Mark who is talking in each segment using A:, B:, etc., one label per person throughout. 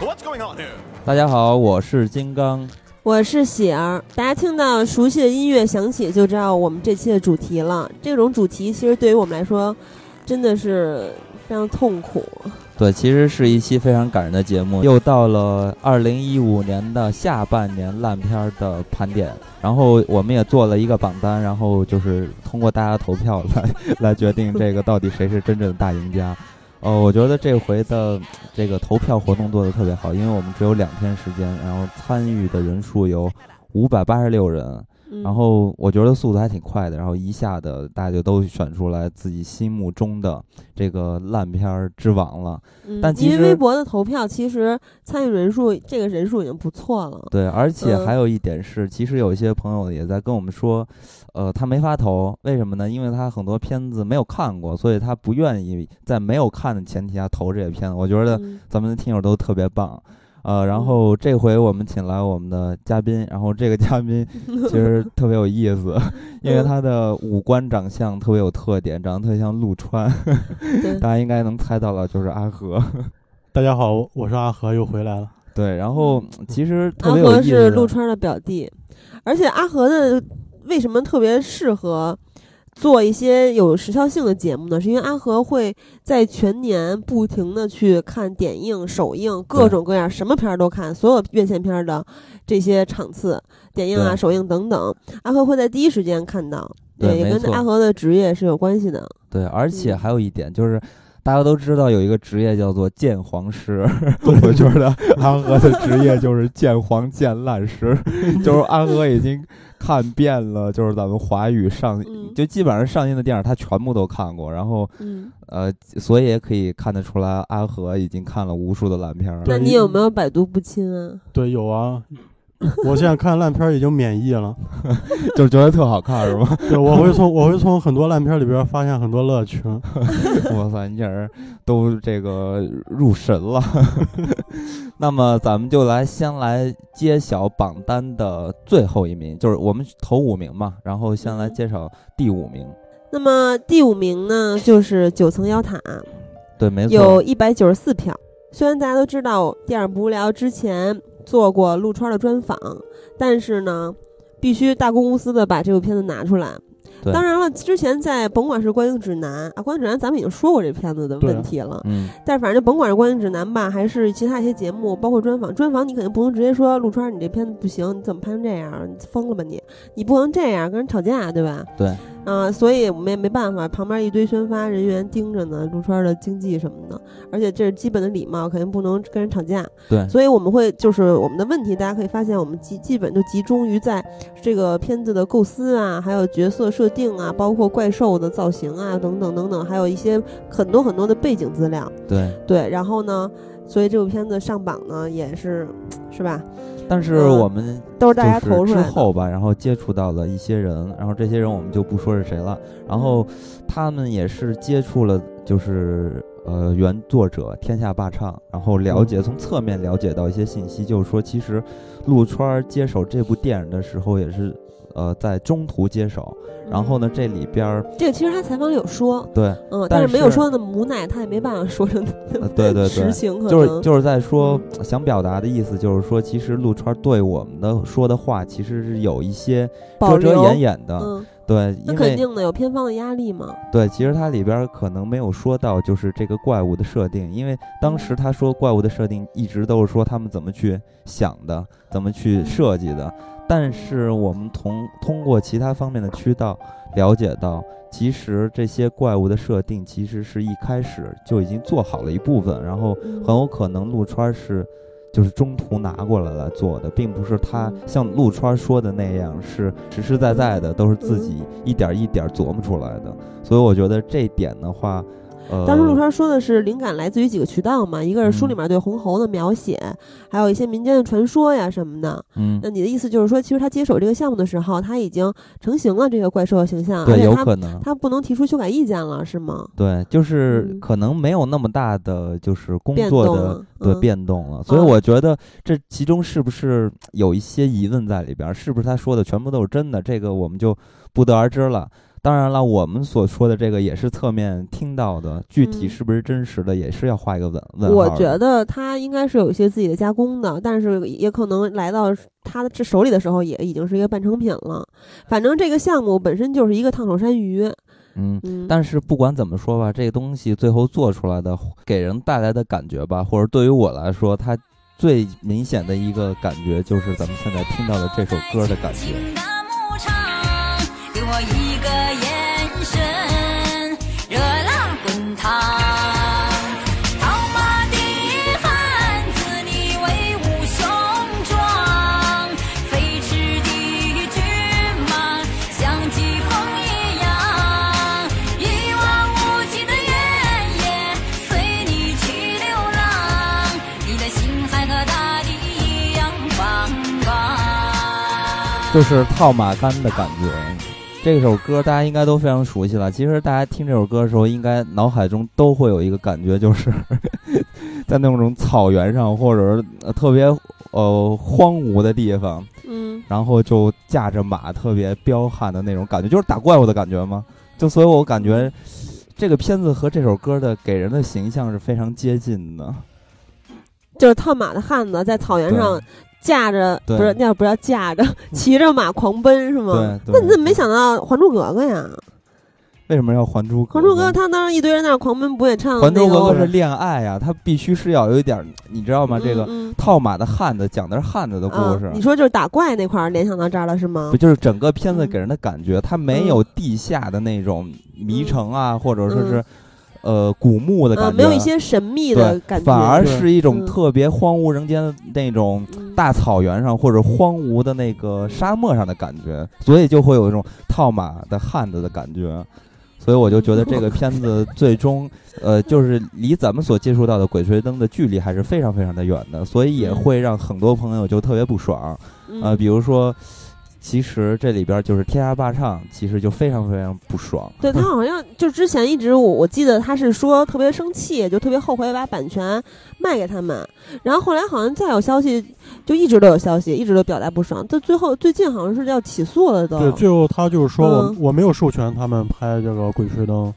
A: What's going on here?
B: 大家好，我是金刚。
C: 我是喜儿，大家听到熟悉的音乐响起，就知道我们这期的主题了。这种主题其实对于我们来说，真的是非常痛苦。
B: 对，其实是一期非常感人的节目，又到了二零一五年的下半年烂片儿的盘点，然后我们也做了一个榜单，然后就是通过大家投票来来 决定这个到底谁是真正的大赢家。呃，我觉得这回的这个投票活动做得特别好，因为我们只有两天时间，然后参与的人数有五百八十六人，
C: 嗯、
B: 然后我觉得速度还挺快的，然后一下子大家就都选出来自己心目中的这个烂片儿之王了。
C: 嗯，
B: 但其
C: 因为
B: 实
C: 微博的投票，其实参与人数这个人数已经不错了。
B: 对，而且
C: 嗯
B: 还有一点是，其实有一些朋友也在跟我们说，呃，他没法投，为什么呢？因为他很多片子没有看过，所以他不愿意在没有看的前提下投这些片子。我觉得
C: 嗯
B: 咱们的听友都特别棒，呃，然
C: 嗯
B: 后这回我们请来我们的嘉宾，然后这个嘉宾其 实特别有意思， 因为
C: 嗯
B: 他的五官长相特别有特点，长得特别像陆川，
C: 嗯对
B: 大家应该能猜到了，就是阿和。
D: 大家好，我是阿和，又回来了。
B: 对，然后其实特
C: 嗯阿
B: 别有
C: 和
B: 意
C: 是
B: 思
C: 陆
B: 的。
C: 川的表弟，而且阿和的为什么特别适合做一些有时效性的节目呢？是因为阿和会在全年不停的去看点映、首映，各
B: 对
C: 种各样什么片儿都看，所有院线片儿的这些场次、点映啊、
B: 对
C: 首映等等，阿和会在第一时间看到。
B: 对
C: 也
B: 没
C: 跟
B: 错
C: 阿和的职业是有关系的。
B: 对，而且
C: 嗯
B: 还有一点就是，大家都知道有一个职业叫做鉴黄师， 我觉得安和的职业就是鉴黄鉴烂 师，就是安和已经看遍了，就是咱们华语上
C: 嗯
B: 就基本上上映的电影他全部都看过，然后
C: 嗯，
B: 呃，所以也可以看得出来，安和已经看了无数的烂片儿了。
D: 对
C: 那你有没有百毒不侵啊？
D: 对，有啊，我现在看烂片已经免疫了。
B: 就觉得特好看是吗？
D: 对，我会从我会从很多烂片里边发现很多乐趣。
B: 哇塞，你这人都这个入神了。 那么咱们就来先来揭晓榜单的最后一名，就是我们头五名嘛，然后先来
C: 嗯
B: 介绍第五名。
C: 那么第五名呢，就是九层妖塔。
B: 对，没错，
C: 有一百九十四票。虽然大家都知道电影不无聊之前做过陆川的专访，但是呢，必须大公无私的把这部片子拿出来。
B: 对
C: 当然了，之前在甭管是《观影指南》啊，《观影指南》咱们已经说过这片子的
D: 对啊
C: 问题了，
B: 嗯，
C: 但反正就甭管是《观影指南》吧，还是其他一些节目，包括专访，专访你肯定不能直接说陆川你这片子不行，你怎么拍成这样？你疯了吧你？你不能这样跟人吵架，对吧？
B: 对，
C: 啊，所以我们也没办法，旁边一堆宣发人员盯着呢，陆川的经济什么的，而且这是基本的礼貌，肯定不能跟人吵架。
B: 对，
C: 所以我们会就是我们的问题，大家可以发现，我们基基本就集中于在这个片子的构思啊，还有角色设定啊，包括怪兽的造型啊，等等等等，还有一些很多很多的背景资料。
B: 对。
C: 对，然后呢，所以这部片子上榜呢也是，是吧？
B: 但是
C: 嗯
B: 我们
C: 都是大家
B: 就
C: 投
B: 是之
C: 出来的。
B: 后吧，然后接触到了一些人，然后这些人我们就不说是谁了。然后
C: 嗯
B: 他们也是接触了，就是呃原作者天下霸唱，然后了解
C: 嗯
B: 从侧面了解到一些信息，就是说其实陆川儿接手这部电影的时候也是呃在中途接手，然后呢这里边儿
C: 嗯这个其实他采访里有说，
B: 对、
C: 嗯，
B: 但
C: 但是没有
B: 是
C: 说的无奈，他也没办法说成
B: 呃对 对对
C: 实，情，可能嗯
B: 就是就是在说想表达的意思，就是说其实陆川儿对我们的说的话其实是有一些
C: 保
B: 遮遮
C: 留
B: 掩掩的，
C: 嗯，
B: 对，
C: 那
B: 因
C: 肯
B: 为
C: 定的，有片方的压力嘛。
B: 对，其实它里边儿可能没有说到，就是这个怪物的设定，因为当时他说怪物的设定一直都是说他们怎么去想的，怎么去设计的。但是我们通通过其他方面的渠道了解到，其实这些怪物的设定其实是一开始就已经做好了一部分，然后
C: 嗯
B: 很有可能陆川是就是中途拿过来来做的，并不是他
C: 嗯
B: 像陆川说的那样是实实在在的，都是自己一点儿一点儿琢磨出来的。所以我觉得这点的话，呃，嗯
C: 当时陆川说的是灵感来自于几个渠道嘛，一个是书里面对红猴的描写，还有一些民间的传说呀什么的。
B: 嗯，
C: 那你的意思就是说，其实他接手这个项目的时候，他已经成型了这个怪兽的形象，而
B: 对，
C: 且
B: 有
C: 他
B: 可能。
C: 他不能提出修改意见了，是吗？
B: 对，就是
C: 嗯
B: 可能没有那么大的就是工
C: 变
B: 作
C: 动
B: 的
C: 了，
B: 对
C: 嗯
B: 变动了，所以
C: 嗯
B: 我觉得这其中是不是有一些疑问在里边儿？是不是他说的全部都是真的？这个我们就不得而知了。当然了，我们所说的这个也是侧面听到的，具体
C: 嗯
B: 是不是真实的，也是要画一个问问号
C: 我
B: 的。
C: 觉得他应该是有一些自己的加工的，但是也可能来到他的这手里的时候，也已经是一个半成品了。反正这个项目本身就是一个烫手山芋，
B: 嗯，
C: 嗯，
B: 但是不管怎么说吧，这个东西最后做出来的，给人带来的感觉吧，或者对于我来说，它最明显的一个感觉就是咱们现在听到的这首歌的感觉。
E: 的牧场，给我一个眼神，热辣滚烫。套马的汉子，你威武雄壮；飞驰的骏马，像疾风一样。一望无际的原野，随你去流浪。你的心还和大地一样宽广。
B: 就是套马杆的感觉。这首歌大家应该都非常熟悉了。其实大家听这首歌的时候，应该脑海中都会有一个感觉，就是 在那种草原上，或者是呃特别呃荒芜的地方，
C: 嗯，
B: 然后就驾着马，特别彪悍的那种感觉，就是打怪物的感觉嘛。就所以，我感觉这个片子和这首歌的给人的形象是非常接近的。
C: 就是套马的汉子在草原上驾着，
B: 对
C: 不是那不叫驾着，骑着马狂奔是吗？
B: 对，对
C: 那你怎么没想到《还珠格格》呀？
B: 为什么要《还珠
C: 《
B: 格
C: 还
B: 格》？
C: 珠格格》他当时一堆人在那儿狂奔不愿唱那个，
B: 还珠格格》是恋爱呀、它必须是要有一点儿，你知道吗？这个
C: 嗯嗯
B: 套马的汉子讲的是汉子的故事，
C: 啊你说就是打怪那块儿联想到这儿了是吗
B: 不？就是整个片
C: 嗯
B: 子给人的感觉，它没有地下的那种迷城啊，或者说是、呃古墓的感
C: 啊，
B: 觉，
C: 嗯没有一些神秘的
B: 对
C: 感觉，
B: 反而是一种
C: 嗯
B: 特别荒无人间的那种
C: 嗯
B: 大草原上或者荒芜的那个沙漠上的感觉，所以就会有一种套马的汉子的感觉。所以我就觉得这个片
C: 嗯
B: 子最终，呃，就是离咱们所接触到的《鬼吹灯》的距离还是非常非常的远的，所以也会让很多朋友就特别不爽。呃，
C: 嗯
B: 比如说，其实这里边就是天涯霸唱，其实就非常非常不爽。
C: 对他好像就之前一直我我记得他是说特别生气，就特别后悔把版权卖给他们，然后后来好像再有消息，就一直都有消息，一直都表达不爽，到最后最近好像是要起诉了都。
D: 对，最后他就是说我、
C: 嗯
D: 我没有授权他们拍这个《鬼吹灯》，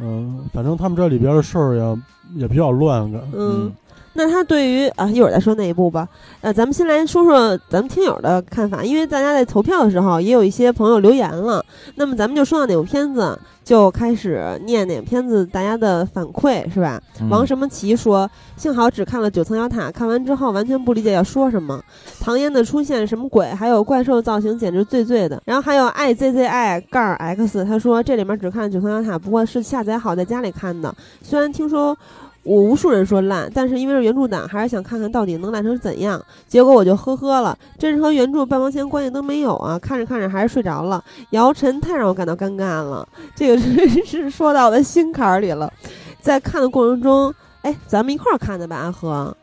D: 嗯，反正他们这里边的事儿也也比较乱个。
C: 嗯，那他对于啊一会儿再说那一步吧，呃，咱们先来说说咱们听友的看法，因为大家在投票的时候也有一些朋友留言了，那么咱们就说到哪部片子就开始念哪部片子大家的反馈是吧？
B: 嗯
C: 王什么奇说：“幸好只看了《九层妖塔》，看完之后完全不理解要说什么。唐嫣的出现什么鬼？还有怪兽造型简直醉醉的。然后还有 i z z i 杠儿 x，他说这里面只看了《九层妖塔》，不过是下载好在家里看的。虽然听说我无数人说烂，但是因为是原著党，还是想看看到底能烂成怎样。结果我就呵呵了，真是和原著半毛钱关系都没有啊！看着看着还是睡着了。姚晨太让我感到尴尬了，这个 真是说到我的心坎儿里了。在看的过程中，哎，咱们一块儿看的吧，阿和，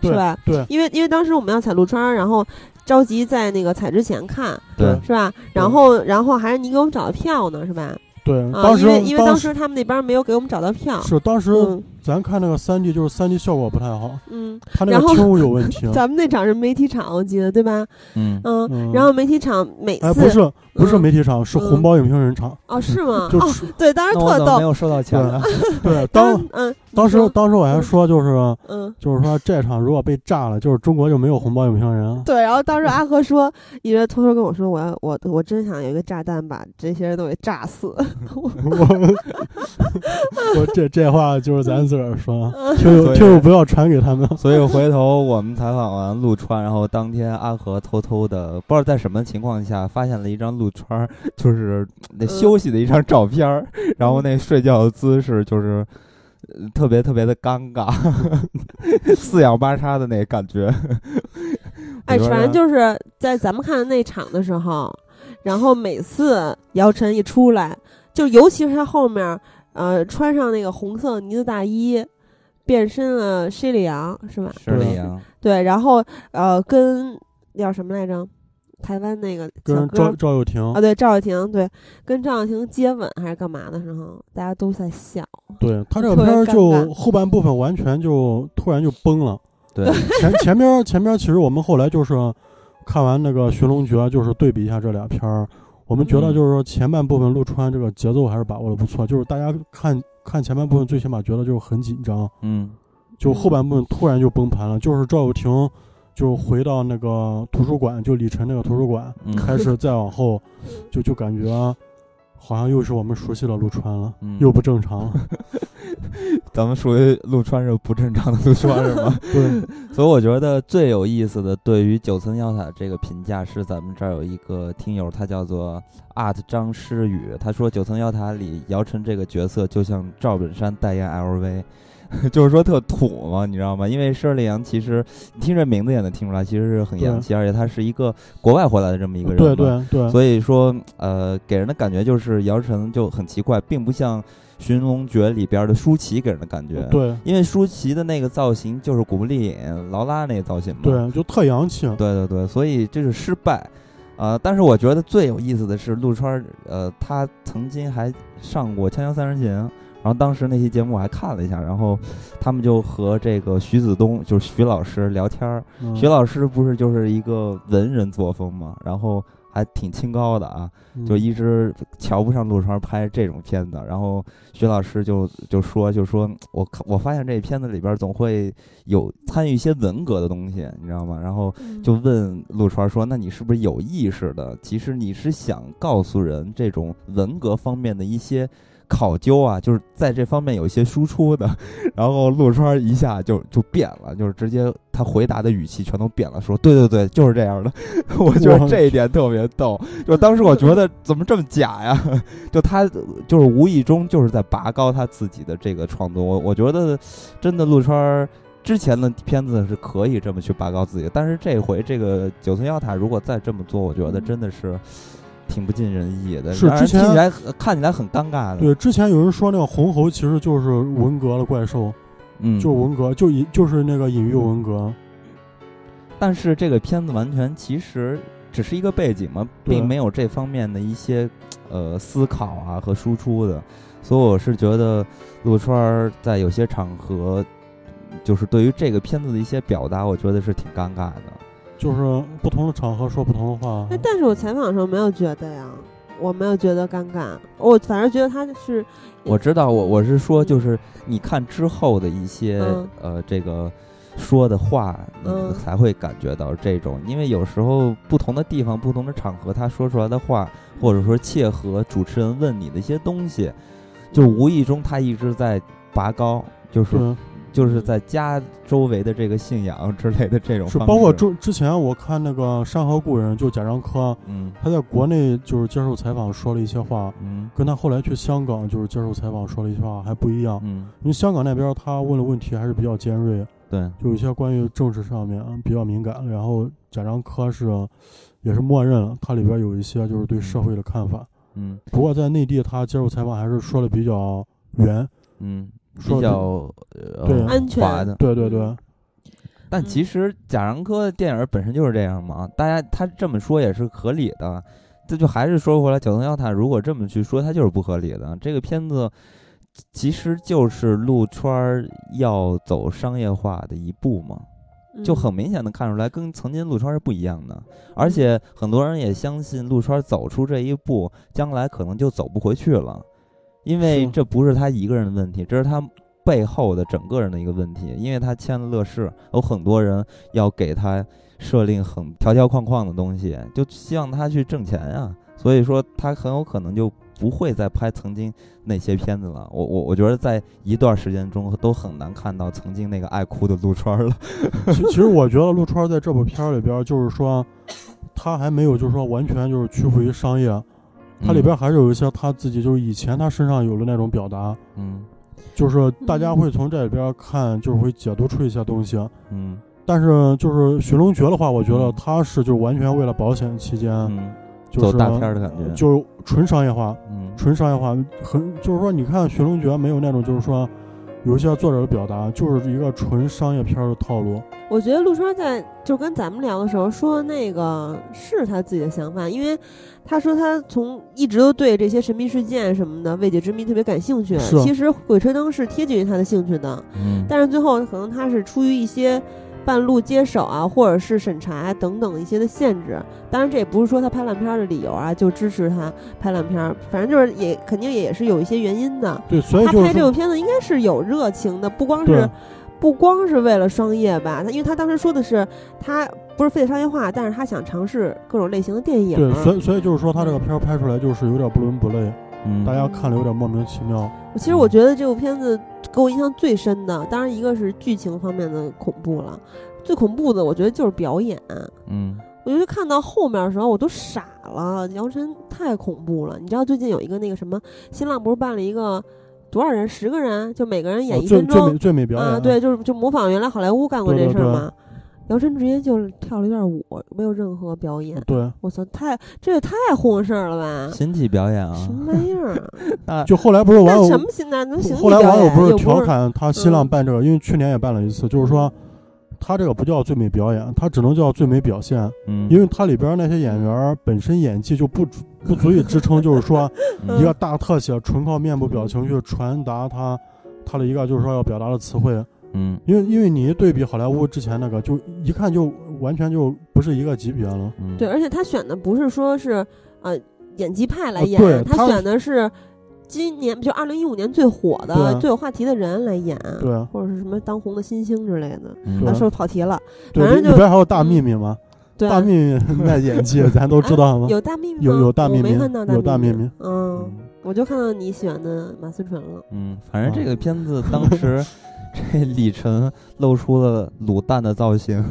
C: 是
D: 对
C: 吧？
D: 对
C: 因为因为当时我们要踩陆川，然后着急在那个踩之前看，
B: 对，
C: 是吧？然后然后还是你给我们找的票呢，是吧？
D: 对，
C: 啊，
D: 嗯当时
C: 因为因为当
D: 时
C: 时他们那边没有给我们找到票，
D: 是当时
C: 嗯
D: 咱看那个三 D，就是三 D 效果不太好，
C: 嗯，
D: 他那
C: 然后
D: 个听有问题。
C: 咱们那场是媒体场，我记得对吧？
B: 嗯，
C: 嗯，
D: 嗯
C: 然后媒体场每次、
D: 哎，不是不是
C: 嗯
D: 媒体场，是红包影评人场，
C: 哦是吗？
D: 就
C: 哦
D: 是
C: 对，当时
B: 那我
C: 特
B: 怎么没
C: 逗，
B: 有收到钱呢？
D: 对对，
C: 当
D: 当
C: 时嗯，你
D: 当时
C: 说
D: 当时我还说，就是
C: 嗯，
D: 就是说这场如果被炸了，就是中国就没有红包影 评人。啊
C: 对。然后当时
D: 嗯
C: 阿和说，一直偷偷跟我说，我要我我真想有一个炸弹把这些人都给炸死。
D: 我我这这话就是咱自个儿说，啊
C: 嗯
D: 听
B: 所
D: 友
B: 以
D: 听友不要传给他们。
B: 所以回头我们采访完陆川，然后当天阿和偷偷的不知道在什么情况下发现了一张陆川儿就是那休息的一张照片儿，
C: 嗯
B: 然后那睡觉的姿势就是。呃特别特别的尴尬， 四仰八叉的那感觉。
C: 哎，
B: 我觉得
C: 反正就是在咱们看那场的时候，然后每次姚晨一出来，就尤其是她后面，呃，穿上那个红色呢子大衣，变身了施里阳是吧？
B: 是那
D: 对
B: 样，
C: 对，然后呃，跟叫什么来着？台湾那个小
D: 跟
C: 哥
D: 赵
C: 儿
D: 赵又廷，
C: 啊，对，赵又廷，对，跟赵又廷接吻还是干嘛的时候，大家都在笑。
D: 对他这个
C: 特别
D: 片儿
C: 尴
D: 就
C: 尬
D: 后半部分完全就突然就崩 了。
B: 对，
D: 前前边儿前边儿其实我们后来就是看完那个《寻龙诀》，就是对比一下这俩片儿，我们觉得
B: 嗯
D: 就是说前半部分陆川这个节奏还是把握的不错，就是大家看看前半部分最起码觉得就是很紧张，
B: 嗯，
D: 就后半部分突然就崩盘了，就是赵又廷就回到那个图书馆，就李晨那个图书馆，
B: 嗯
D: 开始再往后就就感觉好像又是我们熟悉的陆川了，
B: 嗯
D: 又不正常 了，
B: 咱们属于陆川是不正常的陆川是 吗？
D: 对。
B: 所以我觉得最有意思的对于九层妖塔这个评价是咱们这儿有一个听友，他叫做 art 张诗雨，他说九层妖塔里姚晨这个角色就像赵本山代言 LV，就是 说特土嘛，你知道吗？因为施丽阳其实你听这名字也能听出来，其实是很洋气，而且他是一个国外回来的这么一个人嘛，
D: 对对对，
B: 所以说，呃，给人的感觉就是姚晨就很奇怪，并不像《寻龙诀》里边的舒淇给人的感觉。，嗯
D: 对
B: 因为舒淇的那个造型就是古不丽影劳拉那个造型嘛。
D: 对，就特洋气。
B: 对对对所以这是失败。呃，但是我觉得最有意思的是陆川儿，呃，他曾经还上过《锵锵三人行》，然后当时那期节目我还看了一下，然后他们就和这个徐子东，就是徐老师聊天儿，
D: 嗯
B: 徐老师不是就是一个文人作风嘛，然后还挺清高的啊，
D: 嗯
B: 就一直瞧不上陆川拍这种片子。然后徐老师就就说就说，我看我发现这片子里边总会有参与一些文革的东西，你知道吗？然后
C: 嗯
B: 就问陆川说，那你是不是有意识的？其实你是想告诉人这种文革方面的一些。考究啊，就是在这方面有一些输出的， 然后陆川一下就就变了，就是直接他回答的语气全都变了，说对对对，就是这样的。 我觉得
D: 哇
B: 这一点特别逗，就当时我觉得怎么这么假呀？ 就他就是无意中就是在拔高他自己的这个创作，我我觉得真的陆川儿之前的片子是可以这么去拔高自己的，但是这回这个九层妖塔如果再这么做，我觉得真的是。挺不尽人意的，
D: 嗯是
B: 让人
D: 之前
B: 听起来看起来很尴尬的，
D: 对，之前有人说那个红猴其实就是文革的怪兽，
B: 嗯，
D: 就是文革，就隐就是那个隐喻文革。
B: 但是这个片子完全其实只是一个背景嘛，
D: 对
B: 并没有这方面的一些呃思考啊和输出的，所以我是觉得陆川儿在有些场合，就是对于这个片子的一些表达，我觉得是挺尴尬的。
D: 就是不同的场合说不同的话
C: 哎，，但是我采访的时候没有觉得呀，我没有觉得尴尬，我反而觉得他是
B: 我知道，我我是说，就是你看之后的一些、
C: 嗯
B: 呃这个。说的话，你
C: 嗯
B: 才会感觉到这种，因为有时候不同的地方、不同的场合，他说出来的话，或者说切合主持人问你的一些东西，就无意中他一直在拔高，就是
D: 对，
B: 就是在加周围的这个信仰之类的这种
D: 是
B: 方式，
D: 包括之之前我看那个《山河故人》，就贾樟柯，
B: 嗯
D: 他在国内就是接受采访说了一些话，
B: 嗯
D: 跟他后来去香港就是接受采访说了一些话还不一样，
B: 嗯，
D: 因为香港那边他问的问题还是比较尖锐，
B: 对，
D: 就有一些关于政治上面比较敏感，然后贾樟柯是也是默认了，他里边有一些就是对社会的看法。
B: 嗯
D: 不过在内地，他接受采访还是说的比较圆，
B: 嗯，比
D: 说得
B: 较
D: 对啊
B: 呃
C: 安全
B: 滑的，
D: 对对对，
B: 但
C: 嗯
B: 其实贾樟柯的电影本身就是这样嘛，大家他这么说也是合理的。这就还是说回来，《九层妖塔》如果这么去说，它就是不合理的。这个片子其实就是陆川儿要走商业化的一步嘛，
C: 嗯
B: 就很明显的看出来，跟曾经陆川是不一样的。而且很多人也相信陆川走出这一步，将来可能就走不回去了，因为
D: 是
B: 这不是他一个人的问题，这是他背后的整个人的一个问题，因为他签了乐视，有很多人要给他设定很条条框框的东西，就希望他去挣钱啊。所以说，他很有可能就不会再拍曾经那些片子了。我我我觉得，在一段时间中都很难看到曾经那个爱哭的陆川了。
D: 其其实我觉得陆川在这部片儿里边儿，就是说他还没有就是说完全就是屈服于商业，他
B: 嗯
D: 里边儿还是有一些他自己就是以前他身上有的那种表达，
B: 嗯，
D: 就是大家
C: 嗯
D: 会从这里边儿看，就是会解读出一些东西。
B: 嗯
D: 但是就是《寻龙诀》的话，我觉得他是就是完全为了保险起见，
B: 嗯嗯，
D: 就是
B: 走大片儿的感觉。
D: 就是纯商业化，
B: 嗯
D: 纯商业化，很就是说，你看《寻龙诀》没有那种就是说有一些作者的表达，就是一个纯商业片儿的套路。
C: 我觉得陆川在就跟咱们聊的时候说那个是他自己的想法，因为他说他从一直都对这些神秘事件什么的未解之谜特别感兴趣。
D: 是啊
C: 其实《鬼吹灯》是贴近于他的兴趣的，
B: 嗯，
C: 但是最后可能他是出于一些半路接手啊，或者是审查啊等等一些的限制。当然，这也不是说他拍烂片儿的理由啊，就支持他拍烂片儿。反正就是也肯定也是有一些原因的。
D: 对，所以
C: 他
D: 就
C: 拍
D: 是
C: 这
D: 说
C: 部片子应该是有热情的，不光是
D: 对。
C: 不光是为了商业吧，他因为他当时说的是他不是非得商业化，但是他想尝试各种类型的电影。
D: 对，所以所以就是说，他这个片儿拍出来就是有点不伦不类，
B: 嗯
D: 大家看了有点莫名其妙。
C: 其实我觉得这部片子给我印象最深的，当然一个是剧情方面的恐怖了，最恐怖的我觉得就是表演。
B: 嗯
C: 我就看到后面的时候，我都傻了，姚晨太恐怖了。你知道最近有一个那个什么，新浪不是办了一个多少人，十个人，就每个人演
D: 哦
C: 一
D: 最
C: 分
D: 最
C: 钟
D: 美最美表演
C: 啊？对，就是就模仿原来好莱坞干过
D: 对
C: 这
D: 对
C: 事儿
D: 对
C: 嘛。姚晨直接就跳了一段舞，没有任何表演。
D: 对，
C: 我操，太这也太糊弄事儿了吧？
B: 新体表演啊
C: 什，么玩意儿啊？
D: 就后来不是网
C: 那什
D: 友
C: 么心态能行？
D: 后来网友
C: 不
D: 不
C: 是
D: 是调侃他新浪
C: 嗯
D: 办这个，因为去年也办了一次，就是说他这个不叫最美表演，他只能叫最美表现，
B: 嗯，
D: 因为它里边那些演员儿本身演技就不足不足以支撑，就 是说
B: 嗯
D: 一个大特写纯靠面部表情去传达他他的一个就是说要表达的词汇，
B: 嗯
D: 因为因为你一对比好莱坞之前那个，就一看就完全就不是一个级别了。
B: 嗯
C: 对，而且他选的不是说是呃演技派来
D: 啊
C: 演，
D: 对
C: 他
D: 他
C: 选的是今年就二零一五年最火的、
D: 对啊
C: 最有话题的人来演，
D: 对啊
C: 或者是什么当红的新星之类的。
B: 嗯
C: 啊，
D: 对
C: 是不是跑题了？
D: 对，
C: 反正
D: 里
C: 就
D: 里边还有大秘密嘛，
C: 对啊，
D: 大 秘密那演技咱都知道吗？
C: 有大秘密吗？
D: 有有大秘密
C: 我没看到
D: 有大秘密。
C: 嗯，
B: 嗯
C: 我就看到你喜欢的马思纯了。
B: 嗯，反
D: 啊
B: 正这个片子当 时这李晨露出了卤蛋的造 型，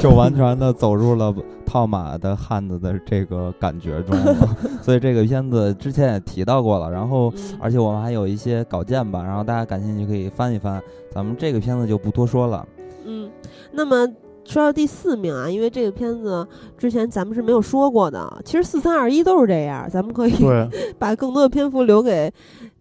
B: 就完全的走入了套马的汉子的这个感觉中 了。所以这个片子之前也提到过了，然后
C: 嗯
B: 哦而且我们还有一些稿件吧，然后大家感兴趣可以翻一翻。咱们这个片子就不多说了。
C: 嗯，那么说到第四名啊，因为这个片子之前咱们是没有说过的，其实四三二一都是这样，咱们可以
D: 对，
C: 把更多的篇幅留给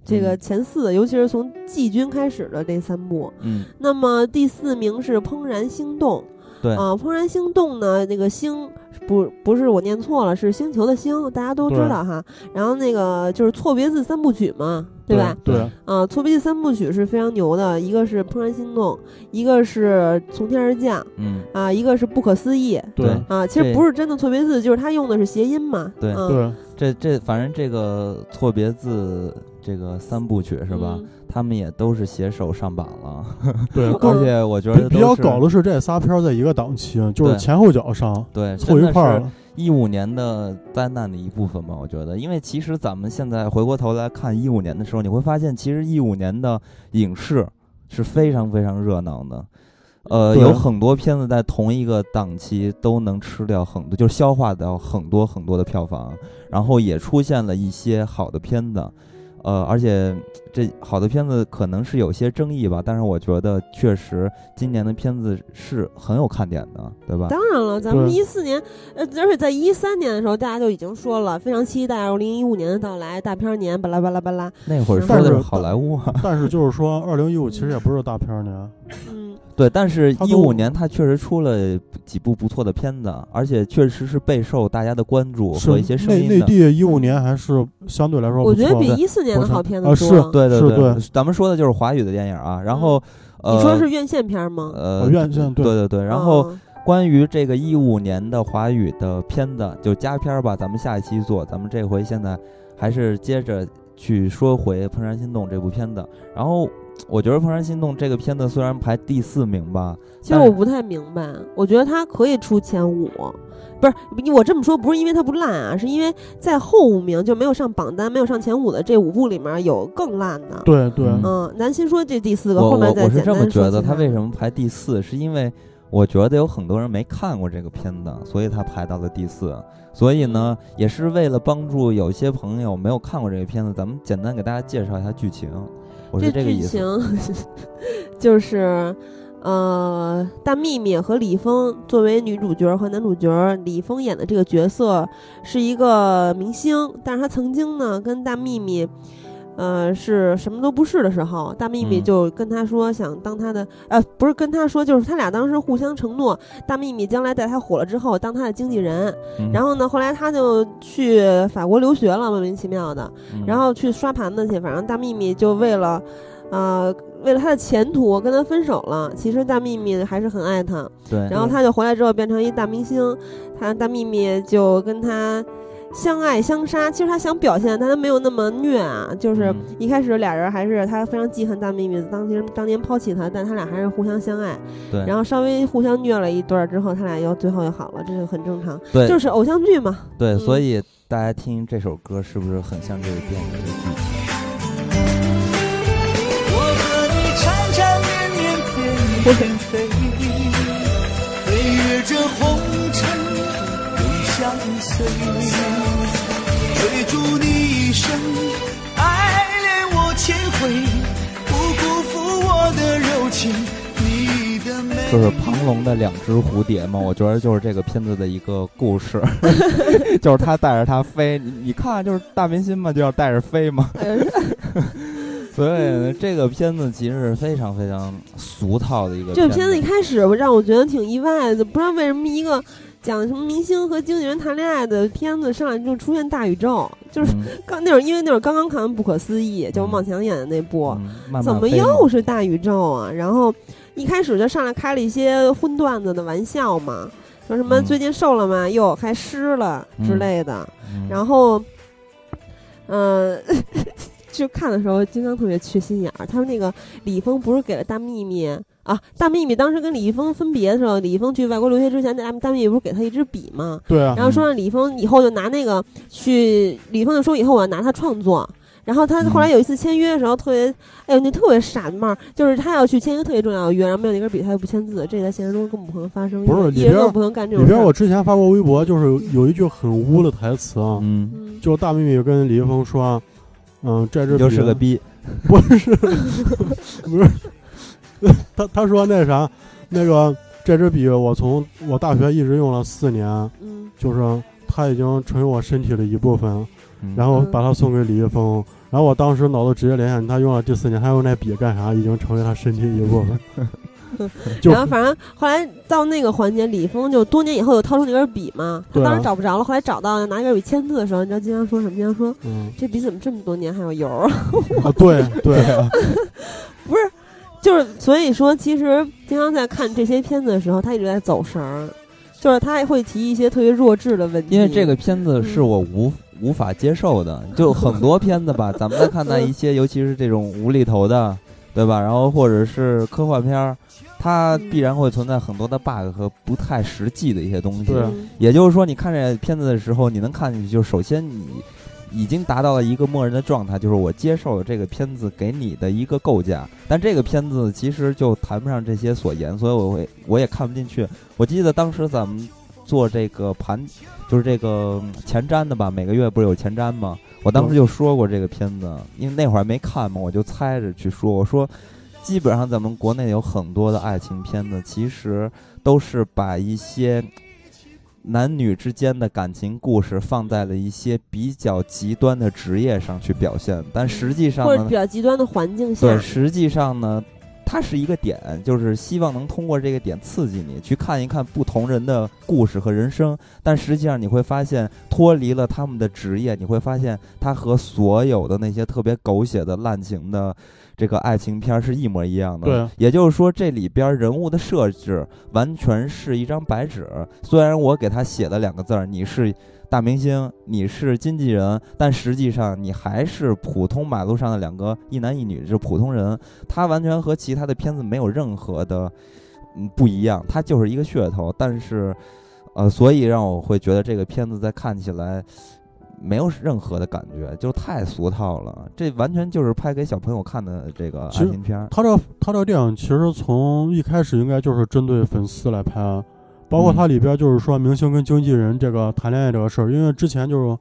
C: 这个
B: 嗯
C: 前四，尤其是从季军开始的这三部。
B: 嗯，
C: 那么第四名是《怦然心动》，
B: 对
C: 啊，《怦然心动》呢，那个星不不是我念错了，是星球的星，大家都知
D: 对
C: 道哈。然后那个就是错别字三部曲嘛，对吧？
D: 对
C: 啊，错别字三部曲是非常牛的，一个是《怦然心动》，一个是从天而降，
B: 嗯，
C: 啊，一个是不可思议。
B: 对
D: 对
C: 啊，其实
B: 这
C: 不是真的错别字，就是他用的是谐音嘛。
B: 对
C: 啊、
D: 对，
B: 这这反正这个错别字这个三部曲是吧？
C: 嗯
B: 他们也都是携手上榜了，
D: 对
C: 嗯
B: 而且我觉
D: 比
B: 得
D: 比较
B: 都是
D: 搞的是这仨片儿在一个档期，就是
B: 对
D: 前后脚上
B: 对，
D: 凑一块儿了。
B: 一五年的灾难的一部分吧，我觉得，因为其实咱们现在回过头来看一五年的时候，你会发现，其实一五年的影视是非常非常热闹的，呃，
D: 对
B: 有很多片子在同一个档期都能吃掉很多，就是消化掉很多很多的票房，然后也出现了一些好的片子，呃，而且这好的片子可能是有些争议吧，但是我觉得确实今年的片子是很有看点的，对吧？
C: 当然了，咱们
D: 啊对
C: 一四年，呃，而且在一三年的时候，大家就已经说了，非常期待二零一五年的到来，大片儿年，巴拉巴拉巴拉。
B: 那会儿说
D: 但
B: 的
D: 是
B: 是好莱坞啊。
D: 但是就是 说，二零一五其实也不是大片儿年，
C: 嗯，
B: 对，但是
D: 他
B: 一
D: 都
B: 五年他确实出了几部不错的片子，而且确实是备受大家的关注
D: 是
B: 和一些声
D: 内
B: 音
D: 内
B: 的。
D: 地一五年还是相对来说
C: 我
D: 不错
C: 觉
D: 的。
C: 得比一四年的好片子多。
D: 啊是
B: 对对
D: 是
B: 对，
D: 对嗯
B: 咱们说的就是华语的电影啊。然后，呃，
C: 你说是院线片儿吗？
B: 呃
D: 哦院线
B: 对
D: 对
B: 对对。然后
C: 嗯
B: 关于这个一五年的华语的片子，就加片儿吧，咱们下一期做。咱们这回现在还是接着去说回《怦然心动》这部片子。然后我觉得《怦然心动》这个片子虽然排第四名吧，
C: 其实我不太明白，我觉得它可以出前五，不是我这么说不是因为它不烂啊，是因为在后五名就没有上榜单、没有上前五的这五部里面有更烂的。
D: 对对，
B: 嗯
C: 嗯，咱先说这第四个，
B: 我
C: 后
B: 我
C: 面再
B: 我是
C: 简
B: 这
C: 单
B: 么
C: 说
B: 觉得，
C: 其
B: 它
C: 他
B: 为什么排第四，是因为我觉得有很多人没看过这个片子，所以它排到了第四。所以呢，也是为了帮助有些朋友没有看过这个片子，咱们简单给大家介绍一下剧情。我是
C: 这
B: 个
C: 剧
B: 意思。
C: 情 就是，呃，大幂幂和李易峰作为女主角和男主角，李易峰演的这个角色是一个明星，但是他曾经呢跟大幂幂。呃，是什么都不是的时候，大幂幂
B: 嗯
C: 就跟他说想当他的，呃，不是跟他说，就是他俩当时互相承诺，大幂幂将来在他火了之后当他的经纪人。
B: 嗯
C: 然后呢，后来他就去法国留学了，莫名其妙的。
B: 嗯
C: 然后去刷盘子去，反正大幂幂就为了，呃，为了他的前途跟他分手了。其实大幂幂还是很爱他，
B: 对，
C: 然后他就回来之后变成一大明星，他大幂幂就跟他相爱相杀。其实他想表现，但他没有那么虐啊，就是
B: 嗯
C: 一开始俩人还是他非常记恨大幂幂当年当年抛弃他，但他俩还是互相相爱。
B: 对，
C: 然后稍微互相虐了一段儿之后，他俩又最后又好了，这个很正常，
B: 对
C: 就是偶像剧嘛。
B: 对，
C: 嗯
B: 所以大家听这首歌是不是很像这个电影的剧情？
F: 我和你缠缠绵绵，翩翩飞，飞越这红尘，永相随。追逐你一生，爱恋我千回，不辜负我的柔情，你的美。
B: 就是庞龙的两只蝴蝶嘛，我觉得就是这个片子的一个故 事， 就是他带着它飞，你你看就是大明星嘛，就要带着飞 嘛。 所以呢这个片子其实是非常非常俗套的一个
C: 这
B: 片
C: 个片子一开始让我觉得挺意外的，不知道为什么一个讲什么明星和经纪人谈恋爱的片子上来就出现大宇宙，就是
B: 嗯
C: 刚那会儿因为那会儿刚刚看完《不可思议》，就王宝强演的那部，
B: 嗯慢慢
C: 怎么
B: 飞嘛
C: 又是大宇宙啊？然后一开始就上来开了一些荤段子的玩笑嘛，说什么
B: 嗯
C: 最近瘦了吗？哟，还湿了之
B: 嗯
C: 类的。
B: 嗯
C: 然后，嗯、 就看的时候，金刚特别缺心眼儿。他们那个李易峰不是给了大幂幂啊？大幂幂当时跟李易峰分别的时候，李易峰去外国留学之前，大大幂幂不是给他一支笔吗？
D: 对啊，
C: 然后说让李易峰以后就拿那个去，李易峰就说以后我要拿他创作。然后他后来有一次签约的时候，特别，哎呦，那特别傻帽儿，就是他要去签一个特别重要的约，然后没有那根笔，他就不签字，这在现实中根本不可能发生，
D: 不是
C: 艺
D: 里
C: 人
D: 边
C: 根
D: 儿
C: 本不可能干这
D: 里
C: 种事
D: 边
C: 儿。
D: 我之前发过微博，就是有有一句很污的台词啊，
B: 嗯，
C: 嗯
D: 就是大幂幂跟李易峰说啊，嗯，这
B: 你
D: 支
B: 就是
D: 笔
B: 个逼，
D: 不是，不是，他他说那啥，那个这支笔我从我大学一直用了四年，
C: 嗯，
D: 就是它已经成为我身体的一部分，
B: 嗯
D: 然后把它送给李易峰。然后我当时脑子直接联想，他用了第四年，他用那笔干啥？已经成为他身体的一部分。就
C: 然后反正后来到那个环节，李易峰就多年以后又掏出那根笔嘛，他
D: 对啊
C: 当时找不着了，后来找到了拿一根笔签字的时候，你知道金刚说什么？金刚说
D: 嗯，
C: 这笔怎么这么多年还有油儿？
D: 啊，对 对，
C: 不是，就是所以说，其实金刚在看这些片子的时候，他一直在走神儿，就是他还会提一些特别弱智的问题。
B: 因为这个片子是我无无法接受的，就很多片子吧，咱们再看待一些，尤其是这种无厘头的，对吧？然后或者是科幻片儿，它必然会存在很多的 bug 和不太实际的一些东西。
D: 对
C: 嗯
B: 也就是说，你看这片子的时候，你能看进去，就是首先你已经达到了一个默认的状态，就是我接受了这个片子给你的一个构架。但这个片子其实就谈不上这些所言，所以我会我也看不进去。我记得当时咱们做这个盘，就是这个嗯前瞻的吧，每个月不是有前瞻吗？我当时就说过这个片子，因为那会儿没看嘛，我就猜着去说，我说。基本上咱们国内有很多的爱情片子，其实都是把一些男女之间的感情故事放在了一些比较极端的职业上去表现，但实际上
C: 或者
B: 呢
C: 比，较极端的环境下
B: 对，，实际上呢，它是一个点，就是希望能通过这个点刺激你去看一看不同人的故事和人生。但实际上你会发现，脱离了他们的职业，你会发现它和所有的那些特别狗血的滥情的这个爱情片儿是一模一样的。
D: 对，
B: 也就是说，这里边人物的设置完全是一张白纸。虽然我给他写了两个字儿，你是。大明星，你是经纪人，但实际上你还是普通马路上的两个一男一女，是普通人。他完全和其他的片子没有任何的嗯不一样，他就是一个噱头。但是，呃，所以让我会觉得这个片子在看起来没有任何的感觉，就太俗套了。这完全就是拍给小朋友看的这个
D: 其实
B: 爱情片儿。
D: 他这他这个电影其实从一开始应该就是针对粉丝来拍啊，包括
B: 嗯
D: 它里边就是说明星跟经纪人这个谈恋爱这个事儿，因为之前就是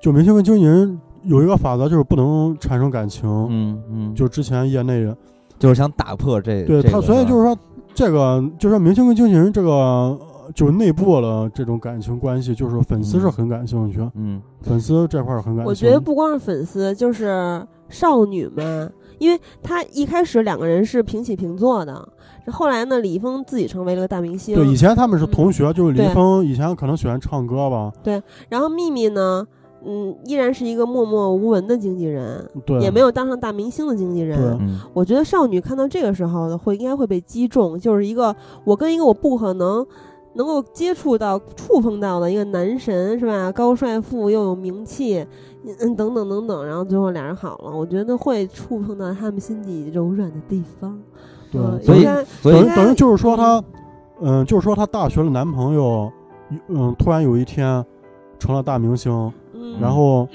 D: 就明星跟经纪人有一个法则就是不能产生感情，
B: 嗯嗯，
D: 就之前业内
B: 就是想打破这
D: 对
B: 这
D: 他，
B: 个
D: 所以
B: 吧
D: 就是说这个就是说明星跟经纪人这个呃就是内部的这种感情关系，就是粉丝是很感兴趣，
B: 嗯
D: 粉丝这块儿很感兴趣。
C: 我觉得不光是粉丝，就是少女们，因为她一开始两个人是平起平坐的，后来呢，李易峰自己成为了个大明星，
D: 对以前他们是同学，就是李易
C: 嗯对
D: 峰以前可能喜欢唱歌吧，
C: 然后秘密呢，嗯，依然是一个默默无闻的经纪人，
D: 对，
C: 也没有当上大明星的经纪人
D: 对。
B: 嗯
C: 我觉得少女看到这个时候呢，会应该会被击中，就是一个我跟一个我不可能能够接触到、触碰到的一个男神，是吧？高帅富又有名气，嗯，等等等等，然后最后俩人好了，我觉得会触碰到他们心底柔软的地方。
D: 对，
C: 嗯
B: 所以
C: 应该
B: 所
D: 等
B: 以
C: 应
D: 于
C: 该
D: 等于就是说她，嗯，就是说她大学的男朋友，嗯，突然有一天成了大明星，
C: 嗯，
D: 然后，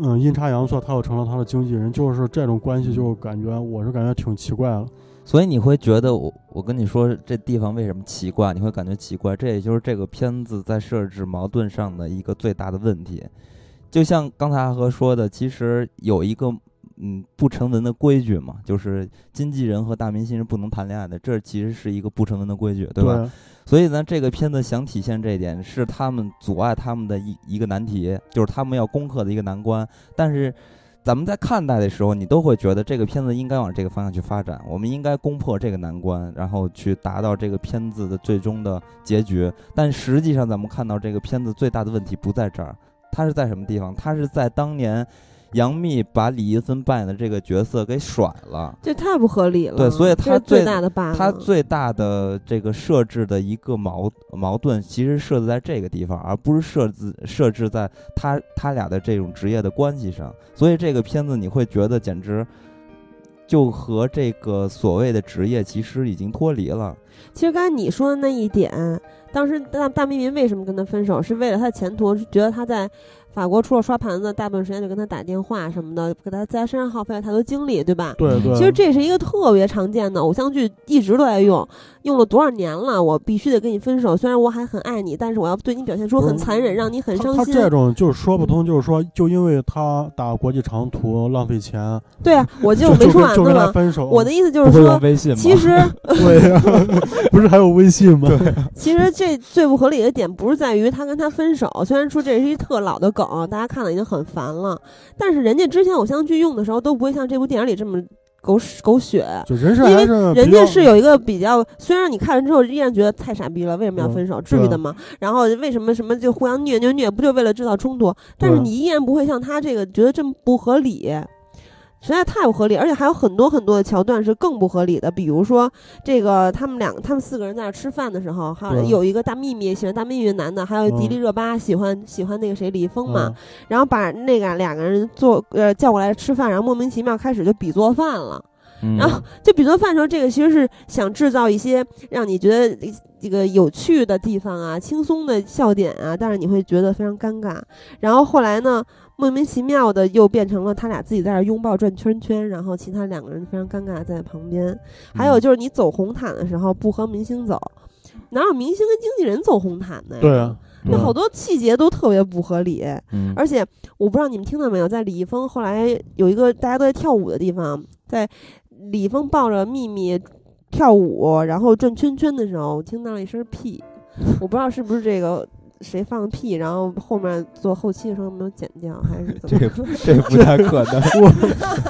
D: 嗯，阴差阳错，他又成了他的经纪人，就是这种关系，就感觉我是感觉挺奇怪的。
B: 所以你会觉得我我跟你说这地方为什么奇怪，你会感觉奇怪，这也就是这个片子在设置矛盾上的一个最大的问题。就像刚才阿和说的，其实有一个嗯不成文的规矩嘛，就是经纪人和大明星是不能谈恋爱的，这其实是一个不成文的规矩，对吧？所以呢，这个片子想体现这一点，是他们阻碍他们的一一个难题，就是他们要攻克的一个难关。但是，咱们在看待的时候，你都会觉得这个片子应该往这个方向去发展，我们应该攻破这个难关，然后去达到这个片子的最终的结局。但实际上，咱们看到这个片子最大的问题不在这儿，它是在什么地方？它是在当年杨幂把李易峰扮演的这个角色给甩了。
C: 这太不合理了。
B: 对所以
C: 这
B: 他
C: 是最
B: 最
C: 大的 bug，
B: 它最大的这个设置的一个矛矛盾，其实设置在这个地方，而不是设置设置在他他俩的这种职业的关系上。所以这个片子你会觉得简直就和这个所谓的职业其实已经脱离了。
C: 其实刚才你说的那一点，当时大大咪咪为什么跟他分手，是为了他的前途，是觉得他在法国除了刷盘子，大部分时间就跟他打电话什么的，给他在身上耗费了太多精力，对吧？
D: 对
B: 嗯
D: 对，
C: 其实这是一个特别常见的偶像剧，一直都在用，用了多少年了？我必须得跟你分手，虽然我还很爱你，但是我要对你表现出很残忍，让你很
D: 他
C: 伤
D: 他
C: 心。
D: 这种就是说不通，就是说，就因为他打国际长途浪费钱，
C: 对啊，我就
D: 就
C: 没
D: 就
C: 说
D: 跟
C: 完
D: 就
C: 呢
D: 跟他
C: 吗？
D: 分手。
C: 我的意思就
B: 不
C: 是
B: 会用
C: 说，
B: 微信吗？
C: 其实
D: 对呀，不是还有微信吗？
C: 其实这最不合理的点不是在于他跟他分手，虽然说这是一特老的梗，大家看了已经很烦了，但是人家之前偶像剧用的时候都不会像这部电影里这么狗屎狗血。
D: 就人设
C: 因
D: 还
C: 为
D: 是
C: 人
D: 嗯比
C: 家
D: 较
C: 是有一个比较，虽然你看完之后依然觉得太傻逼了，为什么
D: 嗯
C: 要分手？至
D: 啊
C: 于的吗？然后为什么什么就互相虐虐虐，不就为了制造冲突？但是
D: 对啊
C: 你依然不会像他这个觉得这么不合理，实在太不合理，而且还有很多很多的桥段是更不合理的，比如说这个他们两他们四个人在那儿吃饭的时候，还有
D: 对啊
C: 有一个大秘密喜欢大秘密的男的，还有迪
D: 嗯
C: 丽热巴喜欢喜欢那个谁李易峰嘛，
D: 嗯
C: 然后把那个两个人坐呃叫过来吃饭，然后莫名其妙开始就比做饭了。
B: 嗯
C: 然后就比做饭的时候，这个其实是想制造一些让你觉得这这个有趣的地方啊，轻松的笑点啊，但是你会觉得非常尴尬。然后后来呢，莫名其妙的又变成了他俩自己在那儿拥抱转圈圈，然后其他两个人非常尴尬在旁
D: 嗯
C: 边。还有就是你走红毯的时候不和明星走，哪有明星跟经纪人走红毯的呀？
D: 对啊，
C: 那
D: 对
C: 好多细节都特别不合理。
B: 嗯
C: 而且我不知道你们听到没有，在李易峰后来有一个大家都在跳舞的地方，在李易峰抱着秘密跳舞，然后转圈圈的时候，我听到了一声屁，我不知道是不是这个谁放的屁，然后后面做后期的时候没有剪掉，还是怎
B: 这
C: 么？
B: 个 这不太可 能。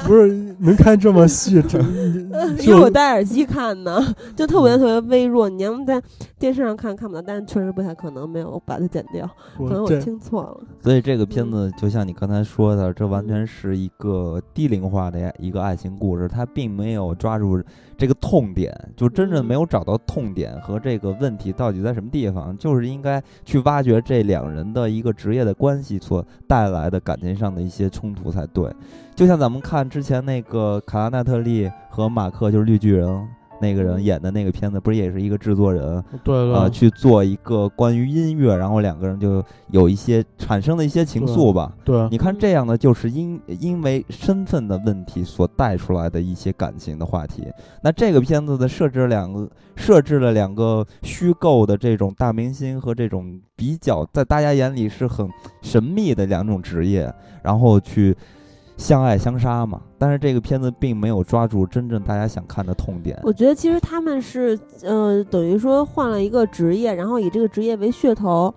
D: 不是能看这么细， 这
C: 因为
D: 就
C: 我戴耳机看呢，就特别特别微弱。你要么在电视上看看不到，但是确实不太可能没有把它剪掉，可能
D: 我
C: 我
D: 这
C: 听错了。
B: 所以这个片子就像你刚才说的，这完全是一个低龄化的一个爱情故事，它并没有抓住这个痛点，就真正没有找到痛点和这个问题到底在什么地方，就是应该去挖掘这两人的一个职业的关系所带来的感情上的一些冲突才对。就像咱们看之前那个卡拉奈特利和马克，就是绿巨人。那个人演的那个片子，不是也是一个制作人，
D: 对
B: 呃，
D: 了，
B: 去做一个关于音乐，然后两个人就有一些产生了一些情愫吧。
D: 对，嗯啊
B: 你看这样的，就是因因为身份的问题所带出来的一些感情的话题。那这个片子的设置两个设置了两个虚构的这种大明星和这种比较在大家眼里是很神秘的两种职业，然后去相爱相杀嘛。但是这个片子并没有抓住真正大家想看的痛点。
C: 我觉得其实他们是，呃，等于说换了一个职业，然后以这个职业为噱头，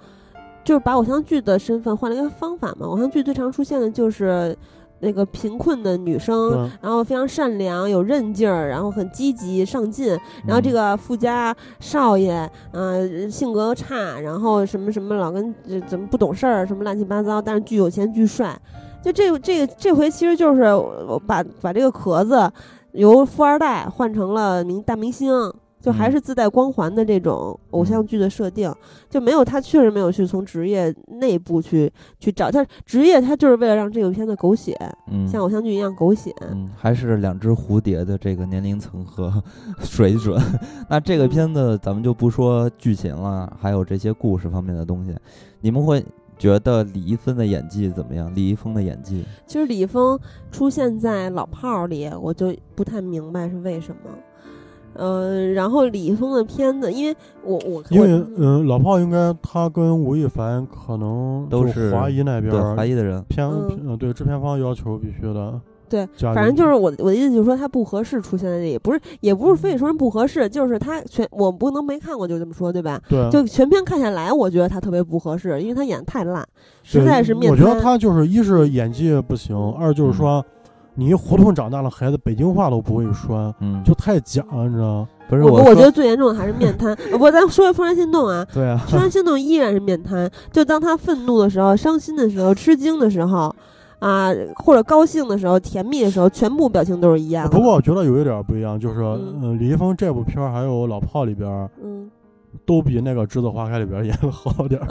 C: 就是把偶像剧的身份换了一个方法嘛。偶像剧最常出现的就是那个贫困的女生，
D: 对
C: 然后非常善良、有韧劲儿，然后很积极上进，然
B: 嗯
C: 后这个富家少爷，呃，性格差，然后什么什么老跟这怎么不懂事儿，什么乱七八糟，但是巨有钱巨帅。就这这个这回其实就是我把把这个壳子由富二代换成了明大明星，就还是自带光环的这种偶像剧的设定，就没有他确实没有去从职业内部去去找他职业，他就是为了让这个片子狗血，
B: 嗯，
C: 像偶像剧一样狗血。
B: 嗯，还是两只蝴蝶的这个年龄层和 水准。那这个片子咱们就不说剧情了，还有这些故事方面的东西。你们会觉得李易峰的演技怎么样？李易峰的演技，
C: 其实李易峰出现在《老炮儿》里，我就不太明白是为什么。呃，然后李易峰的片子，因为我我
D: 因为
C: 我
D: 嗯，老炮应该他跟吴亦凡可能
B: 都
D: 就是华谊那边
B: 对
D: 儿
B: 华谊的人，
D: 片
C: 嗯
D: 片嗯对制片方要求必须的，
C: 对
D: 加进去，
C: 反正就是我我的意思就是说他不合适出现在这里，不是也不是非得说人不合适，就是他全我不能没看过就这么说对吧？
D: 对，
C: 就全片看下来，我觉得他特别不合适，因为他演得太烂，实
D: 对
C: 在是面
D: 我觉得
C: 瘫嗯
D: 他就是一是演技不行，二就是说你一胡同长大的孩子，北京话都不会说，
B: 嗯，
D: 就太假了，你知道吗？
B: 不是
C: 我我
B: 说
C: 觉得最严重的还是面瘫。呃不，咱说回《怦然心动》啊，
D: 对啊
C: 《怦然心动》依然是面瘫。就当他愤怒的时候、伤心的时候、吃惊的时候，啊，或者高兴的时候、甜蜜的时候，全部表情都是一样的。
D: 不过，我觉得有一点儿不一样，就是
C: 嗯
D: 嗯，李易峰这部片儿还有《老炮》里边儿
C: 嗯，
D: 都比那个《栀子花开》里边儿演的好 点儿，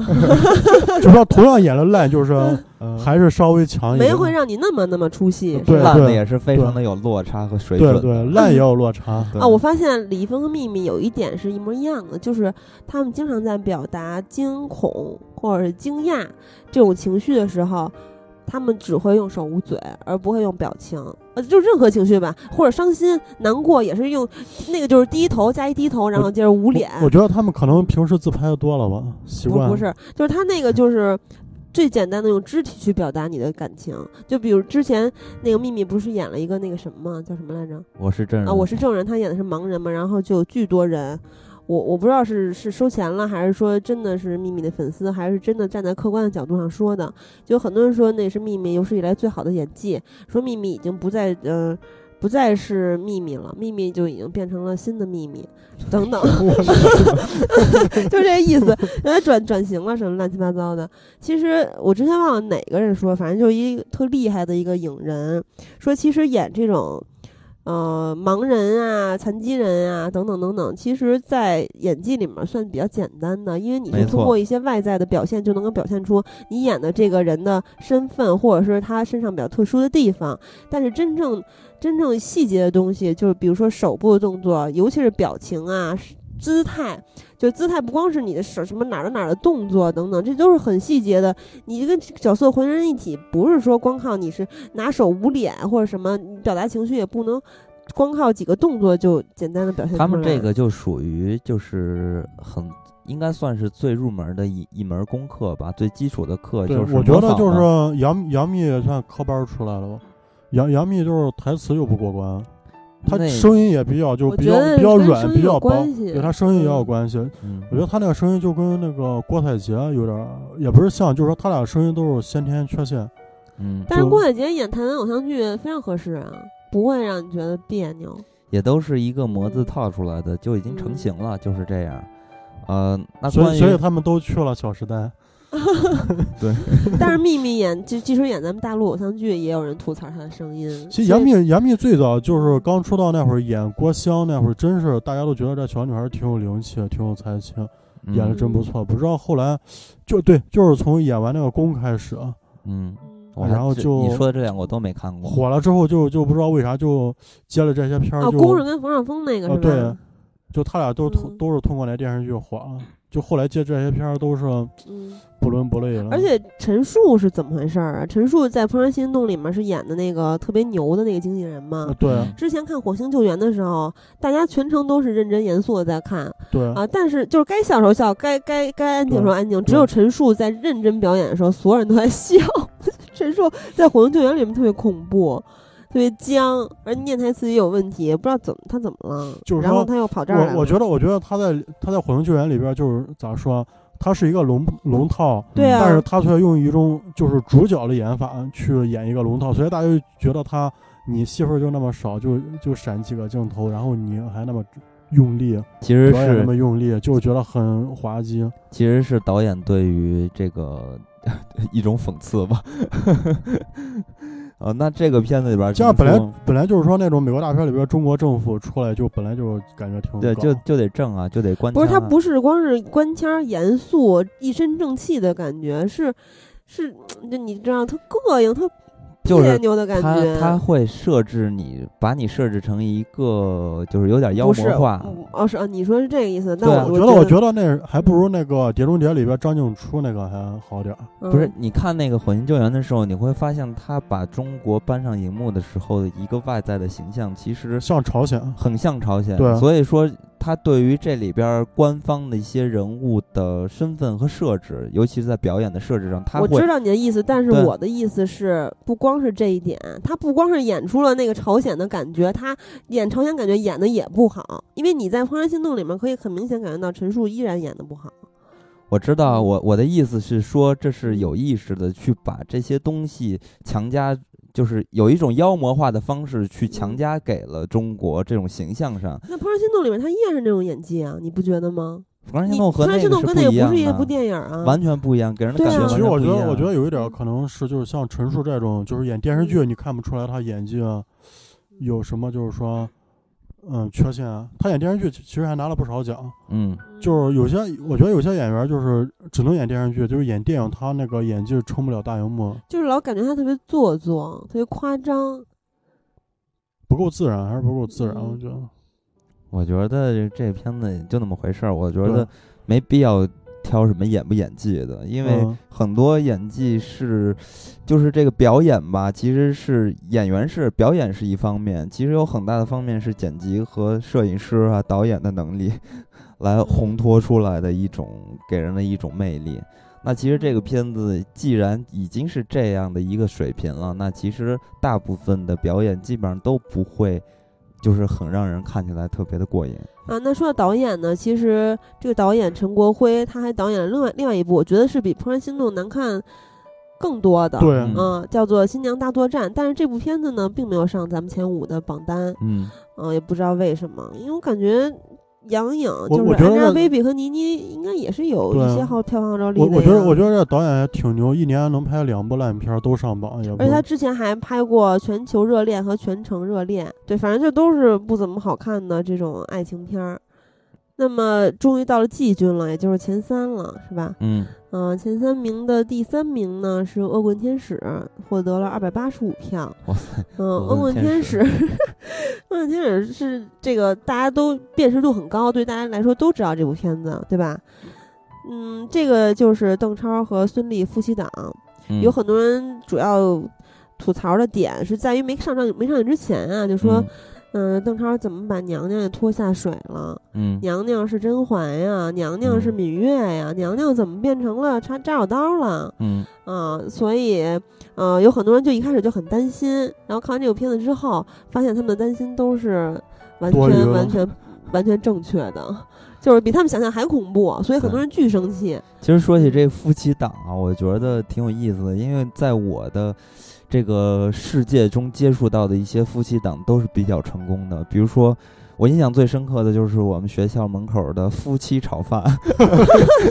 D: 就说同样演的烂，就是
B: 嗯
D: 还是稍微强一
C: 没
D: 点
C: 会。让你那么那么出戏。
D: 呃对
B: 烂的
D: 对
B: 也是非常的有落差和水准嗯
D: 对
B: 的。
D: 对，烂也有落差。
B: 对
C: 啊，我发现李易峰和秘密有一点是一模一样的，就是他们经常在表达惊恐或者是惊讶这种情绪的时候，他们只会用手捂嘴，而不会用表情。呃，就任何情绪吧，或者伤心、难过，也是用那个就是低头加一低头，然后接着捂
D: 我
C: 脸。
D: 我觉得他们可能平时自拍的多了吧，习
C: 不
D: 惯
C: 不是，嗯就是他那个就是最简单的用肢体去表达你的感情，就比如之前那个秘密不是演了一个那个什么吗叫什么来着？
B: 我是真人
C: 啊，我是证人，他演的是盲人嘛，然后就有巨多人。我我不知道是是收钱了，还是说真的是秘密的粉丝，还是真的站在客观的角度上说的。就有很多人说那是秘密有史以来最好的演技，说秘密已经不再呃不再是秘密了，秘密就已经变成了新的秘密，等等， 就这意思。人家转转型了什么乱七八糟的。其实我之前忘了哪个人说，反正就是一个特厉害的一个影人说，其实演这种呃，盲人啊、残疾人啊等等等等，其实，在演技里面算比较简单的，因为你
B: 没
C: 是
B: 错
C: 通过一些外在的表现就能够表现出你演的这个人的身份，或者是他身上比较特殊的地方。但是真正真正细节的东西，就是比如说手部的动作，尤其是表情啊、是姿态，就姿态不光是你的手什么哪儿的哪儿的动作等等，这都是很细节的。你这个角色浑身一体，不是说光靠你是拿手捂脸或者什么，你表达情绪也不能光靠几个动作就简单的表现出来。
B: 他们这个就属于就是很。应该算是最入门的一一门功课吧，最基础的课
D: 对，
B: 就是
D: 我觉
B: 模
D: 得
B: 仿啊
D: 就
B: 嘛
D: 是杨杨幂算科班儿出来了吧，杨杨幂就是台词又不过关，她
B: 那
D: 声音也比较就
C: 我
D: 比
C: 觉
D: 较
C: 得
D: 比较
C: 跟
D: 软，
C: 声
D: 比
C: 音有
D: 较薄
C: 关，系
D: 对她声音也有
C: 嗯
D: 关系。
B: 嗯
D: 我觉得她那个声音就跟那个郭采洁有点儿，也不是像，就是说她俩声音都是先天缺陷。
B: 嗯，
C: 但是
D: 就
C: 郭采洁演台湾偶像剧非常合适啊，不会让你觉得别 扭。
B: 也都是一个模子套出来的，就已经成型了，就是这样。呃，那
D: 嗯所
B: 关
D: 以
B: 于
D: 所以他们都去了《小时代》对，
C: 但是秘密演，就即使演咱们大陆偶像剧，也有人吐槽她的声音。
D: 其实杨幂，杨幂最早就是刚出道那会儿演郭襄那会儿，真是大家都觉得这小女孩挺有灵气，挺有才气，
B: 嗯
D: 演的真不错。不知道后来，就对，就是从演完那个宫开始，啊
B: 嗯，
C: 嗯
B: 我还
D: 然后
B: 这
D: 就
B: 你说的这两个我都没看过，
D: 火了之后就就不知道为啥就接了这些片儿，
C: 哦，宫人
D: 就
C: 跟冯绍峰那个
D: 啊
C: 是吧？
D: 对就他俩都通
C: 嗯
D: 都是通过来电视剧火，就后来接这些片儿都是
C: 嗯。
D: 不伦不类了。
C: 而且陈数是怎么回事儿啊？陈数在《怦然心动》里面是演的那个特别牛的那个经纪人嘛
D: 啊，。对
B: 嗯
C: 之前看《火星救援》的时候，大家全程都是认真严肃的在看
D: 对
C: 啊，但是就是该笑时候笑，该该该安静的时候安静。
D: 对
C: 只有陈数在认真表演的时候，所有人都在笑。 陈数在《火星救援》里面特别恐怖，特别僵，而念台词也有问题，不知道怎么他怎么了。
D: 就是
C: 然
D: 说
C: 后他又跑这儿来了。
D: 我我觉得，我觉得他在他在《火星救援》里边就是咋说啊，他是一个龙龙套，
C: 对啊，
D: 但是他却用一种就是主角的演法去演一个龙套，所以大家就觉得他你戏份就那么少，就就闪几个镜头，然后你还那么用力
B: 其实
D: 表演那
B: 是
D: 么用力，就觉得很滑稽。
B: 其实是导演对于这个 一种讽刺吧。 啊，那这个片子里边儿
D: 这
B: 怎
D: 样
B: 么说，
D: 本来本来就是说那种美国大片里边中国政府出来就本来就感觉挺
B: 对
D: 搞
B: 就就得正啊，就得关
C: 不是
B: 枪
C: 他
B: 啊
C: 不是光是官腔儿严肃、一身正气的感觉，是是，就你知道他膈应，他
B: 就
C: 别
B: 是
C: 扭的感
B: 他
C: 觉。
B: 他会设置你，把你设置成一个就是有点妖
C: 不是
B: 魔化，
C: 嗯哦，是啊，你说是这个意思？那
B: 对啊
C: 我
D: 我觉得，我觉得那还不如那个《碟中谍》里边张静初那个还好点儿。
C: 得
B: 不是
C: 嗯，
B: 你看那个《火星救援》的时候，你会发现他把中国搬上荧幕的时候的一个外在的形象，其实
D: 像朝鲜，啊
B: 很像朝鲜。
D: 对啊
B: 所以说他对于这里边官方的一些人物的身份和设置，尤其是在表演的设置上，他
C: 我
B: 会
C: 知道你的意思，但是
B: 对
C: 我的意思是，不光是这一点，他不光是演出了那个朝鲜的感觉，他演朝鲜感觉演的也不好，因为你在《怦然心动》里面可以很明显感觉到陈数依然演的不好。
B: 我知
C: 嗯
B: 道，我我的意思是说，这是有意识的去把这些东西强加，就是有一种妖魔化的方式
C: 嗯
B: 去强加给了中国这种形象上。
C: 那《怦然心动》里面他依然是那种演技啊，你不觉得吗？
B: 《怦然心
C: 你
B: 动》和
C: 怦然
B: 那
C: 心
B: 个
C: 动
B: 是
C: 跟
B: 不
C: 那
B: 一
C: 不
B: 样
C: 是一部
B: 的，
C: 电影啊，
B: 完全不一样，给人的
C: 对
B: 感觉
C: 啊
B: 完
D: 其
B: 全
D: 实
B: 不
D: 我
B: 一
D: 觉
B: 样。
D: 得，我觉得有一点可能是，就是像陈数这种，就是演电视剧，你看不出来他演技啊有什么，就是说，嗯，缺陷啊。他演电视剧其其实还拿了不少奖，
B: 嗯，
D: 就是有些，我觉得有些演员就是只能演电视剧，就是演电影，他那个演技撑不了大荧幕，
C: 就是老感觉他特别做作，特别夸张。
D: 不够自然，还是不够自然。
C: 嗯
D: 我觉得，
B: 我觉得这片子也就那么回事儿，我觉得
D: 对
B: 没必要挑什么演不演技的，因为、
D: 嗯
B: 很多演技是，就是这个表演吧，其实是演员是表演是一方面，其实有很大的方面是剪辑和摄影师啊、导演的能力 来烘托出来的一种给人的一种魅力。那其实这个片子既然已经是这样的一个水平了，那其实大部分的表演基本上都不会，就是很让人看起来特别的过瘾。
C: 啊，那说到导演呢，其实这个导演陈国辉他还导演了另外另外一部，我觉得是比《怦然心动》难看更多的，
D: 对，
B: 嗯
C: 嗯，叫做《新娘大作战》。但是这部片子呢，并没有上咱们前五的榜单，
B: 嗯，
C: 嗯，也不知道为什么，因为我感觉杨颖就
D: 我
C: 是
D: 觉得
C: Angelababy 和倪妮应该也是有
D: 对啊
C: 一些好票房号召力
D: 我
C: 的呀。
D: 我觉得，我觉得这导演还挺牛，一年能拍两部烂片儿都上榜，也不
C: 而且他之前还拍过《全球热恋》和《全城热恋》，对，反正这都是不怎么好看的这种爱情片儿。那么终于到了季军了，也就是前三了，是吧？
B: 嗯，
C: 嗯、前三名的第三名呢是《恶棍天使》，获得了二百八十五票。
B: 哇塞，
C: 嗯，
B: 恶
C: 恶
B: 棍
C: 棍
B: 天
C: 天使， 恶棍天使是这个大家都辨识度很高，对大家来说都知道这部片子，对吧？嗯，这个就是邓超和孙俪夫妻档，
B: 嗯
C: 有很多人主要吐槽的点是在于没上场没上映之前啊，就说，嗯、邓超怎么把娘娘也拖下水了？
B: 嗯，嗯
C: 娘娘是甄嬛呀，娘娘是芈月呀，娘娘怎么变成了插扎小刀了？
B: 嗯
C: 啊、所以，呃，有很多人就一开始就很担心，然后看完这部片子之后，发现他们的担心都是完
D: 多余的
C: 全完全完全正确的，就是比他们想象还恐怖，所以很多人巨生气。
B: 其实说起这夫妻档啊，我觉得挺有意思的，因为在我的这个世界中接触到的一些夫妻档都是比较成功的，比如说我印象最深刻的就是我们学校门口的夫妻炒 饭，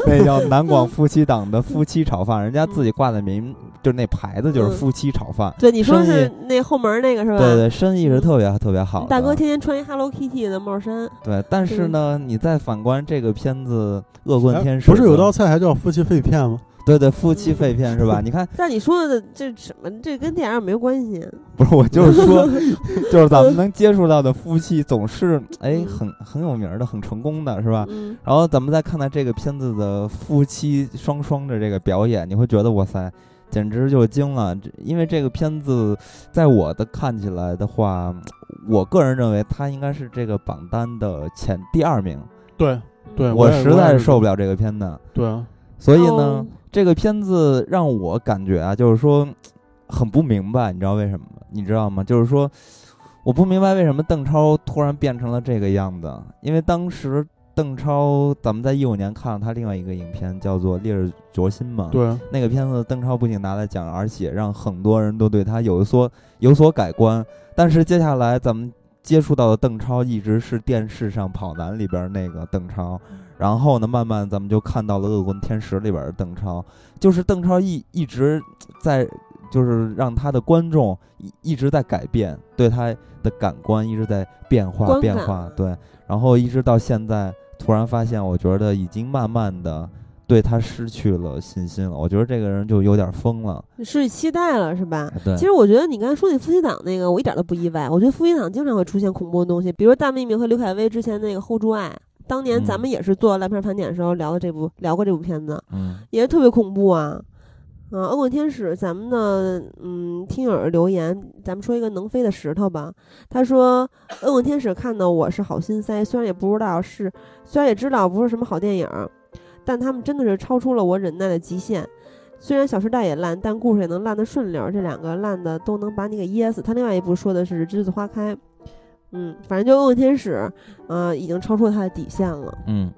B: 那叫南广夫妻党的夫妻炒饭，人家自己挂的名就是那牌子就是
C: 嗯
B: 夫妻炒饭，
C: 对，你说
B: 生
C: 是那后门那个
D: 嗯
C: 是吧？
B: 对对，生意是特别特别好的。
C: 大哥天天穿一 Hello Kitty 的帽衫，
B: 对，但是呢，你再反观这个片子《恶棍
D: 哎
B: 天使》，
D: 不是有道菜还叫夫妻肺片吗？
B: 对对夫妻肺片是吧？你看，
C: 但你说的这什么？这跟电影没有关系。
B: 不是我就是说，就是咱们能接触到的夫妻总是哎很很有名儿的、很成功的是吧？
C: 嗯，
B: 然后咱们再看看这个片子的夫妻双双的这个表演，你会觉得哇塞，简直就惊了！这因为这个片子，在我的看起来的话，我个人认为它应该是这个榜单的前第二名。
D: 对对，
B: 我
D: 也
B: 实在
D: 也
B: 是
D: 是
B: 受不了这个片子，
D: 对啊，
B: 所以呢，
C: 哦
B: 这个片子让我感觉啊，就是说很不明白，你知道为什么吗？你知道吗？就是说，我不明白为什么邓超突然变成了这个样子，因为当时邓超，咱们在一五年看了他另外一个影片，叫做《烈日灼心》嘛。。
D: 对啊，
B: 那个片子，邓超不仅拿了奖，而且让很多人都对他有所有所改观。但是接下来咱们接触到的邓超，一直是电视上《跑男》里边那个邓超，
C: 嗯
B: 然后呢，慢慢咱们就看到了《恶棍天使》里边的邓超，就是邓超一一直在，就是让他的观众一一直在改变，对他的感官一直在变化
C: 观
B: 变
C: 感
B: 化，对，然后一直到现在，突然发现，我觉得已经慢慢的。对他失去了信心了，我觉得这个人就有点疯了。
C: 你是期待了是吧？
B: 对，
C: 嗯其实我觉得你刚才说起夫妻档那个，我一点都不意外。我觉得夫妻档经常会出现恐怖的东西，比如大幂幂和刘恺威之前那个《hold 住爱》，当年咱们也是做烂片盘点的时候聊的这部，聊过这部片子，
B: 嗯，
C: 也是特别恐怖啊。啊，恶棍天使，咱们的嗯听友留言，咱们说一个能飞的石头吧。他说，恶棍天使看的我是好心塞，虽然也不知道是，虽然也知道不是什么好电影儿，但他们真的是超出了我忍耐的极限。虽然《小时代》也烂，但故事也能烂得顺溜儿，这两个烂的都能把你给噎死。他另外一部说的是《栀子花开》，嗯，反正就《恶棍天使》，呃，已经超出了他的底线了。
B: 嗯，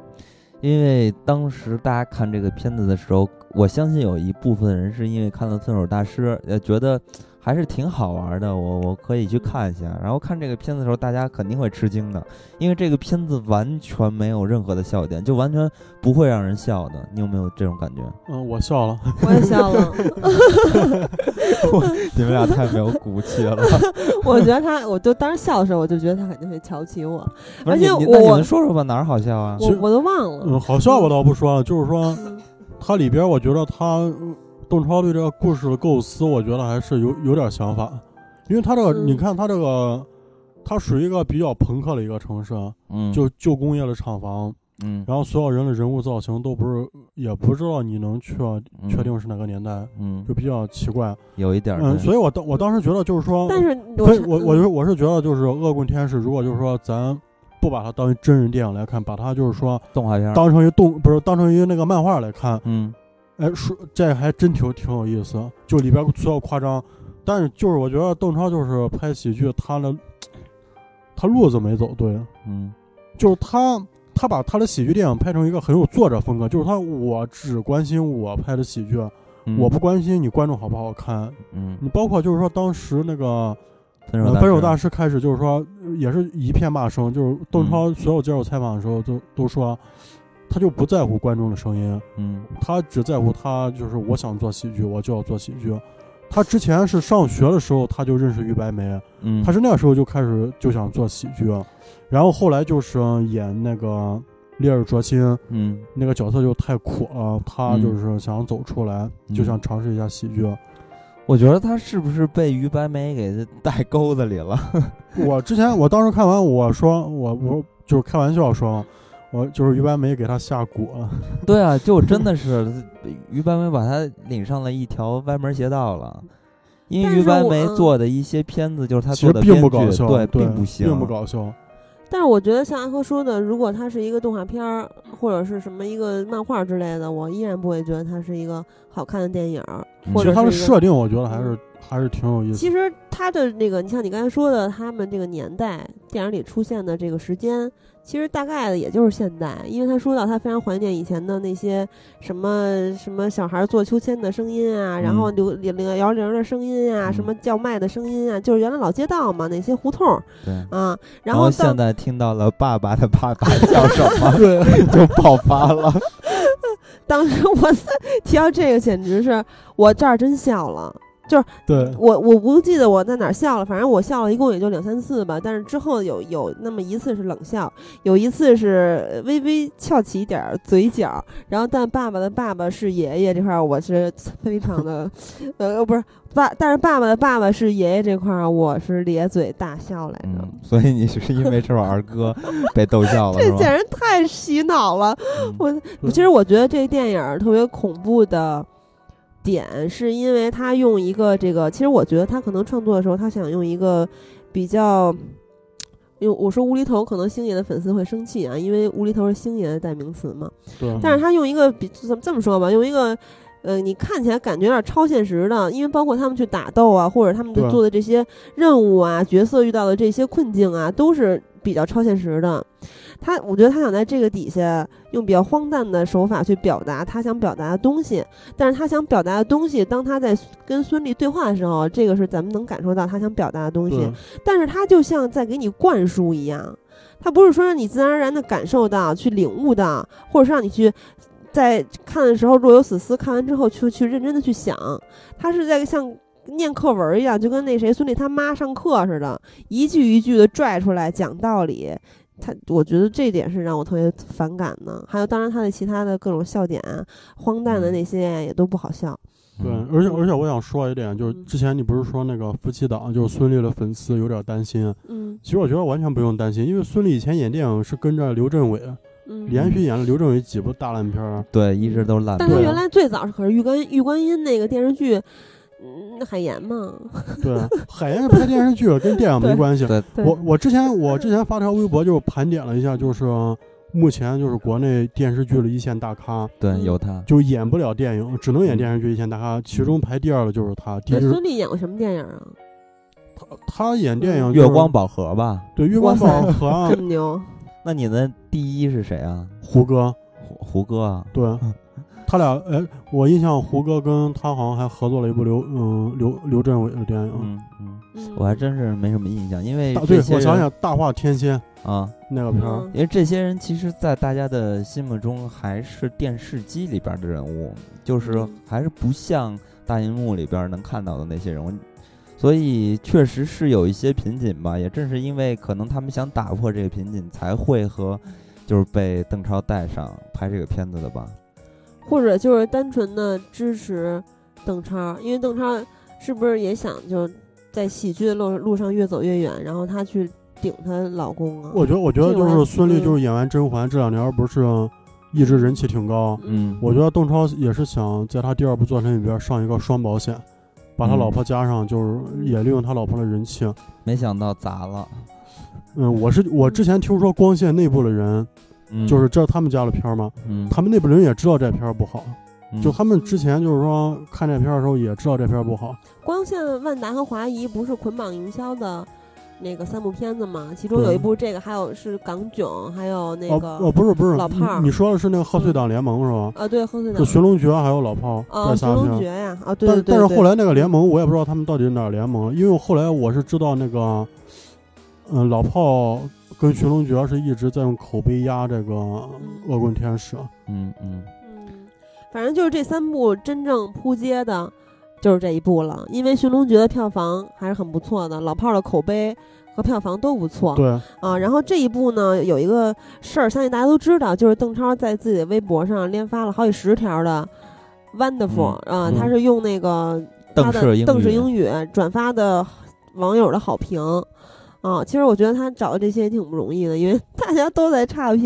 B: 因为当时大家看这个片子的时候，我相信有一部分人是因为看了《分手大师》，呃，觉得还是挺好玩的，我我可以去看一下。然后看这个片子的时候，大家肯定会吃惊的，因为这个片子完全没有任何的笑点，就完全不会让人笑的。你有没有这种感觉？
D: 嗯，我笑了，
C: 我也笑了。
B: 你们俩太没有骨气 了。
C: 我觉得他，我就当时笑的时候，我就觉得他肯定会瞧不起我，
B: 不是
C: 而
B: 你
C: 且
B: 你
C: 我
B: 那你们说说吧，哪儿好笑啊？
C: 我
D: 啊其实
C: 我都忘了。
D: 嗯，好笑我倒不说了，就是说它里边，我觉得它嗯邓超对这个故事的构思，我觉得还是有有点想法，因为它这个，
C: 嗯
D: 你看它这个，它属于一个比较朋克的一个城市，啊，
B: 嗯，
D: 就旧工业的厂房，
B: 嗯，
D: 然后所有人的人物造型都不是，也不知道你能确
B: 嗯
D: 确，定是哪个年代，
B: 嗯
D: 就，比较奇怪。
B: 有一点儿
D: 嗯，
B: 对，
D: 所以我当我当时觉得就是说，
C: 但是
D: 所以我我
C: 嗯
D: 就我是觉得就是《恶棍天使》，如果就是说咱不把它当真人电影来看，把它就是说
B: 动画片儿，
D: 当成一动不是当成一那个漫画来看，
B: 嗯
D: 哎，说这还真挺挺有意思，就里边所有夸张，但是就是我觉得邓超就是拍喜剧，他的他路子没走对，
B: 嗯
D: 就是他他把他的喜剧电影拍成一个很有作者风格，就是他我只关心我拍的喜剧，
B: 嗯，
D: 我不关心你观众好不好看，
B: 嗯，
D: 你包括就是说当时那个。
B: 啊分
D: 呃
B: 手
D: 分手
B: 大
D: 大
B: 师
D: 师开始就是说，呃也是一片骂声，就是邓
B: 嗯
D: 超所有接受采访的时候都都说，他就不在乎观众的声音，
B: 嗯
D: 他只在乎他就是我想做喜剧，我就要做喜剧。他之前是上学的时候他就认识于白眉，
B: 嗯，
D: 他是那个时候就开始就想做喜剧，然后后来就是演那个《烈日灼心》
B: 嗯
D: 那个角色就太苦了，他
B: 嗯
D: 就是想走出来，就想尝试一下喜剧。
B: 我觉得他是不是被于白眉给带沟子里了？
D: 我之前我当时看完，我说我我就是开玩笑说，我就是于白眉给他下蛊了。
B: 对啊，就真的是 于白眉把他领上了一条歪门邪道了。因
C: 但
B: 为于
C: 是
B: 白
C: 我
B: 眉
C: 嗯
B: 做的一些片子，就是他
D: 其
B: 做
D: 实
B: 的
D: 并
B: 编
D: 不搞
B: 剧，
D: 笑，
B: 对，
D: 并
B: 并不行，
D: 并不搞笑。
C: 但是我觉得像阿珂说的，如果它是一个动画片儿或者是什么一个漫画之类的，我依然不会觉得它是一个好看的电影儿
B: 嗯。
C: 或
D: 其
C: 者
D: 实他的
C: 是一个
D: 设定，我觉得还是还是挺有意思。
C: 其实它的那个，你像你刚才说的，他们这个年代，电影里出现的这个时间，其实大概的也就是现代，因为他说到他非常怀念以前的那些什么什么小孩坐秋千的声音啊，然后
B: 嗯
C: 刘铃摇铃的声音啊，
B: 嗯
C: 什么叫卖的声音啊，就是原来老街道嘛，那些胡同儿
B: 对。
C: 啊，
B: 然
C: 然后到
B: 现在听到了爸爸的爸爸叫什 么，就爆发 了。
C: 当时我提到这个，简直是我这儿真笑了。
D: 对，
C: 我我不记得我在哪儿笑了，反正我笑了一共也就两三次吧。但是之后有有那么一次是冷笑，有一次是微微翘起一点儿嘴角，然后但爸爸的爸爸是爷爷这块儿，我是非常的，呃不是爸，但是爸爸的爸爸是爷爷这块儿，我是咧嘴大笑来着。
B: 嗯，所以你是因为这首儿歌被逗笑了，
C: 这
B: 是吧？
C: 简直太洗脑了！
B: 嗯
C: 我
D: 对
C: 其实我觉得这电影儿特别恐怖的点，是因为他用一个这个，其实我觉得他可能创作的时候，他想用一个比较。用我说无厘头，可能星爷的粉丝会生气啊，因为无厘头是星爷的代名词嘛。
D: 对，啊
C: 但是他用一个比怎么这么说吧，用一个，呃，你看起来感觉有点超现实的，因为包括他们去打斗啊，或者他们
D: 对
C: 做的这些任务啊，角色遇到的这些困境啊，都是比较超现实的。他，我觉得他想在这个底下用比较荒诞的手法去表达他想表达的东西，但是他想表达的东西，当他在跟孙俪对话的时候，这个是咱们能感受到他想表达的东西
D: 对。啊
C: 但是它就像在给你灌输一样，它不是说让你自然而然的感受到、去领悟到，或者是让你去在看的时候若有所思，看完之后去去认真的去想，它是在像。念课文一样，就跟那谁孙俪他妈上课似的，一句一句的拽出来讲道理。他，我觉得这点是让我特别反感的。还有，当然他的其他的各种笑点啊、荒诞的那些呀也都不好笑。
D: 对啊
B: 嗯，
D: 而且而且我想说一点，就是
C: 嗯
D: 之前你不是说那个夫妻档，就是孙俪的粉丝有点担心，
C: 嗯
D: 其实我觉得完全不用担心，因为孙俪以前演电影是跟着刘镇伟，
C: 嗯，
D: 连续演了刘镇伟几部大烂片儿，
B: 啊对，一直都是烂
C: 但
B: 片。
C: 他
D: 对
C: 原来最早是可是玉观玉观音那个电视剧，嗯，海岩嘛，
D: 对，海岩是拍电视剧，跟电影没关系。
B: 对
C: 对
D: 我我之前我之前发条微博就盘点了一下，就是目前就是国内电视剧的一线大咖，
B: 对，有他。
D: 就演不了电影，只能演电视剧一线大咖，其中排第二的就是他，第一
C: 那
D: 是
C: 嗯孙俪演过什么电影啊？
D: 他演电
C: 嗯
D: 影、就是《
B: 月光》宝盒吧？
D: 对《月光
C: 哇塞
D: 宝盒》啊
C: 这，么牛，
B: 那你的第一是谁啊？
D: 胡歌，
B: 胡胡歌啊？
D: 对。他俩，哎，我印象胡歌跟他好像还合作了一部刘，嗯、刘刘镇伟的电影，
B: 嗯嗯，
C: 嗯
B: 我还真是没什么印象，因为
D: 大对
B: 这
D: 我
B: 些人
D: 想想《大话天仙》
B: 啊，
D: 那个片儿，
C: 嗯
B: 因为这些人其实，在大家的心目中还是电视机里边的人物，就是
C: 嗯
B: 还是不像大荧幕里边能看到的那些人物，所以确实是有一些瓶颈吧。也正是因为可能他们想打破这个瓶颈，才会和就是被邓超带上拍这个片子的吧。
C: 或者就是单纯的支持邓超，因为邓超是不是也想就在喜剧的路路上越走越远，然后她去顶她老公啊？
D: 我觉得，我觉得
C: 这个
D: 就
C: 还
D: 是孙俪，
C: 嗯
D: 就是演完《甄嬛》这两年不是一直人气挺高，
B: 嗯，
D: 我觉得邓超也是想在他第二部作品里边上一个双保险，把他
B: 嗯
D: 老婆加上，就是也利用他老婆的人气。
B: 没想到砸了，
D: 嗯，我是我之前听说光线内部的人，
B: 嗯
D: 就是知道他们家的片儿嘛，
B: 嗯，
D: 他们内部人也知道这片儿不好，
B: 嗯
D: 就他们之前就是说看这片儿的时候也知道这片儿不好。
C: 光线、万达和华谊不是捆绑营销的。那个三部片子嘛，其中有一部这个，还有是港囧，还有那
D: 哦
C: 个
D: 哦，不是不是
C: 老，
D: 你
C: 炮儿
D: 你说的是那个贺岁档联盟是吧？
C: 啊，对，贺岁档
D: 就寻龙诀还有老炮儿
C: 啊，
D: 这
C: 寻
D: 仨片
C: 龙
D: 儿
C: 诀。呀，啊，对对
D: 但是
C: 对，
D: 但是
C: 对
D: 后来那个联盟，我也不知道他们到底是哪儿联盟，因为我后来我是知道那个，嗯、老炮跟寻龙诀是一直在用口碑压这个恶棍天使。
C: 哦
B: 嗯嗯
C: 嗯，反正就是这三部真正扑街的，就是这一部了。因为《寻龙诀》的票房还是很不错的，老炮儿的口碑和票房都不错。
D: 对，
C: 啊，然后这一部呢，有一个事儿，相信大家都知道，就是邓超在自己的微博上连发了好几十条的 “wonderful”、啊，
D: 嗯
C: 他是用那个他
B: 邓
C: 的
B: 氏英语
C: 邓氏英语转发的网友的好评。啊，其实我觉得他找的这些也挺不容易的，因为 大家都在差评，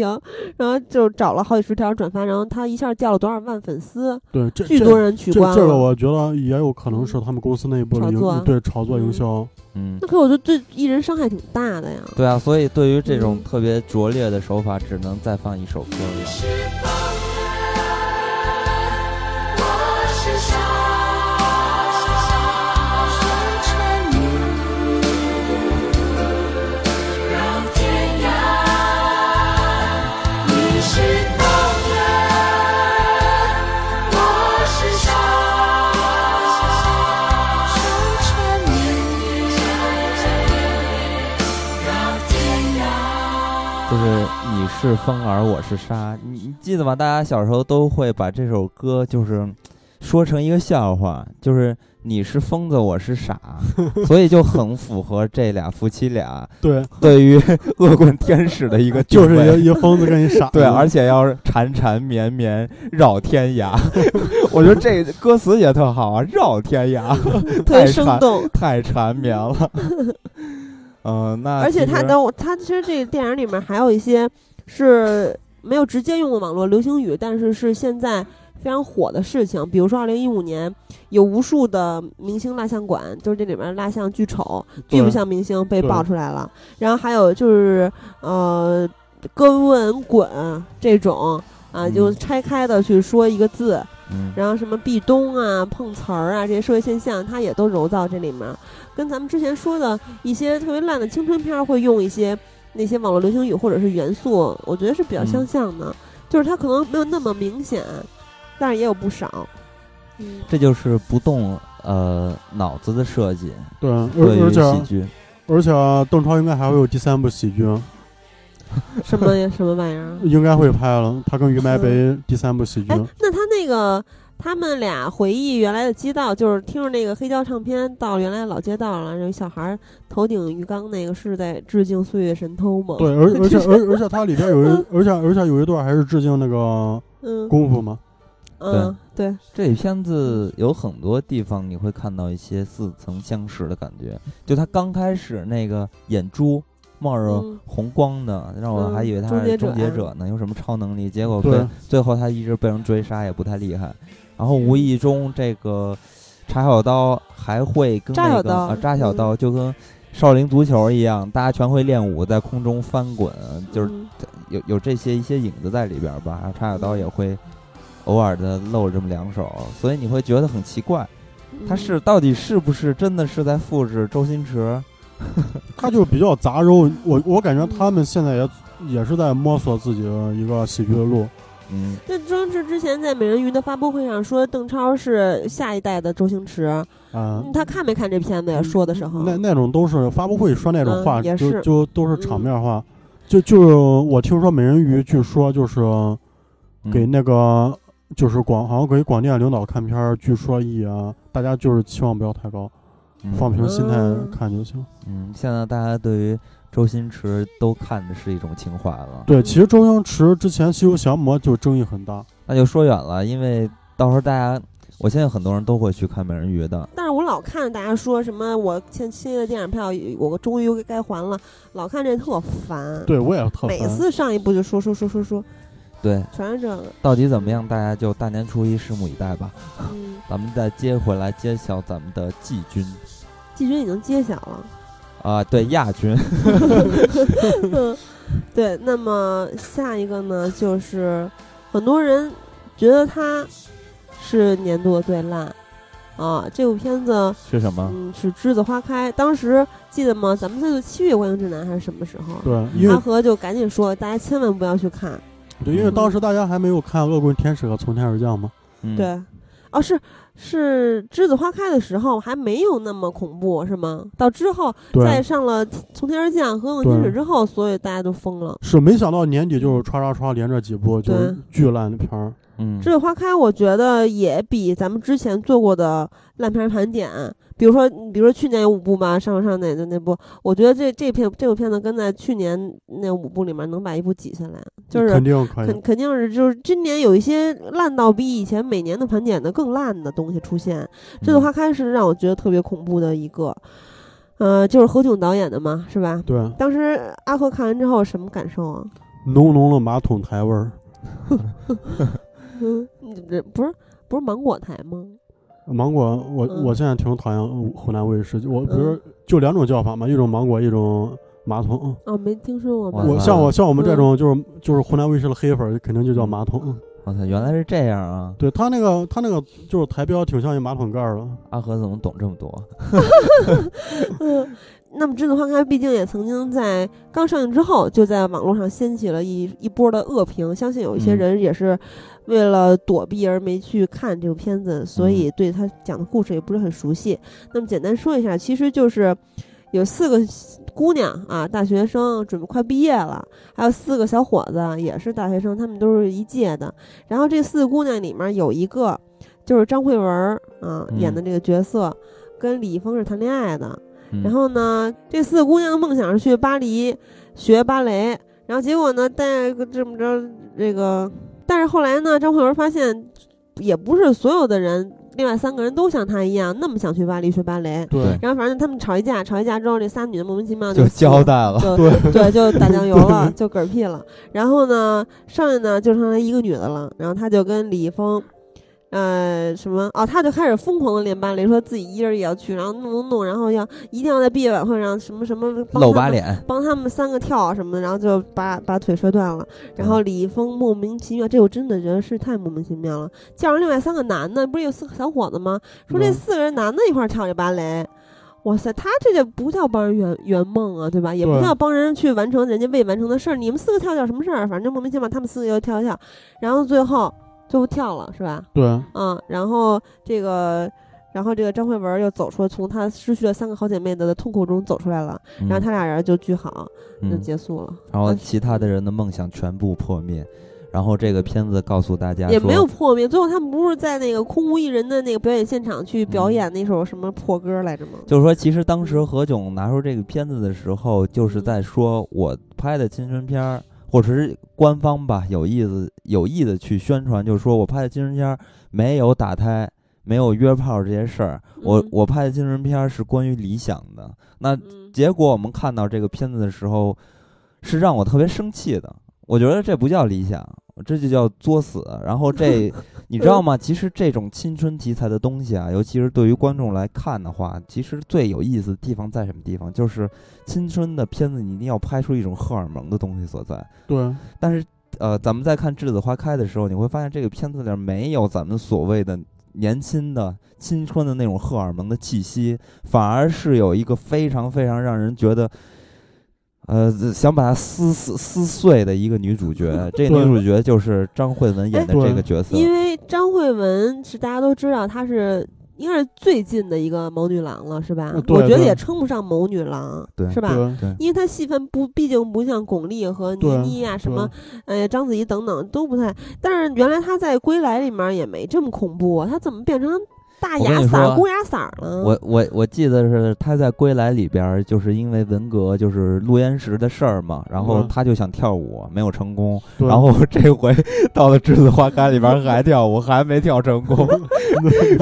C: 然后就找了好几十条转发，然后他一下掉了多少万粉丝，
D: 对，这
C: 巨
D: 这
C: 多人取
D: 这
C: 关了。
D: 这个我觉得也有可能是他们公司内部的
C: 炒作
D: 营对炒作营
C: 嗯
D: 销。
B: 嗯
C: 那，可我觉得对艺人伤害挺大的呀。
B: 对啊，所以对于这种
C: 嗯
B: 特别拙劣的手法，只能再放一首歌了。
E: 我是沙，风尘迷，让
B: 就是你是风儿，我是沙，你你记得吗？大家小时候都会把这首歌就是说成一个笑话，就是你是疯子，我是 傻，所以就很符合这俩夫妻俩
D: 对，
B: 对于恶棍天使的一个定
D: 就
B: 位
D: 是一个一个疯子跟一傻子，
B: 对，而且要是缠缠绵绵绕天 涯，我觉得这歌词也特好啊，绕天涯
C: 特别
B: 太
C: 生
B: 缠
C: 动。
B: 太缠绵了。嗯、
G: 呃
B: 那
C: 而且
B: 其
C: 他
B: 实
C: 当我他其实这个电影里面还有一些是没有直接用的网络流行语，但是是现在非常火的事情。比如说，二零一五年有无数的明星蜡像馆，就是这里面蜡像巨丑、巨不像明星被
D: 对
C: 爆出来了。然后还有就是呃，跟文滚这种。啊，
B: 嗯
C: 就拆开的去说一个字，
B: 嗯
C: 然后什么壁咚啊、碰瓷儿啊这些社会现象，它也都揉到这里面儿。跟咱们之前说的一些特别烂的青春片儿会用一些那些网络流行语或者是元素，我觉得是比较相像
B: 嗯
C: 的，就是它可能没有那么明显，但是也有不少。嗯，
B: 这就是不动呃脑子的设计，
D: 对，
B: 对
D: 而
B: 于
D: 而
B: 喜
D: 且
B: 剧。
D: 而且邓超应该还会有第三部喜剧，
C: 什么呀？什么玩意儿？
D: 应该会拍了，他跟于麦北第三部喜剧
C: 嗯哎，，
B: 嗯
C: 那他那个他们俩回忆原来的街道，就是听着那个黑胶唱片到原来的老街道了，然后小孩儿头顶鱼缸那个是在致敬《岁月神偷》吗？
D: 对，而而且而而且它里边有一，而且而且有一段还是致敬那个
C: 嗯
D: 功夫嘛，
C: 嗯对，
B: 这片子有很多地方你会看到一些似曾相识的感觉，就他刚开始那个眼珠冒着
C: 嗯
B: 红光的，让我
C: 嗯
B: 哦还以为他
C: 终结
B: 是
C: 者
B: 终结者呢，有什么超能力？结果
D: 对
B: 被最后他一直被人追杀，也不太厉害。然后无意中这个查小刀还会跟
C: 扎
B: 那
C: 小
B: 个
C: 刀嗯
B: 啊扎小刀就跟少林足球一样，大家全会练武，在空中翻滚，就是
C: 嗯
B: 有有这些一些影子在里边儿吧，然后插小刀也会偶尔的露这么两手，所以你会觉得很奇怪，
C: 嗯
B: 他是到底是不是真的是在复制周星驰？
D: 他就比较杂糅，我我感觉他们现在也也是在摸索自己的一个喜剧的路，
B: 嗯，
C: 那周星驰之前在美人鱼的发布会上说邓超是下一代的周星驰，
D: 啊、
C: 嗯他看没看这片子呀？说的时候，
D: 那那种都是发布会说那种话，
C: 嗯也嗯
D: 就是就都是场面话，就就是我听说美人鱼，据说就是
B: 嗯
D: 给那个就是广好像给广电领导看片儿，据说也大家就是期望不要太高，
B: 嗯
D: 放平心态
C: 嗯
D: 看就行。
B: 嗯，现在大家对于周星驰都看的是一种情怀了。
D: 对，其实周星驰之前《西游降魔》就争议很大，
B: 那就说远了，因为到时候大家，我相信很多人都会去看美人鱼的。
C: 但是我老看大家说什么我欠期的电影票，我终于该还了，老看这特烦。
D: 对我也特
C: 每
D: 烦。
C: 次上一部就说说说说说，
B: 对，
C: 全是这 个。
B: 到底怎么样？大家就大年初一拭目以待吧。
C: 嗯，
B: 咱们再接回来揭晓咱们的季军
C: 季军已经揭晓了。
B: 啊、对亚军。
C: 嗯，对，那么下一个呢，就是很多人觉得他是年度的最烂啊。这部片子，
B: 是什么？
C: 嗯，是《栀子花开》。当时记得吗？咱们在做七月观影指南还是什么时候？
D: 对，因
C: 阿
D: 为
C: 和就赶紧说，大家千万不要去看。
D: 对，因为当时大家还没有看《恶棍天使》和《从天而降》嘛。
B: 嗯、
C: 对，哦，是是《栀子花开》的时候还没有那么恐怖，是吗？到之后再
D: 对，
C: 上了《从天而降》和《恶天使》
D: 对
C: 之后，所以大家都疯了。
D: 是没想到年底就是唰唰唰连着几部就是巨烂的片儿。
B: 嗯
C: 《栀子花开》，我觉得也比咱们之前做过的烂片盘点，比如说，比如说去年有五部吧，上上哪的那部，我觉得这这片这部片子跟在去年那五部里面能把一部挤下来，就是
D: 肯定可以
C: 肯。肯定是就是今年有一些烂到比以前每年的盘点的更烂的东西出现。《栀子花开》是让我觉得特别恐怖的一个，呃，就是何炅导演的嘛，是吧？
D: 对，
C: 当时阿珂看完之后什么感受啊？
D: 浓浓的马桶台味儿，
C: 嗯，你不是不是芒果台吗？
D: 芒果，我、
C: 嗯
D: 我现在挺讨厌湖南卫视，我不是
C: 嗯
D: 就两种叫法嘛，一种芒果，一种马桶。嗯
C: 啊，没听说过吧？
B: 哇
D: 我
B: 塞
D: 像我像我
C: 嗯
D: 们这种就是、就是湖南卫视的黑粉儿，肯定
G: 嗯
D: 就叫马桶。嗯
B: 我操，原来是这样啊！
D: 对他那个他那个就是台标挺像一马桶盖儿的，
B: 阿和怎么懂这么多？
C: 嗯，那么《栀子花开》毕竟也曾经在刚上映之后，就在网络上掀起了一一波的恶评。相信有一些
B: 嗯
C: 人也是为了躲避而没去看这部片子，所以对他讲的故事也不是很熟悉。那么简单说一下，其实就是有四个姑娘啊，大学生准备快毕业了，还有四个小伙子也是大学生，他们都是一届的。然后这四个姑娘里面有一个就是张慧文儿啊、
G: 嗯
C: 演的这个角色，跟李易峰是谈恋爱的。
G: 嗯
C: 然后呢，这四个姑娘梦想是去巴黎学芭蕾，然后结果呢，但这么着这个，但是后来呢，张慧文发现也不是所有的人，另外三个人都像她一样那么想去巴黎学芭蕾。
G: 对
D: 对
C: 然后反正他们吵一架，吵一架之后，这仨女的莫名其妙
G: 就
C: 死了
G: 交代了，
C: 就
D: 对
C: 对，就打酱油了，就嗝屁了。然后呢，剩下呢就剩下一个女的了，然后她就跟李易峰。呃，什么？哦，她就开始疯狂的练芭蕾，说自己一人也要去，然后弄弄弄，然后要一定要在毕业晚会上什么什么帮
G: 露
C: 他
G: 把
C: 们，
G: 脸，
C: 帮他们三个跳啊什么的，然后就把把腿摔断了。然后李易峰莫名其妙，这我真的觉得是太莫名其妙了。叫上另外三个男的，不是有四个小伙子吗？说这
D: 嗯
C: 四个人男的一块儿跳这芭蕾，哇塞，他这就不叫帮人圆圆梦啊，对吧？也不
D: 对
C: 叫帮人去完成人家未完成的事儿。你们四个跳跳什么事儿？反正莫名其妙，他们四个又跳一跳，然后最后最后跳了是吧？
D: 对，
C: 嗯，然后这个。然后这个张慧文又走出，从她失去了三个好姐妹的痛苦中走出来了。
G: 嗯
C: 然后他俩人就巨好，就
G: 嗯
C: 结束了。
G: 然后其他的人的梦想全部破灭。然后这个片子告诉大家
C: 也
G: 说
C: 没有破灭。最后他们不是在那个空无一人的那个表演现场去表
G: 嗯
C: 演那首什么破歌来着吗？
G: 就是说，其实当时何炅拿出这个片子的时候，就是
C: 嗯
G: 在说我拍的青春片儿，或者是官方吧，有意思有意的去宣传，就是说我拍的青春片儿没有打胎。没有约炮这些事儿，我
C: 嗯
G: 我拍的青春片儿是关于理想的。那
C: 嗯
G: 结果我们看到这个片子的时候，是让我特别生气的。我觉得这不叫理想，这就叫作死。然后这，你知道吗？其实这种青春题材的东西啊，尤其是对于观众来看的话，其实最有意思的地方在什么地方？就是青春的片子，你一定要拍出一种荷尔蒙的东西所在。
D: 对，
G: 但是，呃，咱们在看《栀子花开》的时候，你会发现这个片子里面没有咱们所谓的年轻的、青春的那种荷尔蒙的气息，反而是有一个非常非常让人觉得。呃，想把它撕撕撕碎的一个女主角，这个女
D: 对
G: 主角就是张慧雯演的
D: 哎
G: 这个角色。
C: 因为张慧雯是大家都知道，她是应该是最近的一个谋女郎了，是吧
D: 呃？对
C: 我觉得
D: 对
C: 也称不上谋女郎，
G: 对
C: 是吧？
D: 对，
C: 因为她戏份不，毕竟不像巩俐和倪
D: 对
C: 妮啊，什么
D: 对
C: 呃章子怡等等都不太。但是原来她在《归来》里面也没这么恐怖啊，她怎么变成大
G: 我跟
C: 牙
G: 你
C: 色
G: 说
C: 儿、公牙色儿了？
G: 我我我记得是她在《归来》里边儿，就是因为文革就是录音室的事儿嘛，然后
D: 嗯
G: 她就想跳舞，没有成功，
D: 对
G: 然后这回到了《栀子花开》里边还跳舞，还没跳成功，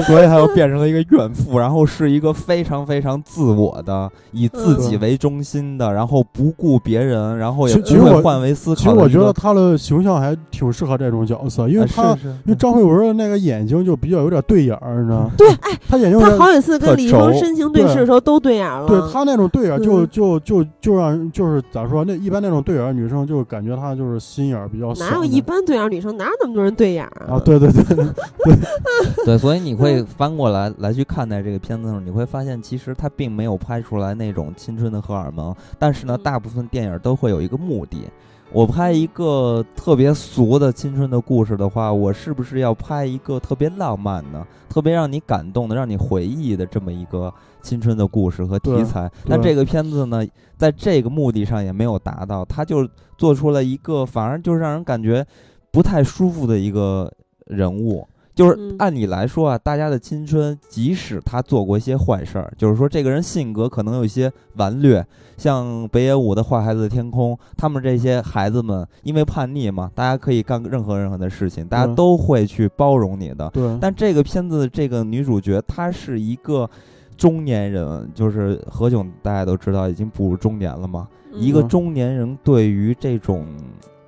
G: 所以他又变成了一个怨妇，然后是一个非常非常自我的，以自己为中心的，然后不顾别人，然后也
D: 其
G: 不
D: 其实
G: 会
D: 我
G: 换位思
D: 其实
G: 考的一个。
D: 我觉得他的形象还挺适合这种角色，因为
G: 啊
D: 他
G: 是
D: 因为张慧文的那个眼睛就比较有点对眼儿，你知道 吗？
C: 对，哎，
D: 他眼睛有
C: 她
D: 点
C: 好几次
G: 特
C: 跟李易峰
G: 轴
C: 深情对
D: 对
C: 视的时候都对眼了。
D: 对他那种对眼儿就
C: 嗯
D: 就就就让人就是咋说？那一般那种对眼儿女生就感觉她哦就是心眼儿比较小那
C: 哪有
D: 种。
C: 一般对眼儿女生，哪有那么多人对眼儿
D: 啊？对对对，
G: 对，所以你会翻过来来去看待这个片子的时候，你会发现其实它并没有拍出来那种青春的荷尔蒙，但是呢，
C: 嗯
G: 大部分电影都会有一个目的。我拍一个特别俗的青春的故事的话，我是不是要拍一个特别浪漫的、特别让你感动的、让你回忆的这么一个青春的故事和题
D: 对
G: 材？但
D: 对
G: 这个片子呢，在这个目的上也没有达到，它就做出了一个反而就是让人感觉不太舒服的一个人物。就是
C: 嗯
G: 按理来说啊，大家的青春，即使他做过一些坏事儿，就是说这个人性格可能有一些顽劣，像北野武的《坏孩子的天空》，他们这些孩子们因为叛逆嘛，大家可以干任何任何的事情，大家
D: 嗯
G: 都会去包容你的。
D: 对，
G: 但这个片子的这个女主角，她是一个中年人，就是何炅，大家都知道已经步入中年了嘛。一个
D: 嗯
G: 中年人对于这种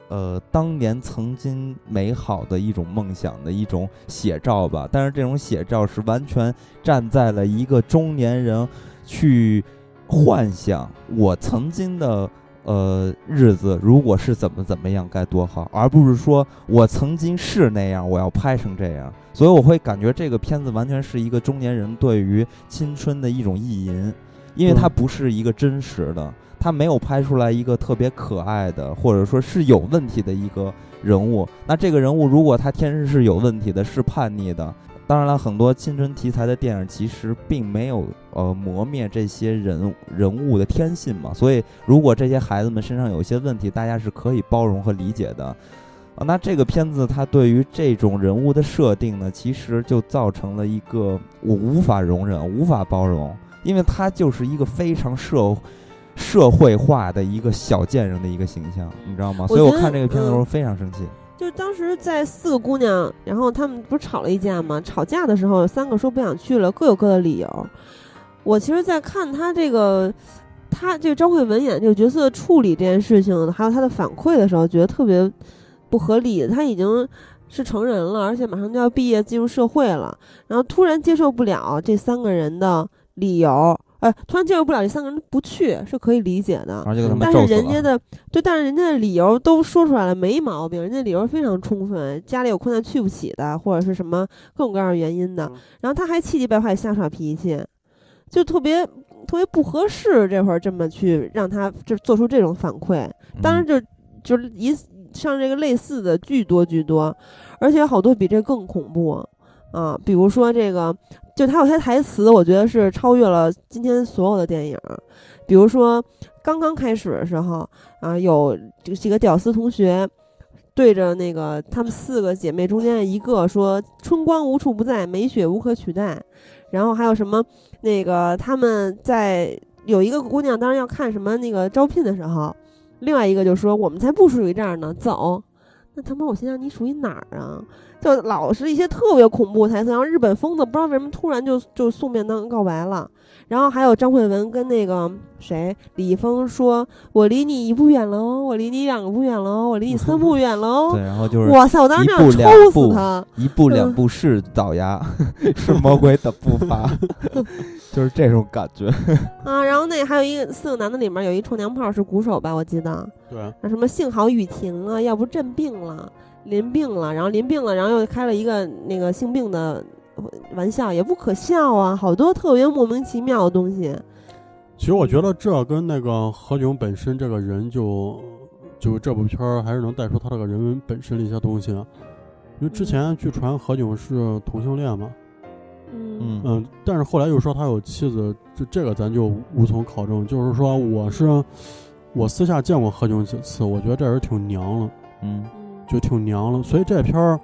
G: 呃当年曾经美好的一种梦想的一种写照吧，但是这种写照是完全站在了一个中年人去幻想我曾经的。呃，日子如果是怎么怎么样该多好，而不是说我曾经是那样，我要拍成这样。所以我会感觉这个片子完全是一个中年人对于青春的一种意淫，因为它
D: 对
G: 不是一个真实的，他没有拍出来一个特别可爱的，或者说是有问题的一个人物。那这个人物如果他天生是有问题的，是叛逆的，当然了，很多青春题材的电影其实并没有呃磨灭这些人人物的天性嘛，所以如果这些孩子们身上有一些问题，大家是可以包容和理解的。啊，那这个片子它对于这种人物的设定呢，其实就造成了一个我无法容忍、无法包容，因为它就是一个非常社社会化的一个小贱人的一个形象，你知道吗？
C: 我
G: 所以我
C: 觉得
G: 看这个片子的时候
C: 嗯
G: 非常生气。
C: 就是当时在四个姑娘，然后她们不是吵了一架吗？吵架的时候，三个说不想去了，各有各的理由。我其实，在看她这个，她这个张慧文演这个角色处理这件事情，还有她的反馈的时候，觉得特别不合理。她已经是成人了，而且马上就要毕业进入社会了，然后突然接受不了这三个人的理由，呃，突然接受不了这三个人不去是可以理解的。
G: 而且给他们
C: 但
G: 咒
C: 是
G: 死
C: 人家
G: 了。
C: 的对，但是人家的理由都说出来了，没毛病，人家理由非常充分，家里有困难去不起的，或者是什么各种各样的原因的。然后他还气急败坏，瞎耍脾气，就特别特别不合适。这会儿这么去让他这做出这种反馈，当然
G: 嗯
C: 就就是以上这个类似的巨多巨多，而且有好多比这更恐怖啊，比如说这个，就他有些台词，我觉得是超越了今天所有的电影儿，比如说刚刚开始的时候啊，有这几个屌丝同学。对着那个她们四个姐妹中间的一个说：“春光无处不在，美雪无可取代。”然后还有什么那个她们在有一个姑娘，当时要看什么那个招聘的时候，另外一个就说我们才不属于这儿呢，走。那他妈，我心想你属于哪儿啊？就老是一些特别恐怖的台词，然后日本疯子不知道为什么突然就就素面当告白了，然后还有张慧雯跟那个谁李易峰说：“我离你一步远了哦，我离你两步远了哦，我离你三步远了哦。
G: 对，然后就是
C: 哇塞！我当时
G: 一
C: 真
G: 步
C: 想
G: 两
C: 抽
G: 步
C: 死他。
G: 一步两
C: 嗯
G: 步是倒牙，是魔鬼的步 伐，就是这种感觉。
C: 啊，然后那还有一个四个男的里面有一臭娘炮是鼓手吧，我记得。
D: 对，
C: 啊，什么幸好雨停了，要不朕病了，淋病了，然后淋病了，然后又开了一个那个性病的玩笑，也不可笑啊，好多特别莫名其妙的东西。
D: 其实我觉得这跟那个何炅本身这个人就就这部片儿还是能带出他这个人文本身的一些东西，啊因为之前据传何炅是同性恋嘛，
C: 嗯
G: 嗯，
D: 嗯，但是后来又说他有妻子，这这个咱就无从考证。就是说，我是我私下见过何炅几次，我觉得这人挺娘了，
G: 嗯，
D: 就挺娘了。所以这片儿，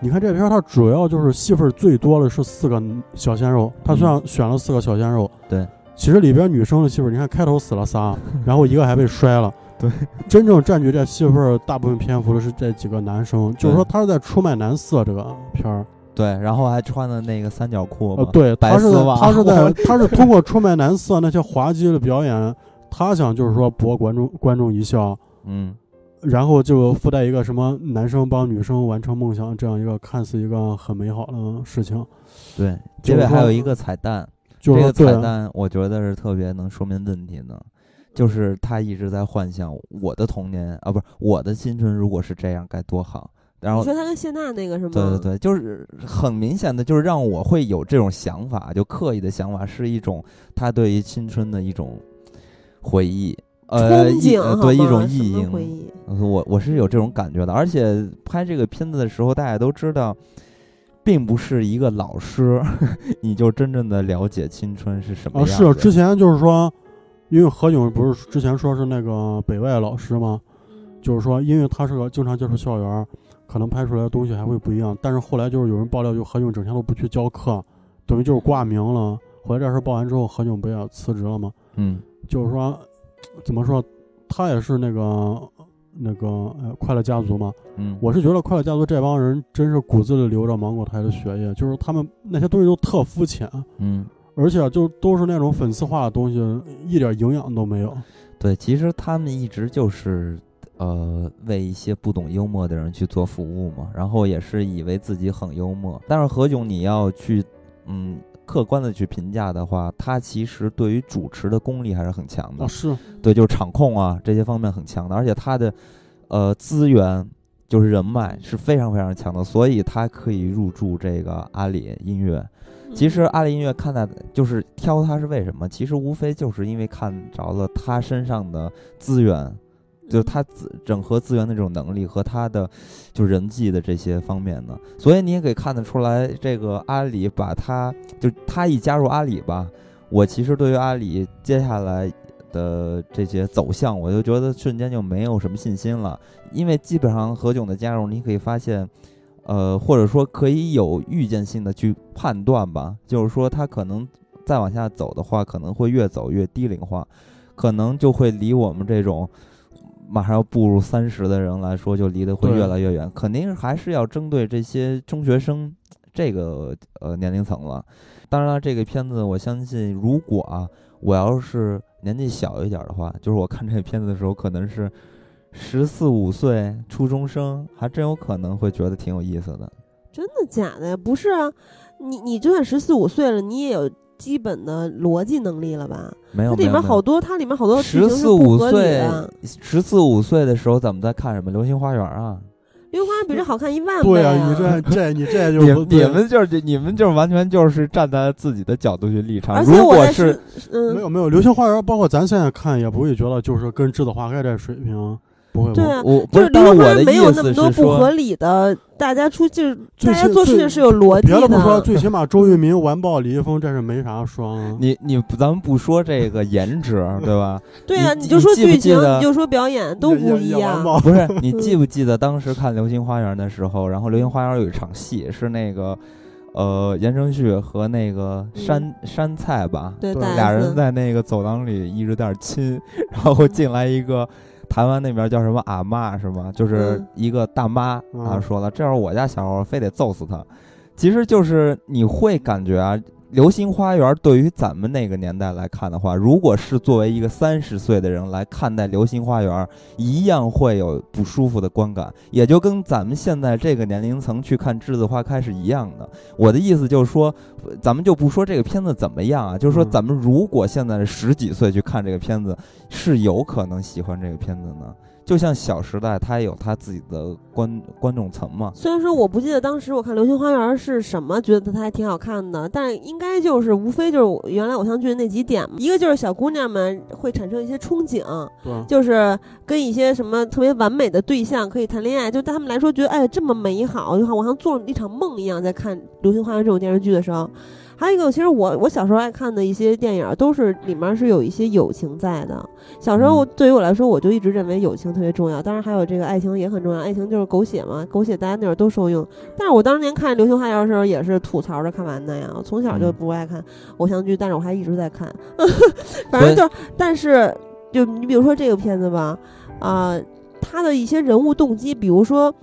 D: 你看这片儿，它主要就是戏份最多的是四个小鲜肉，他虽然选了四个小鲜肉，
G: 对，
D: 其实里边女生的戏份，你看开头死了 仨，然后一个还被摔了，
G: 对，
D: 真正占据这戏份儿大部分篇幅的是这几个男生，就是说他是在出卖男色这个片儿。
G: 对，然后还穿的那个三角裤
D: 呃
G: 嘛，，
D: 对，
G: 白
D: 他是
G: 丝袜
D: 他是 在他是通过出卖男色那些滑稽的表演，他想就是说博观众观众一笑，
G: 嗯，
D: 然后就附带一个什么男生帮女生完成梦想这样一个看似一个很美好的事情，
G: 对，
D: 就
G: 结
D: 是
G: 尾还
D: 说
G: 有一个彩蛋，
D: 就
G: 这
D: 是
G: 个
D: 说
G: 彩
D: 对啊
G: 蛋我觉得是特别能说明问题的，就是他一直在幻想我的童年啊，不是我的青春，如果是这样该多好。然
C: 你
G: 后
C: 说他跟谢娜那个是吗？
G: 对对对，就是很明显的，就是让我会有这种想法，就刻意的想法，是一种他对于青春的一种回忆，
C: 憧
G: 呃，意
C: 憬
G: 呃
C: 好
G: 对一
C: 吗什
G: 种意
C: 么
G: 淫。
C: 回忆。
G: 我我是有这种感觉的，而且拍这个片子的时候，大家都知道，并不是一个老师， 你就真正的了解青春是什么
D: 啊
G: 样子。
D: 是之前就是说，因为何炅不是之前说是那个北外老师吗？就是说，因为他是个经常接触校园儿，可能拍出来的东西还会不一样。但是后来就是有人爆料，就何炅整天都不去教课，等于就是挂名了。后来这事儿报完之后，何炅不也辞职了吗？
G: 嗯，
D: 就是说，怎么说，他也是那个那个呃快乐家族嘛。
G: 嗯，
D: 我是觉得快乐家族这帮人真是骨子里流着芒果台的血液，就是他们那些东西都特肤浅，
G: 嗯，
D: 而且啊就都是那种粉丝化的东西，一点营养都没有。
G: 对，其实他们一直就是呃为一些不懂幽默的人去做服务嘛，然后也是以为自己很幽默。但是何炅，你要去嗯客观的去评价的话，他其实对于主持的功力还是很强
B: 嗯
G: 的
D: 啊，。是
G: 对，就是场控啊这些方面很强的，而且他的呃资源就是人脉是非常非常强的，所以他可以入驻这个阿里音乐。其实阿里音乐看待就是挑他是为什么？其实无非就是因为看着了他身上的资源。
B: 就是他自整合资源的这种能力和他的就人际的这些方面呢，所以你也可以看得出来，这个阿里把他就他一加入阿里吧，我其实对于阿里接下来的这些走向，我就觉得瞬间就没有什么信心了，因为基本上何炅的加入，你可以发现。呃，或者说可以有预见性的去判断吧，就是说他可能再往下走的话，可能会越走越低龄化，可能就会离我们这种马上要步入三十的人来说，就离得会
D: 对
B: 越来越远。肯定还是要针对这些中学生这个呃年龄层了。当然了，这个片子我相信，如果啊，我要是年纪小一点的话，就是我看这个片子的时候，可能是十四五岁初中生，还真有可能会觉得挺有意思的。
C: 真的假的呀？不是啊，你你就算十四五岁了，你也有基本的逻辑能力了吧？
B: 没有，
C: 它里面好多，它里面好多剧
B: 十
C: 情是
B: 四
C: 不
B: 五
C: 合理
B: 岁
C: 的。，
B: 十四五岁的时候，咱们在看什么《流星花园》啊？
C: 樱花比这好看一万倍
D: 对啊，你这这 你这就
B: 你
D: 不
B: 你
D: 对
B: 们就是你们就是完全就是站在自己的角度去立场。
C: 而且
B: 如
C: 我
B: 果
C: 在
B: 是
D: 没
C: 嗯，
D: 有没有，流星花园包括咱现在看也不会觉得就是跟栀子花开这水平不会。
C: 对
D: 不会
C: 啊，
B: 我不，
C: 就是是
B: 但是
C: 梨
B: 我
C: 花
B: 的
C: 没有
B: 意
C: 那么
B: 思
C: 多
B: 是
C: 不合
B: 说，
C: 理的，大家出就是
D: 最
C: 大家
D: 起
C: 做事情
D: 最
C: 是有逻辑
D: 别的不说，
C: 的。
D: 最起码周渝民完爆李易峰，这是没啥说啊。
B: 你你不咱们不说这个颜值，对吧？
C: 对啊，
B: 你
C: 你
B: 记
C: 就说
B: 你记不
C: 剧
B: 记
C: 情，
B: 得
C: 你就说表演都
D: 也
C: 不一
D: 也也完
C: 样。嗯
D: 爆
B: 不 是，你记不记得当时看《流星花园》的时候，然后《流星花园》有一场戏是那个，呃，言承旭和那个山、
C: 嗯
B: 山菜吧，
C: 对，
D: 对啊
C: 大 S
B: 俩人在那个走廊里一直在那儿亲，然后进来一个台湾那边叫什么阿嬷是吗？就是
C: 嗯
B: 一个大妈，
D: 嗯
B: 啊，说了，这要是我家小孩，非得揍死他。其实就是你会感觉啊，《流星花园》对于咱们那个年代来看的话，如果是作为一个三十岁的人来看待《流星花园》，一样会有不舒服的观感，也就跟咱们现在这个年龄层去看《栀子花开》是一样的。我的意思就是说，呃咱们就不说这个片子怎么样啊，就是说
D: 嗯
B: 咱们如果现在十几岁去看这个片子，是有可能喜欢这个片子呢。就像《小时代》，它有它自己的观观众层嘛。
C: 虽然说我不记得当时我看《流星花园》是什么，觉得它还挺好看的，但是应该就是无非就是我原来偶像剧的那几点嘛，一个就是小姑娘们会产生一些憧憬，
D: 对啊，
C: 就是跟一些什么特别完美的对象可以谈恋爱，就对他们来说觉得哎这么美好，就好像我像做了一场梦一样，在看《流星花园》这种电视剧的时候。还有一个，其实我我小时候爱看的一些电影，都是里面是有一些友情在的。小时候
B: 嗯
C: 对于我来说，我就一直认为友情特别重要，当然还有这个爱情也很重要。爱情就是狗血嘛，狗血大家那会儿都受用。但是我当年看《流星花园》的时候，也是吐槽着看完的呀。我从小就
B: 嗯
C: 不爱看偶像剧，但是我还一直在看。 反
B: 所以
C: 正就是，但是就你比如说这个片子吧，啊、他的一些人物动机，比如说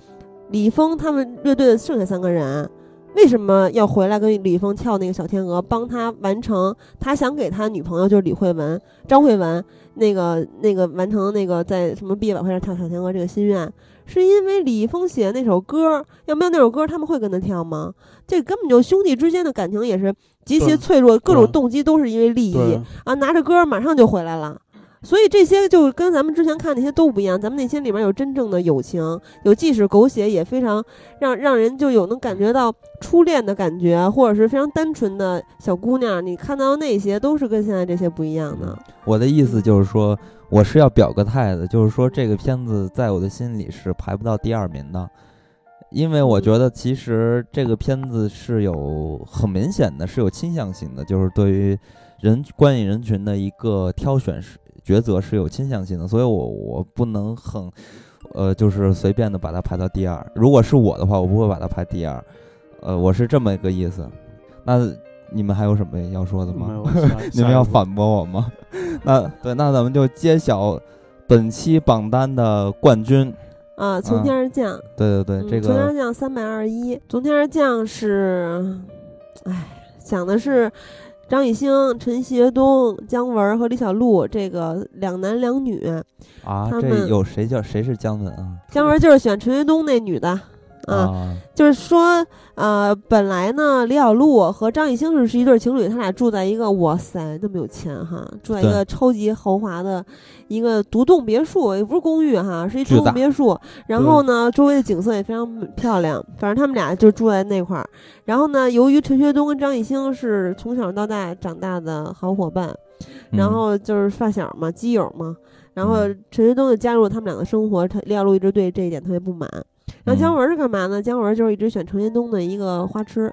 C: 李易峰他们乐队的剩下三个人。为什么要回来跟李易峰跳那个小天鹅，帮他完成他想给他女朋友就是李慧文、张慧文那个那个完成那个在什么毕业晚会上跳小天鹅这个心愿？是因为李易峰写的那首歌，要没有那首歌，他们会跟他跳吗？这根本就兄弟之间的感情也是极其
D: 对
C: 脆弱，各种
D: 对
C: 动机都是因为利益。
D: 对啊，
C: 啊，拿着歌儿马上就回来了。所以这些就跟咱们之前看那些都不一样，咱们那些里面有真正的友情，有即使狗血也非常让让人就有能感觉到初恋的感觉，或者是非常单纯的小姑娘，你看到那些都是跟现在这些不一样的。
B: 我的意思就是说，我是要表个态的，就是说这个片子在我的心里是排不到第二名的，因为我觉得其实这个片子是有很明显的是有倾向性的，就是对于人观影人群的一个挑选是抉择是有倾向性的，所以我我不能很呃就是随便的把它排到第二。如果是我的话，我不会把它排第二，呃，我是这么一个意思。那你们还有什么要说的吗？
D: 没有，下
B: 你们要反驳我吗？ 那对，那咱们就揭晓本期榜单的冠军。
C: 啊，从天而降，
B: 对对对，
C: 嗯
B: 这
C: 从天
B: 个
C: 而降三百二十一，从天而降是，哎，讲的是张艺兴、陈学冬、姜文和李小璐这个两男两女，
B: 啊，
C: 他
B: 这
C: 们
B: 有谁叫谁是姜文啊？
C: 姜文就是选陈学冬那女的，啊，
B: 啊，
C: 就是说，呃，本来呢，李小璐和张艺兴是是一对情侣，他俩住在一个，哇塞，那么有钱哈，住在一个超级豪华的一个独栋别墅，也不是公寓哈，是一
B: 巨
C: 独
B: 大
C: 栋别墅。然后呢，周围的景色也非常漂亮，反正他们俩就住在那块儿。然后呢，由于陈学冬跟张艺兴是从小到大长大的好伙伴，然
B: 嗯
C: 后就是发小嘛，基友嘛。然后陈学冬就加入了他们俩的生活，他廖璐一直对这一点特别不满。
B: 嗯
C: 然后姜文是干嘛呢？姜文就是一直选陈学冬的一个花痴，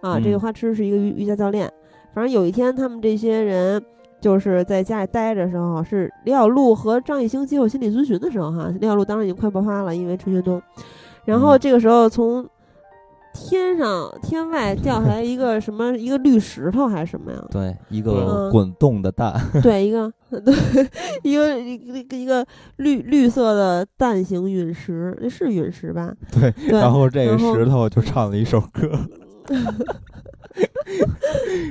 C: 啊，这
B: 嗯
C: 个花痴是一个瑜瑜伽教练。反正有一天他们这些人就是在家里待着的时候，是廖璐和张艺兴接受心理咨询的时候哈，廖璐当时已经快爆发了，因为陈学冬。然后
B: 嗯
C: 这个时候从天上天外掉下来一个什么一个绿石头还是什么呀？
B: 对，一
C: 嗯
B: 个滚动的蛋，
C: 对，一个 对一个一个一个绿绿色的蛋形陨石，那是陨石吧？
B: 对，
C: 对
B: 然后这个
C: 然后
B: 石头就唱了一首歌，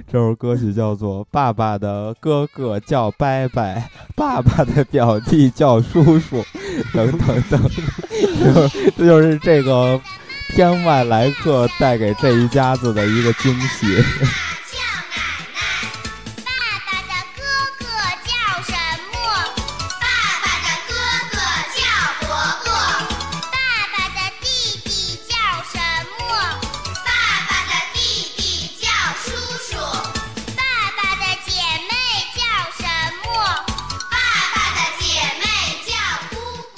B: 这首歌曲叫做《爸爸的哥哥叫拜拜，爸爸的表弟叫叔 叔》，等等等， 就是这就是这个天外来客带给这一家子的一个惊喜。
E: 叫奶奶，爸爸的哥哥叫什么？爸爸的哥哥叫伯伯，爸爸的弟弟叫什么？爸爸的弟弟叫叔叔，爸爸的姐妹叫什么？爸爸的姐妹叫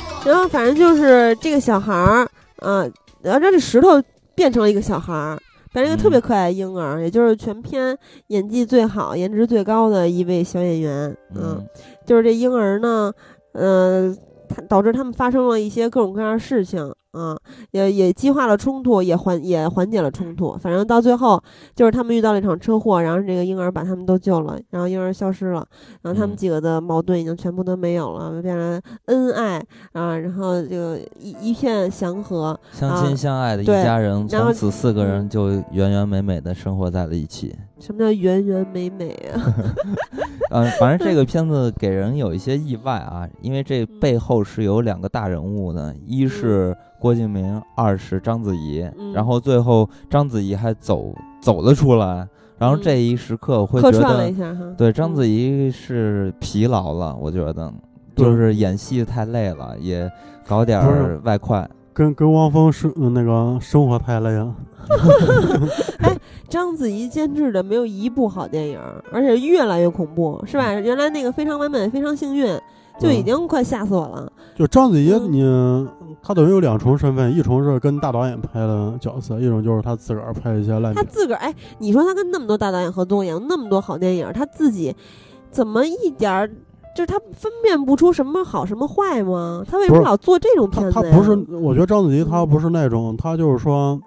E: 姑姑。
C: 然后反正就是这个小孩儿啊，然后这这石头变成了一个小孩儿，变成一
B: 嗯
C: 个特别可爱的婴儿，也就是全片演技最好、颜值最高的一位小演员。嗯，
B: 嗯
C: 就是这婴儿呢，呃，他导致他们发生了一些各种各样的事情啊，也也激化了冲突，也缓也缓解了冲突。反正到最后，就是他们遇到了一场车祸，然后这个婴儿把他们都救了，然后婴儿消失了，然后他们
B: 嗯
C: 几个的矛盾已经全部都没有了，变成恩爱啊，然后这个一一片祥和。
B: 相亲
C: 啊
B: 相爱的一
C: 对
B: 家人，
C: 然后
B: 从
C: 嗯
B: 此四个人就圆圆美美的生活在了一起。
C: 什么叫圆圆美美啊？
B: 嗯，反正这个片子给人有一些意外啊，因为这
C: 嗯
B: 背后是有两个大人物的，一是郭敬明，二是章子怡。
C: 嗯
B: 然后最后章子怡还走走了出来，然后
C: 嗯
B: 这一时刻我会
C: 客
B: 觉
C: 串了
B: 得
C: 一，下哈。
B: 对章
C: 嗯
B: 子怡是疲劳了，我觉得就是演戏太累了，也搞点
D: 不是
B: 儿外快。
D: 跟跟汪峰生、嗯那个生活太累了，
C: 章子怡监制的没有一部好电影，而且越来越恐怖，是
D: 嗯
C: 吧？原来那个非常完美、非常幸运，就已经快吓死我了。
D: 就章子怡，
C: 嗯
D: 你她等于有两重身份，一重是跟大导演拍的角色，一种就是她自个儿拍一些烂
C: 她
D: 片。
C: 自个儿，哎，你说她跟那么多大导演合作，演了那么多好电影，她自己怎么一点儿就是她分辨不出什么好什么坏吗？她为什么
D: 不是
C: 老做这种
D: 她
C: 片
D: 她
C: 子呀？嗯
D: 不是，我觉得章子怡她不是那种，她就是说，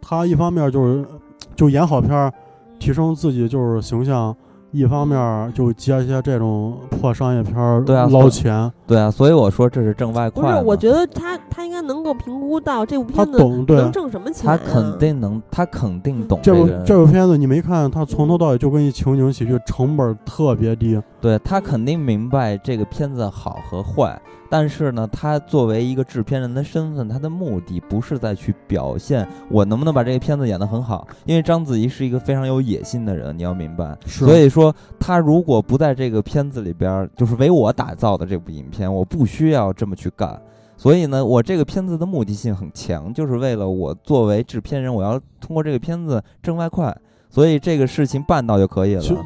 D: 她一方面就是呃就演好片儿，提升自己就是形象。一方面就接一些这种破商业片儿
B: 对啊
D: 捞钱，
B: 对啊，所以我说这是挣外快
C: 不是
B: 嘛。，
C: 我觉得她她应该能够评估到这部
D: 她
C: 片子
D: 懂对
C: 能挣什么钱、
B: 他
C: 啊。
B: 肯定能，他肯定懂
D: 这
B: 个
D: 部
B: 人。
D: 这部片子，你没看它从头到尾就跟一情景喜剧，成本特别低。
B: 对他肯定明白这个片子好和坏，但是呢，他作为一个制片人的身份，他的目的不是在去表现我能不能把这个片子演得很好，因为章子怡是一个非常有野心的人，你要明白。
D: 是啊
B: 所以说，他如果不在这个片子里边儿，就是为我打造的这部影片，我不需要这么去干。所以呢，我这个片子的目的性很强，就是为了我作为制片人，我要通过这个片子挣外快，所以这个事情办到就可以了
D: 其。实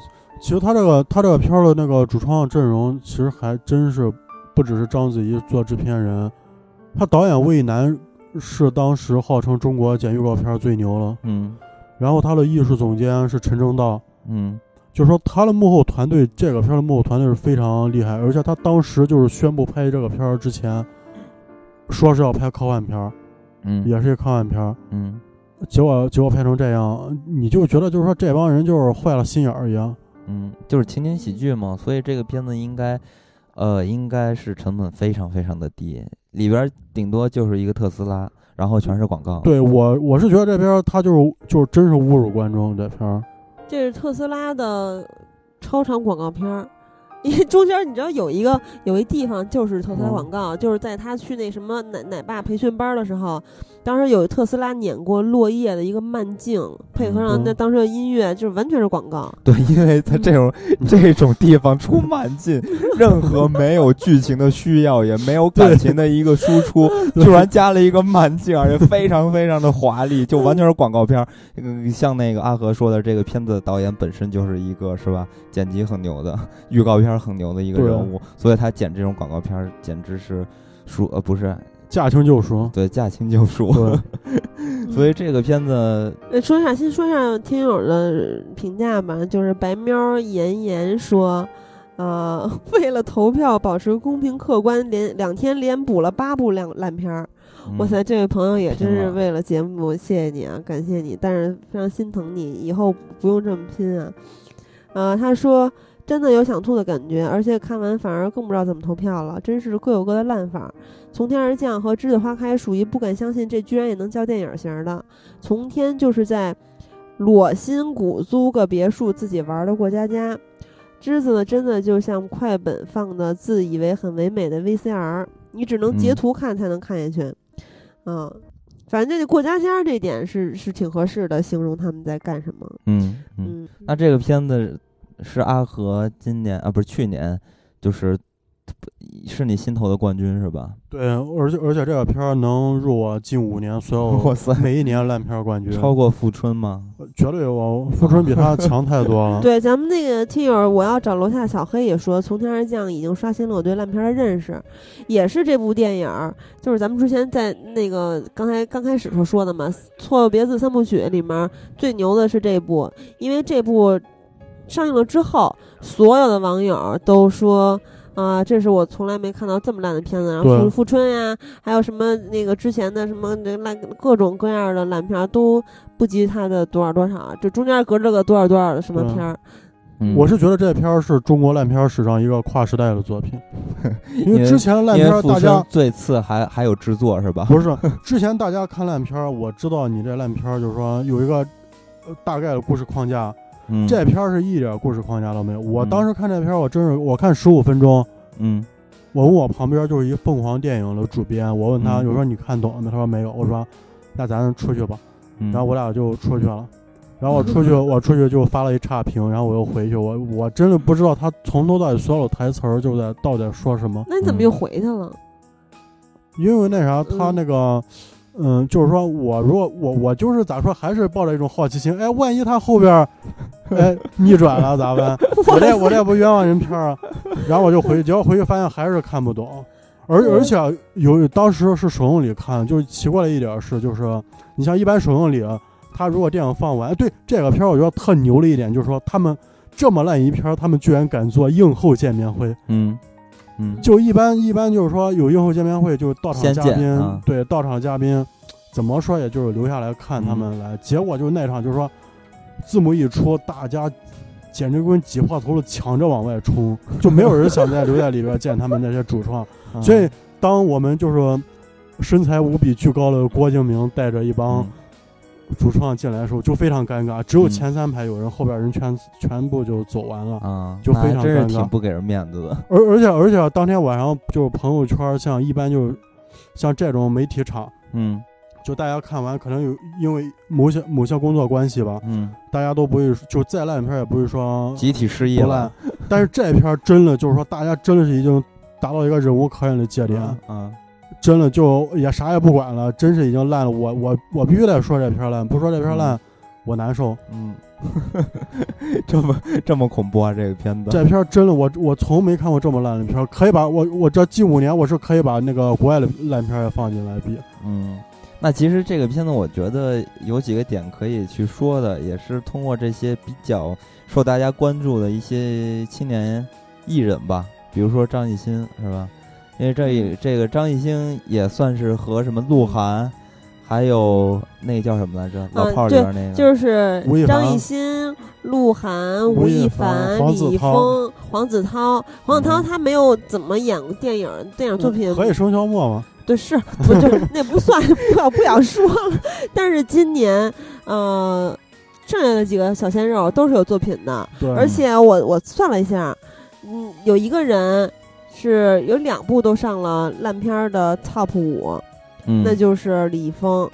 D: 其实他这个他这个片儿的那个主创阵容，其实还真是不只是章子怡做制片人，他导演魏楠是当时号称中国剪预告片儿最牛了，
B: 嗯
D: 然后他的艺术总监是陈正道，
B: 嗯。
D: 就是说他的幕后团队，这个片儿的幕后团队是非常厉害，而且他当时就是宣布拍这个片儿之前，说是要拍科幻片儿，
B: 嗯
D: 也是一个科幻片儿。
B: 嗯
D: 结果结果拍成这样，你就觉得就是说这帮人就是坏了心眼儿一样。
B: 嗯，就是情景喜剧嘛，所以这个片子应该，呃，应该是成本非常非常的低，里边儿顶多就是一个特斯拉，然后全是广告。，
D: 对我我是觉得这片儿他就是就是真是侮辱观众这片儿。
C: 这是特斯拉的超长广告片儿。因为中间儿你知道有一个有一地方就是特斯拉
D: 嗯
C: 广告，就是在他去那什么奶奶爸培训班儿的时候，当时有特斯拉碾过落叶的一个慢镜，配合上
D: 嗯
C: 那当时的音乐，就是完全是广告。
B: 对，因为在这 种
D: 嗯
B: 这种地方出满进，任何没有剧情的需要，也没有感情的一个输 出，居然加了一个慢镜，而且非常非常的华丽，就完全是广告片儿。嗯，像那个阿和说的，这个片子的导演本身就是一个是吧，剪辑很牛的，预告片片儿很牛的一个
D: 对啊
B: 人物，所以他剪这种广告片儿简直是熟呃不是
D: 驾轻就熟。
B: 对驾轻就熟，
D: 对， 嗯
B: 所以这个片子
C: 呃，说一下，先说一下听友的评价吧，就是白喵妍妍说。呃， 为了投票保持公平客观，连两天连补了八部烂烂片儿。哇塞，这位朋友也真
B: 拼
C: 是
B: 了
C: 为了节目，谢谢你啊，感谢你，但是非常心疼你，以后不用这么拼啊。呃，他说真的有想吐的感觉，而且看完反而更不知道怎么投票了，真是各有各的烂法儿。从天而降和栀子花开属于不敢相信，这居然也能叫电影型儿的。从天就是在裸心谷租个别墅自己玩儿的过家家。栀子呢，真的就像快本放的自以为很唯美的 VCR，你只能截
B: 嗯
C: 图看才能看下去。嗯，反正这过家家这点是是挺合适的，形容他们在干什么。
B: 嗯嗯
C: 嗯，
B: 那这个片子是阿和今年啊，不是去年，就是是你心头的冠军是吧？
D: 对，而且而且这个片儿能入我近五年所
B: 哇
D: 有
B: 塞，
D: 每一年烂片儿冠军，
B: 超过富春吗？
D: 呃绝对 我富春比他强太多了。
C: 对，咱们那个听友，我要找楼下小黑也说，《从天而降》已经刷新了我对烂片儿的认识，也是这部电影儿，就是咱们之前在那个刚才刚开始时候说的嘛，《错别字三部曲》里面最牛的是这部，因为这部上映了之后，所有的网友都说。啊，这是我从来没看到这么烂的片子。然后
D: 对
C: 富富春呀，还有什么那个之前的什么那烂各种各样的烂片儿都不及他的多少多少，就中间隔着个多少多少的什么
D: 对
C: 片儿。
B: 嗯
D: 我是觉得这片儿是中国烂片儿史上一个跨时代的作 品，
B: 因
D: 因为之前烂
B: 因
D: 片
B: 为
D: 儿
B: 富
D: 大家
B: 春最次还还有制作是吧？
D: 不是之前大家看烂片儿，我知道你这烂片儿就是说有一个呃大概的故事框架，
B: 嗯，
D: 这片儿是一点故事框架都没有。我
B: 嗯
D: 当时看这片儿，我真是我看十五分钟，
B: 嗯
D: 我问我旁边就是一凤凰电影的主编，我问他，
B: 嗯
D: 我说你看懂了没？他说没有。我说那咱出去吧，
B: 嗯，
D: 然后我俩就出去了。然后我 出去，我出去就发了一差评，然后我又回去，我我真的不知道他从头到尾所有台词儿就在到底在说什么，
C: 那你怎么又回去 了？
D: 因为那啥，他
C: 嗯
D: 那个，嗯，就是说我如果我我就是咋说，还是抱着一种好奇心，哎，万一他后边儿，哎，逆转了咋办？ 我这我这不冤枉人片儿啊！然后我就回去，结果回去发现还是看不懂，而而且啊有当时是首映礼看，就是奇怪的一点是，就是你像一般首映礼，啊他如果电影放完，哎对这个片儿我觉得特牛的一点就是说他们。这么烂一片儿，他们居然敢做映后见面会，
B: 嗯嗯
D: 就一般一般就是说有映后见面会，就是到场
B: 先
D: 嘉
B: 见
D: 宾、
B: 啊
D: 对到场嘉宾，怎么说也就是留下来看他
B: 嗯
D: 们来。结果就是那场就是说，字幕一出，大家简直跟挤破头了，抢着往外冲，就没有人想再留在里边见他们那些 主创。
B: 嗯，
D: 所以当我们就是说身材无比巨高的郭敬明带着一帮
B: 嗯
D: 主创进来的时候，就非常尴尬，只
B: 嗯
D: 有前三排有人，后边人全全部就走完了。
B: 啊，
D: 就非
B: 那
D: 常
B: 真是
D: 尴尬
B: 挺不给人面子 的。
D: 而而且而且当天晚上就是朋友圈，像一般就是像这种媒体场，
B: 嗯
D: 就大家看完可能有因为某些某些工作关系吧，
B: 嗯，
D: 大家都不会就再烂片儿也不会说
B: 集体失忆了
D: 不烂，，但是这片儿真的就是说大家真的是已经达到一个忍无可忍的界点，
B: 嗯嗯
D: 真的就也啥也不管了，真是已经烂了。我我我必须得说这片儿烂，不说这片儿烂。我难受，
B: 嗯，这么这么恐怖啊！这个片子，
D: 这片儿真的我我从没看过这么烂的片儿，可以把我我这近五年我是可以把那个国外的烂片儿也放进来比，
B: 嗯，那其实这个片子，我觉得有几个点可以去说的，也是通过这些比较受大家关注的一些青年艺人吧，比如说张艺兴，是吧？因为这也这个张艺兴也算是和什么鹿晗，还有那个叫什么来着，老炮儿里边那个，
C: 啊就是
D: 吴亦
C: 张
D: 凡
C: 艺兴、鹿晗、
D: 吴
C: 吴
D: 亦
C: 亦
D: 凡
C: 凡、
D: 黄子
C: 李易
D: 韬
C: 峰、黄子韬。黄子韬
B: 嗯
C: 他没有怎么演过电影，电影嗯作品
D: 嗯可以生肖末吗？
C: 对是，不就是那不算，不要不想说了。但是今年，呃，剩下的几个小鲜肉都是有作品的，
D: 对，
C: 而且我我算了一下，嗯，有一个人是有两部都上了烂片儿的 top 五，
B: 嗯，
C: 那就是李易峰。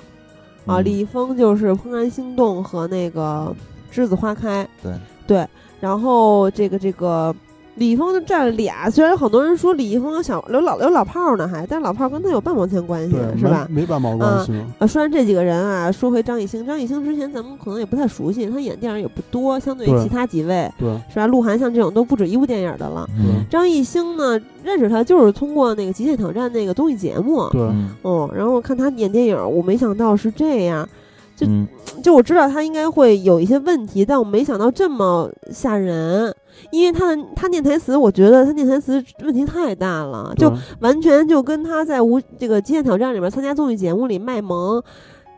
C: 啊，
B: 嗯
C: 李易峰就是《怦然心动》和那个《栀子花开》
B: 对
C: 对，然后这个这个李易峰就占了俩，虽然很多人说李易峰有小有老有老炮儿呢还，但是老炮儿跟他有半毛钱关系啊
D: 对，
C: 是吧？
D: 没没半毛关系。
C: 啊，说完这几个人啊，说回张艺兴，张艺兴之前咱们可能也不太熟悉，他演电影也不多，相对于
D: 对
C: 其他几位
D: 对
C: 是吧？鹿晗像这种都不止一部电影的了。
G: 嗯
C: 张艺兴呢，认识他就是通过那个《极限挑战》那个综艺节目，
D: 对，
G: 嗯
C: 嗯，然后我看他演电影，我没想到是这样，就
G: 嗯
C: 就我知道他应该会有一些问题，但我没想到这么吓人，因为他的他念台词，我觉得他念台词问题太大了，
G: 嗯
C: 就
G: 啊
D: 对
C: 完全就跟他在无这个《极限挑战》里面参加综艺节目里卖萌，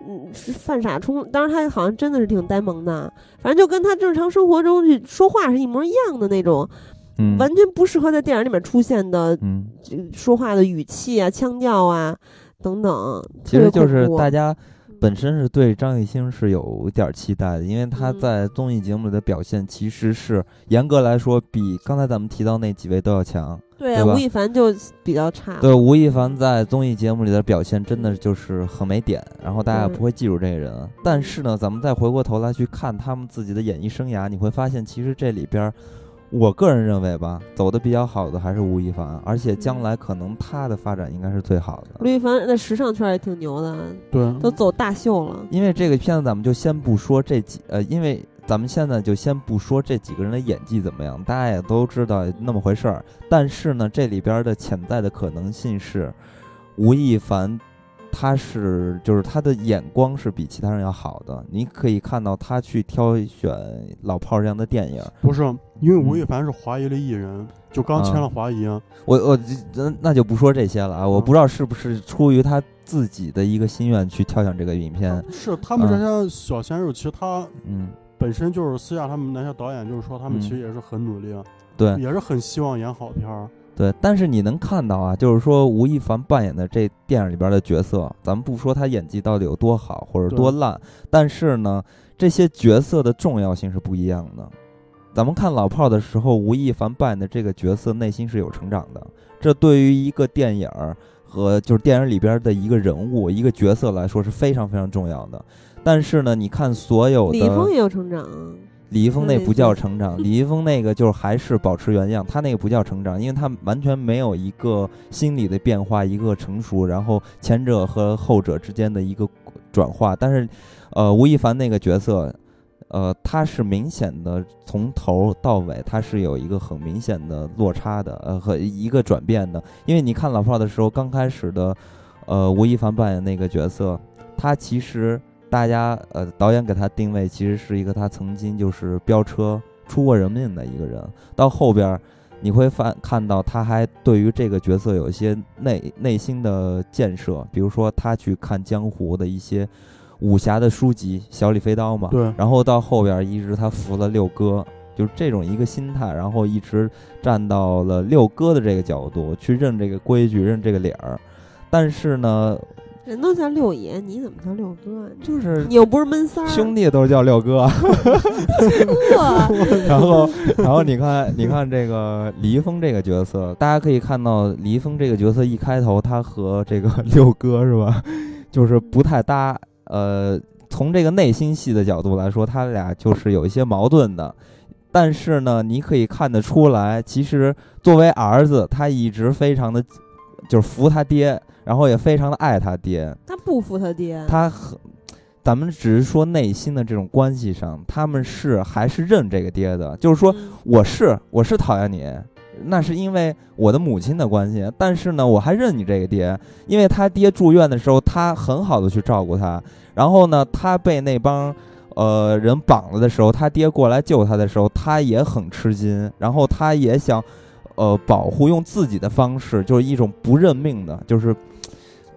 C: 嗯，是犯傻充，当然他好像真的是挺呆萌的，反正就跟他正常生活中去说话是一模一样的那种，
G: 嗯
C: 完全不适合在电影里面出现的
G: 嗯，
C: 这个说话的语气啊、腔调啊等等，
G: 其实就是
C: 特别恐嗯怖
G: 大家本身是对张艺兴是有点儿期待的，因为他
C: 嗯
G: 在综艺节目里的表现其实是严格来说比刚才咱们提到那几位都要强。
C: 对啊
G: 对吧
C: 吴亦凡就比较差，
G: 对，吴亦凡在综艺节目里的表现真的就是很没点，然后大家也不会记住这个人。但是呢，咱们再回过头来去看他们自己的演艺生涯，你会发现其实这里边儿，我个人认为吧，走的比较好的还是吴亦凡，而且将来可能他的发展应该是最好
C: 吴
G: 的。
C: 亦凡在时尚圈也挺牛的，
D: 对
G: 嗯
C: 都走大秀了。
G: 因为这个片子，咱们就先不说这几呃，因为咱们现在就先不说这几个人的演技怎么样，大家也都知道那么回事儿。但是呢，这里边儿的潜在的可能性是，吴亦凡他是就是他的眼光是比其他人要好的，你可以看到他去挑选老炮儿这样的电影。
D: 不是因为吴
G: 嗯
D: 亦凡是华谊的艺人，就刚签了华谊，啊
G: 我我那那就不说这些了啊，
D: 嗯
G: 我不知道是不是出于他自己的一个心愿去挑选这个影片，
D: 是他们这些小鲜肉，其实他
G: 嗯。
D: 本身就是私下他们那些导演就是说他们
G: 嗯
D: 其实也是很努力，啊
G: 对
D: 也是很希望演好片儿，
G: 对，但是你能看到啊，就是说吴亦凡扮演的这电影里边的角色，咱们不说他演技到底有多好或者
D: 对
G: 多烂，但是呢，这些角色的重要性是不一样的。咱们看《老炮儿》的时候，吴亦凡扮演的这个角色内心是有成长的，这对于一个电影儿和就是电影里边的一个人物、一个角色来说是非常非常重要的。但是呢，你看所有的
C: 李易峰也有成长，
G: 李易峰
C: 那
G: 那
C: 也
G: 不叫
C: 就
G: 成长，李易峰那个就是还是保持原样，他那个不叫成长，因为他完全没有一个心理的变化，一个成熟，然后前者和后者之间的一个转化。但是，呃，吴亦凡那个角色，呃，他是明显的从头到尾，他是有一个很明显的落差的，呃，和一个转变的。因为你看《老炮儿》的时候，刚开始的，呃，吴亦凡扮演那个角色，他其实大家呃导演给他定位其实是一个他曾经就是飙车出过人命的一个人，到后边儿你会发看到他还对于这个角色有一些内内心的建设，比如说他去看江湖的一些武侠的书籍，小李飞刀嘛，
D: 对
G: 然后到后边儿一直他服了六哥。就是这种一个心态，然后一直站到了六哥的这个角度去认这个规矩，认这个理儿。但是呢，
C: 人都叫六爷，你怎么叫六哥啊？
G: 就是
C: 你又不是闷三儿，
G: 兄弟都叫六哥，
C: 呵
G: 然后然后你看你看这个李易峰这个角色，大家可以看到李易峰这个角色一开头他和这个六哥是吧， 就是不太搭，呃，从这个内心戏的角度来说，他俩就是有一些矛盾的。但是呢，你可以看得出来，其实作为儿子，他一直非常的就是服他爹，然后也非常的爱他爹。
C: 他不服他爹，
G: 他很，咱们只是说内心的这种关系上，他们是还是认这个爹的，就是说
C: 嗯
G: 我是我是讨厌你，那是因为我的母亲的关系，但是呢，我还认你这个爹，因为他爹住院的时候，他很好的去照顾他，然后呢，他被那帮。呃，人绑了的时候，他爹过来救他的时候，他也很吃惊，然后他也想，呃，保护用自己的方式，就是一种不认命的，就是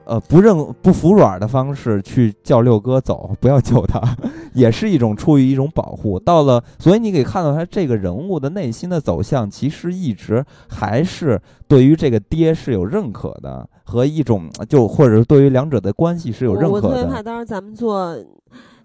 G: 呃不认不服软的方式去叫六哥走，不要救他， 也是一种出于一种保护。到了，所以你可以看到他这个人物的内心的走向，其实一直还是对于这个爹是有认可的，和一种就或者是对于两者的关系是有
C: 我
G: 认
C: 我
G: 可
C: 特别怕
G: 的。
C: 到时候咱们做。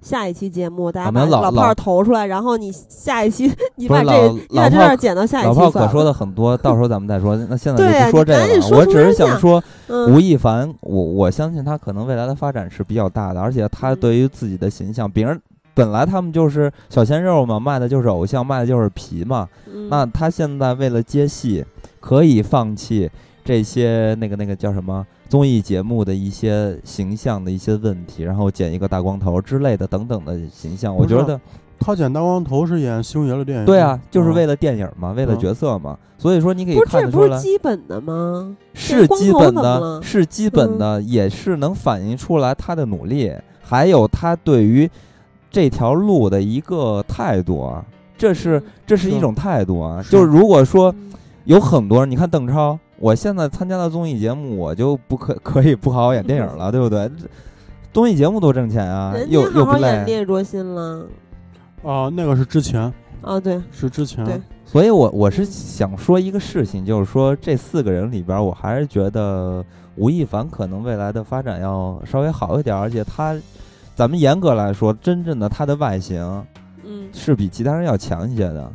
C: 下一期节目，大
G: 啊
C: 家
G: 没有
C: 把炮
G: 老老
C: 儿投出来，然后你下一期你
G: 不
C: 把
G: 是
C: 这
G: 老
C: 你把
G: 老
C: 这
G: 炮儿
C: 段剪到下一
G: 老
C: 期
G: 炮
C: 算
G: 儿可说
C: 了。
G: 的 很多，到时候咱们再说。那现在
C: 对
G: 就
C: 啊
G: 不说
C: 你
G: 这个
C: 赶紧
G: 了，
C: 说
G: 我
C: 出
G: 只是
C: 真
G: 想
C: 相
G: 说，吴
C: 嗯，
G: 亦
C: 嗯
G: 凡，我我相信他可能未来的发展是比较大的，而且他对于自己的形象，别人本来他们就是小鲜肉嘛，卖的就是偶像，卖的就是皮嘛。
C: 嗯
G: 那他现在为了接戏，可以放弃这些那个那个叫什么综艺节目的一些形象的一些问题，然后剪一个大光头之类的等等的形象。我
D: 不是
G: 觉
D: 啊
G: 得
D: 他剪大光头是演星爷的电影，
G: 对啊，就是为
D: 了
G: 了电影嘛，为了
D: 嗯
G: 角色嘛。所以说你可以
C: 嗯不是
G: 看
C: 这
G: 得
C: 不
G: 出
C: 是
G: 来，
C: 基本的吗？嗯
G: 是
C: 光
G: 基
C: 头
G: 本
C: 怎么
G: 的，
C: 了
G: 是基本的，也是能反映出来他的努力，还有他对于这条路的一个态度啊。这是这是一
D: 是
G: 种态度啊，
D: 是
G: 就是如果说
C: 嗯
G: 有很多人，你看邓超，我现在参加的综艺节目，我就不可可以不好好演电影了，对不对？这综艺节目多挣钱 啊，
C: 人家
G: 又又
C: 好
G: 不
C: 好演
G: 累，
C: 烈灼心了
D: 啊，那个是之前，
C: 啊，对，
D: 是之前，
C: 对
G: 所以我我是想说一个事情，就是说这四个人里边儿，我还是觉得吴亦凡可能未来的发展要稍微好一点儿，而且他，咱们严格来说，真正的他的外形
C: 嗯，
G: 是比其他人要强一些的。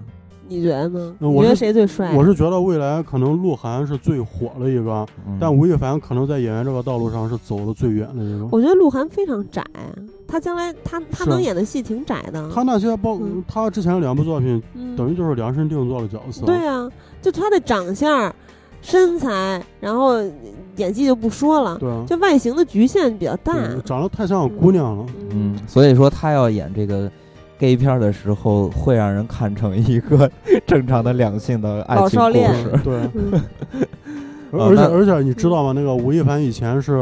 C: 你觉得呢？
D: 呃
C: 你
D: 我
C: 觉得
D: 是
C: 谁最帅？啊
D: 我是觉得未来可能鹿晗是最火的一个，
G: 嗯
D: 但吴亦凡可能在演员这个道路上是走的最远的一个。
C: 我觉得鹿晗非常窄，啊他将来他他
D: 是啊
C: 能演的戏挺窄的。
D: 他那些包
C: 嗯，
D: 他之前两部作品
C: 嗯
D: 等于就是量身定做的角色。
C: 对啊，就他的长相、身材，然后演技就不说了，
D: 对啊，
C: 就外形的局限比较大。
D: 对长得太像姑娘了。
G: 嗯，所以说他要演这个 gay 片儿的时候，会让人看成一个 正常的两性的爱
C: 老
G: 情
C: 少
G: 故
C: 恋
G: 事。
D: 对，
C: 嗯，
D: 而
G: 啊
D: 而且
G: 那
D: 而且你知道吗？那个吴亦凡以前是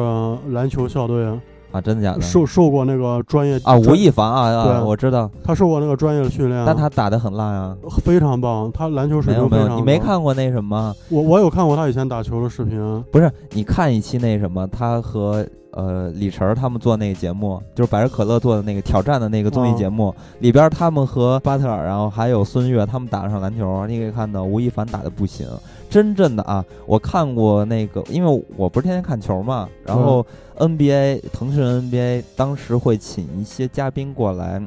D: 篮球校队，
G: 啊，真的假的？
D: 受受过那个专业
G: 啊，吴
D: 专
G: 亦凡啊
D: 对
G: 啊，
D: 啊
G: 我知道，
D: 他受过那个专业的训练，
G: 但他打得很烂啊。
D: 非常棒，他篮球水
G: 没有
D: 平
G: 没
D: 非常
G: 有，
D: 高。
G: 你没？看过那什么？
D: 我我有看过他以前打球的视频，啊
G: 不是，你看一期那什么，他和呃李晨儿他们做那个节目，就是百事可乐做的那个挑战的那个综艺
D: 哦
G: 节目、里边，他们和巴特尔，然后还有孙悦他们打上篮球，你可以看到吴亦凡打的不行。真正的啊，我看过那个，因为我不是天天看球嘛，然后 NBA 腾讯 NBA 当时会请一些嘉宾过来，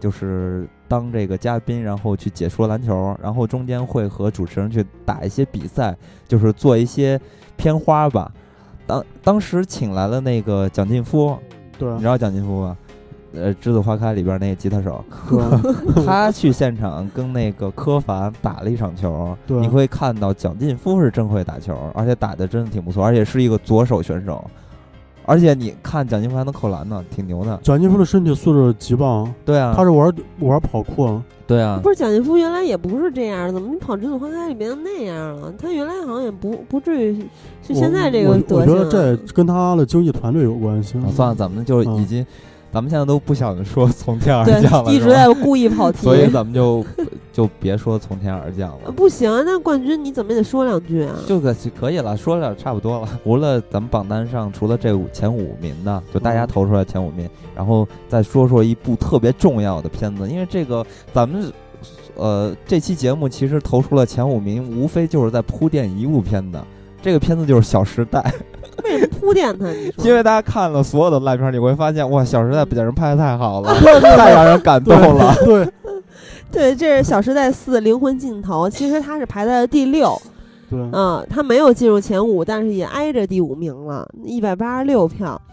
G: 就是当这个嘉宾，然后去解说篮球，然后中间会和主持人去打一些比赛，就是做一些片花吧。当当时请来了那个蒋劲夫，
D: 对啊
G: 你知道蒋劲夫吗？呃，《栀子花开》里边那个吉他手，
D: 对啊
G: 他去现场跟那个柯凡打了一场球，
D: 对啊
G: 你会看到蒋劲夫是真会打球，而且打的真的挺不错，而且是一个左手选手，而且你看蒋劲夫还能扣篮呢，挺牛的。
D: 蒋劲夫的身体素质极棒，
G: 对啊，
D: 他是玩玩跑酷啊，
G: 对啊，
C: 不是蒋劲夫原来也不是这样，怎么你跑《栀子花开》里面那样了？他原来好像也不不至于是现在这个
D: 我我
C: 德
D: 我觉得这
C: 行啊。
D: 跟他的经纪团队有关系。
G: 啊算了，咱们就已
D: 嗯
G: 经，咱们现在都不想说从天而降了，
C: 对，一
G: 是
C: 直
G: 吧
C: 在故意跑题
G: 所。以咱们就就别说从天而降
C: 呃
G: 了，
C: 不行，那冠军你怎么也得说两句啊？
G: 就可可以了，说了差不多了。除了咱们榜单上除了这五前五名的，就大家
D: 嗯
G: 投出来前五名，然后再说说一部特别重要的片子，因为这个咱们呃这期节目其实投出了前五名，无非就是在铺垫一部片子。这个片子就是《小时代》，
C: 为什么铺垫他？你说
G: 因为大家看了所有的烂片儿，你会发现，哇，《小时代》简直拍的太好了，太让人感动
D: 对
G: 了。
D: 对，
C: 对，这是《小时代四：灵魂尽头》，其实他是排在了第六，
D: 对，
C: 嗯，他没有进入前五，但是也挨着第五名了，一百八十六票。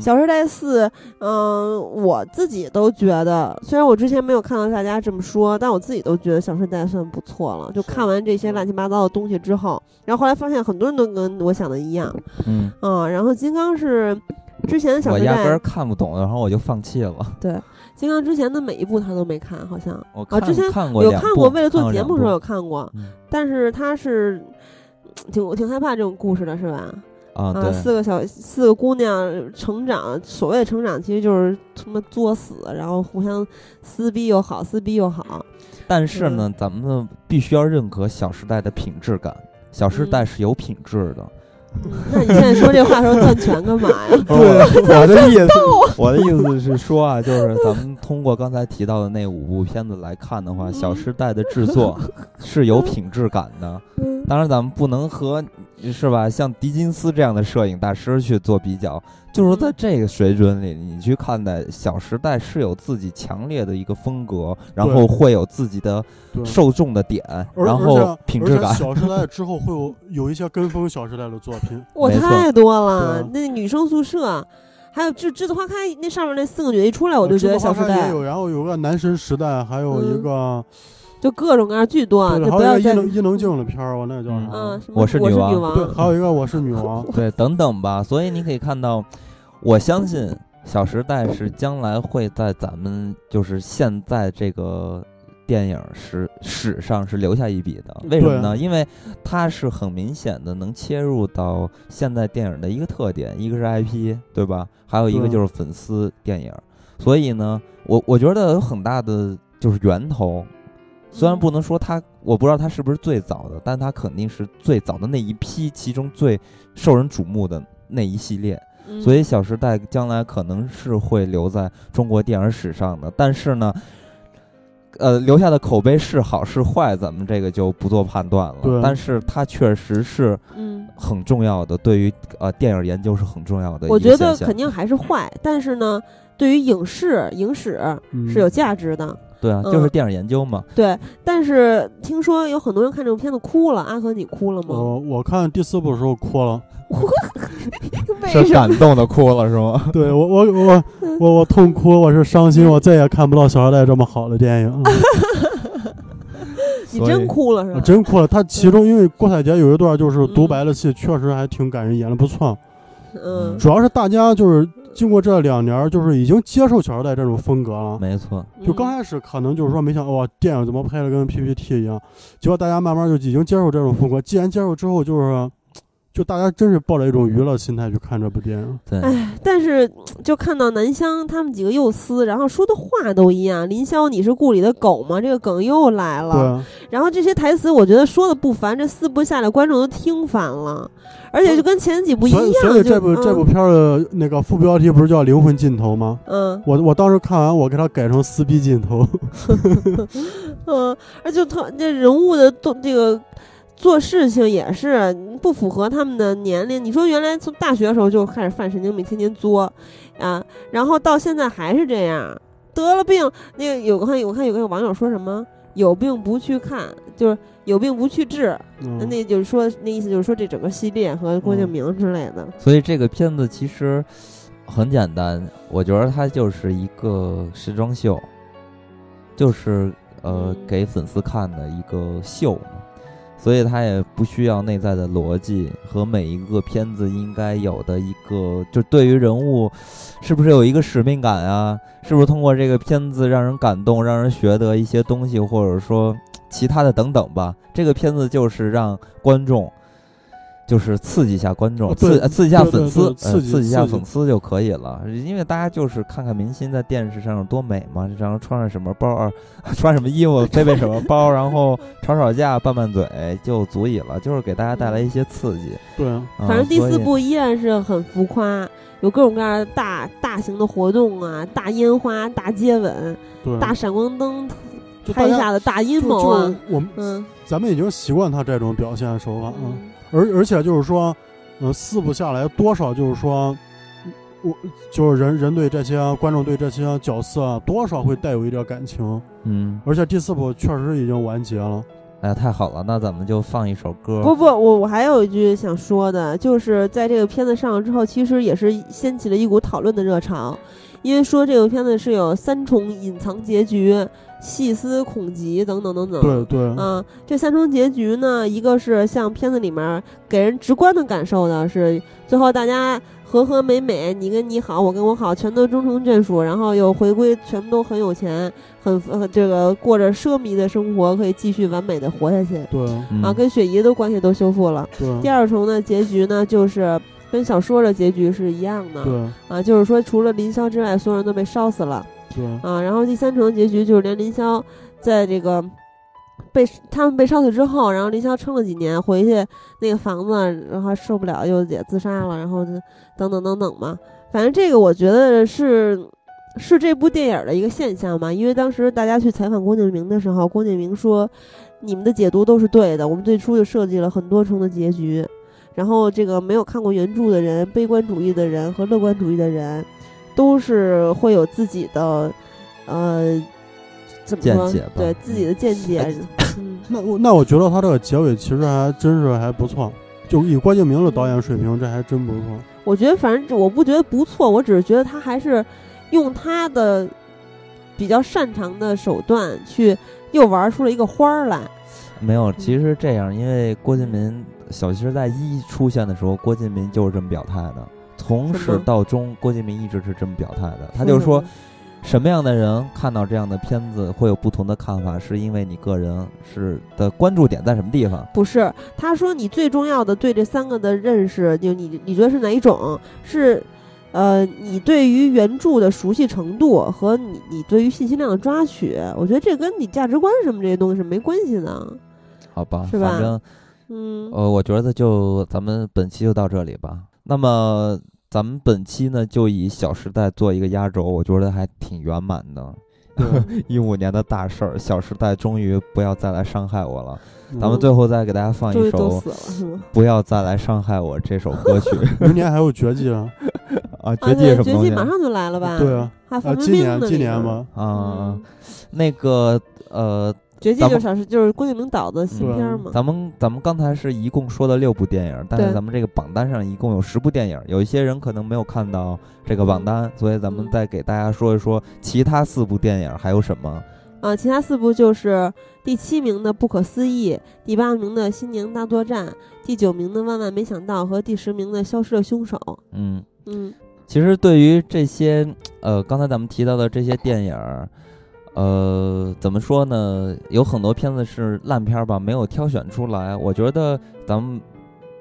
C: 《小时代四》，嗯，我自己都觉得，虽然我之前没有看到大家这么说，但我自己都觉得《小时代》算不错了。就是看完这
G: 嗯
C: 些乱七八糟的东西之后，然后后来发现很多人都跟我想的一样，
G: 嗯，
C: 嗯，然后金刚是之前的《小
G: 我
C: 时
G: 压
C: 代
G: 根》 儿看不懂，然后我就放弃了。
C: 对，金刚之前的每一部他都没看，好像
G: 我
C: 啊
G: 看、
C: 之前
G: 看过
C: 有
G: 哦两
C: 看
G: 部
C: 过，为了做
G: 看
C: 节
G: 两
C: 目的时候有
G: 部
C: 看过，
G: 嗯
C: 但是他是挺我挺害怕这种故事的，是吧？
G: 啊，
C: 啊，
G: 对，
C: 四个小四个姑娘成长，所谓的成长其实就是他妈作死，然后互相撕逼又好，撕逼又好。
G: 但是呢，咱们必须要认可《小时代》的品质感，《小时代》
C: 嗯
G: 是有品质的。
C: 那你现在说这话的时候攥拳干嘛呀？
G: 不是我我的意思，我的意思是说啊，就是咱们通过刚才提到的那五部片子来看的话，《小时代》的制作嗯 嗯是有品质感的。当然，咱们不能和是吧，像狄金斯这样的摄影大师去做比较，就是说在这个水准里，你去看待《小时代》是有自己强烈的一个风格，然后会有自己的
D: 对。
G: 受众的点，
D: 而而
G: 然后
D: 且
G: 品
D: 而
G: 质
D: 且
G: 感。
D: 小时代之后会有有一些跟风小时代的作品，
C: 我
G: 没错
C: 太多了
D: 对啊，
C: 那女生宿舍。还有就《栀子花开》那上面那四个女的一出来，我就觉得《小时
D: 啊栀子花开
C: 代
D: 也》有，然后有个男神时代，还有一个
C: 就各种各样巨多啊，
D: 对，
C: 就
D: 还
C: 不
D: 有
C: 要
D: 一个伊
C: 再
D: 能伊能静的片儿，我那个叫什
G: 嗯
D: 么
C: 嗯，？什么
G: 我
C: 我
G: 是
C: 是
G: 女王
D: 对，还有一个我是女王，
G: 对，等等吧。所以你可以看到，我相信《小时代》是将来会在咱们就是现在这个电影史史上是留下一笔的。为什么呢？因为它是很明显的能切入到现在电影的一个特点，一个是 IP，对吧？还有一个
D: 对
G: 就是粉丝电影。所以呢，我我觉得有很大的就是源头。虽
C: 嗯
G: 然不能说它，我不知道它是不是最早的，但它肯定是最早的那一批，其中最受人瞩目的那一系列。
C: 嗯
G: 所以，《小时代》将来可能是会留在中国电影史上的。但是呢，呃，留下的口碑是好是坏，咱们这个就不做判断了
D: 对。
G: 但是它确实是
C: 嗯，
G: 很重要的，对于呃电影研究是很重要的一
C: 我
G: 个
C: 觉
G: 现象。
C: 得肯定还是坏，但是呢，对于影视影史
D: 嗯
C: 是有价值的。
G: 对啊，
C: 嗯
G: 就是电影研究嘛。
C: 对，但是听说有很多人看这部片子哭了，阿和你哭了
G: 哦
C: 吗？
D: 我我看第四部的时候哭了，
C: 为什么？
G: 动的哭了是吗？
D: 对我我我
C: 嗯
D: 我我痛哭，我是伤心，我再也看不到《小时代》这么好的电
C: 嗯
D: 影，
C: 你真哭了是
D: 我
C: 吧？
D: 真哭了。他其中因为郭采洁有一段就是独白的戏，确实还挺感人，演的不错。
C: 嗯，
D: 主要是大家就是经过这两年，就是已经接受《小时代》这种风格了。
G: 没错，
D: 就刚开始可能就是说没想到哇，电影怎么拍的跟 PPT 一样，结果大家慢慢就已经接受这种风格。既然接受之后，就是就大家真是抱着一种娱乐心态去看这部电影。
G: 对，
C: 哎，但是就看到南湘他们几个又撕，然后说的话都一样。林霄，你是故里的狗吗？这个梗又来了。
D: 对，
C: 然后这些台词，我觉得说的不烦，这四部下来观众都听烦了，而且就跟前几部一
D: 所
C: 样
D: 以。所
C: 就
D: 以这部、这部片儿的那个副标题不是叫《灵魂尽头》吗？
C: 嗯
D: 我我当时看完，我给它改成“撕逼尽头
C: 嗯嗯，而且他这人物的动这个。做事情也是不符合他们的年龄。你说原来从大学的时候就开始犯神经病，天天作，啊，然后到现在还是这样，得了病。那个有个看我看有个网友说什么，有病不去看，就是有病不去治，”那
D: 嗯。
C: 那就是说那意思就是说这整个系列和郭敬明之类的，
G: 所以这个片子其实很简单，我觉得它就是一个时装秀，就是呃
C: 嗯
G: 给粉丝看的一个秀嘛，所以它也不需要内在的逻辑和每一个片子应该有的一个，就对于人物是不是有一个使命感啊，是不是通过这个片子让人感动，让人学得一些东西，或者说其他的等等吧。这个片子就是让观众，就是刺激一下观众，
D: 啊
G: 刺
D: 对
G: 呃刺激一下
D: 对对
G: 粉丝，
D: 对刺激
G: 呃、刺激一下
D: 刺激
G: 粉丝就可以了。因为大家就是看看明星在电视上有多美嘛，然后穿上什么包啊， 穿什么衣服，背背什么包，然后吵吵架、拌拌嘴就足以了，就是给大家带来一些刺激。
D: 对，
G: 啊
C: 反正第
G: 所
C: 四
G: 以
C: 部依然是很浮夸，有各种各样的大大型的活动啊，大烟花、大接吻、
D: 对，
C: 大闪光灯
D: 嗯就大
C: 拍
D: 家
C: 下的大阴
D: 就
C: 谋
D: 就
C: 啊，
D: 我们
C: 嗯
D: 咱们已经习惯他这种表现手法了，而而且就是说，嗯、四部下来多少就是说，嗯我就是人人对这些观众对这些角色啊多少会带有一点感情，
G: 嗯，
D: 而且第四部确实已经完结了，
G: 哎呀，太好了，那咱们就放一首歌。
C: 不不，我我还有一句想说的，就是在这个片子上了之后，其实也是掀起了一股讨论的热潮，因为说这个片子是有三重隐藏结局、细思恐极等等等等。
D: 对对，
C: 嗯，这三重结局呢，一个是像片子里面给人直观的感受的是，最后大家和和美美，你跟你好，我跟我好，全都终成眷属，然后又回归，全部都很有钱，很很这个过着奢靡的生活，可以继续完美的活下去。
D: 对
G: 嗯、
C: 啊，跟雪姨的关系都修复了。
D: 对
C: 第二重的结局呢，就是跟小说的结局是一样的
D: 对
C: 啊，就是说除了林霄之外，所有人都被烧死了
D: 对
C: 啊。然后第三重的结局就是连林霄在这个被他们被烧死之后，然后林霄撑了几年回去那个房子，然后受不了又也自杀了，然后就等等等等嘛。反正这个我觉得是。是这部电影的一个现象嘛？因为当时大家去采访郭敬明的时候，郭敬明说，你们的解读都是对的。我们最初就设计了很多重的结局，然后这个没有看过原著的人、悲观主义的人和乐观主义的人，都是会有自己的，呃，怎么说？
G: 见解吧
C: 对自己的见解
G: 哎。
C: 嗯，
D: 那我那我觉得他这个结尾其实还真是还不错，就以郭敬明的导演水平，这还真不错。
C: 我觉得反正我不觉得不错，我只是觉得他还是用他的比较擅长的手段去又玩出了一个花儿来。
G: 没有，
C: 嗯
G: 其实这样，因为郭敬明《小时代一》出现的时候，郭敬明就是这么表态的，从
C: 是
G: 始
C: 吗
G: 到终，郭敬明一直是这么表态的。他就
C: 嗯
G: 说，什么样的人看到这样的片子会有不同的看法，是因为你个人是的关注点在什么地方。
C: 不是，他说你最重要的对这三个的认识，就你你觉得是哪一种？是，呃，你对于原著的熟悉程度和你你对于信息量的抓取，我觉得这跟你价值观什么这些东西是没关系的。
G: 好吧，
C: 是吧
G: 反正
C: 嗯，
G: 呃，我觉得就咱们本期就到这里吧。那么咱们本期呢，就以《小时代》做一个压轴，我觉得还挺圆满的。 一五年的大事儿，《小时代》终于不要再来伤害我了。
D: 嗯
G: 咱们最后再给大家放
C: 终
G: 一
C: 于都
G: 首
C: 死了是吗？
G: 《不要再来伤害我》这首歌曲
D: 明年还有绝技啊？
G: 啊，
C: 啊，
G: 绝技
C: 对，
G: 什么
C: 绝
G: 东
C: 技
G: 西？
C: 马上就来了吧？
D: 对啊，
C: 还有
D: 啊，
C: 范冰
D: 今
C: 冰
D: 年
C: 的
D: 今
C: 里
D: 年
C: 边
D: 吧，
G: 啊
C: 嗯，，
G: 那个呃，
C: 绝技
G: 咱
C: 就是
G: 们
C: 小时就是郭敬明导的新
D: 对啊
C: 片儿嘛。
G: 咱们咱们刚才是一共说了六部电影，但是
C: 对
G: 咱们这个榜单上一共有十部电影，有一些人可能没有看到这个榜单，所以咱们
C: 嗯
G: 再给大家说一说其他四部电影还有什么。
C: 啊，其他四部就是第七名的《不可思议》，第八名的《新娘大作战》，第九名的《万万没想到》和第十名的《消失的凶手》。
G: 嗯，
C: 嗯，
G: 其实对于这些呃，刚才咱们提到的这些电影儿，呃，怎么说呢？有很多片子是烂片儿吧，没有挑选出来。我觉得咱们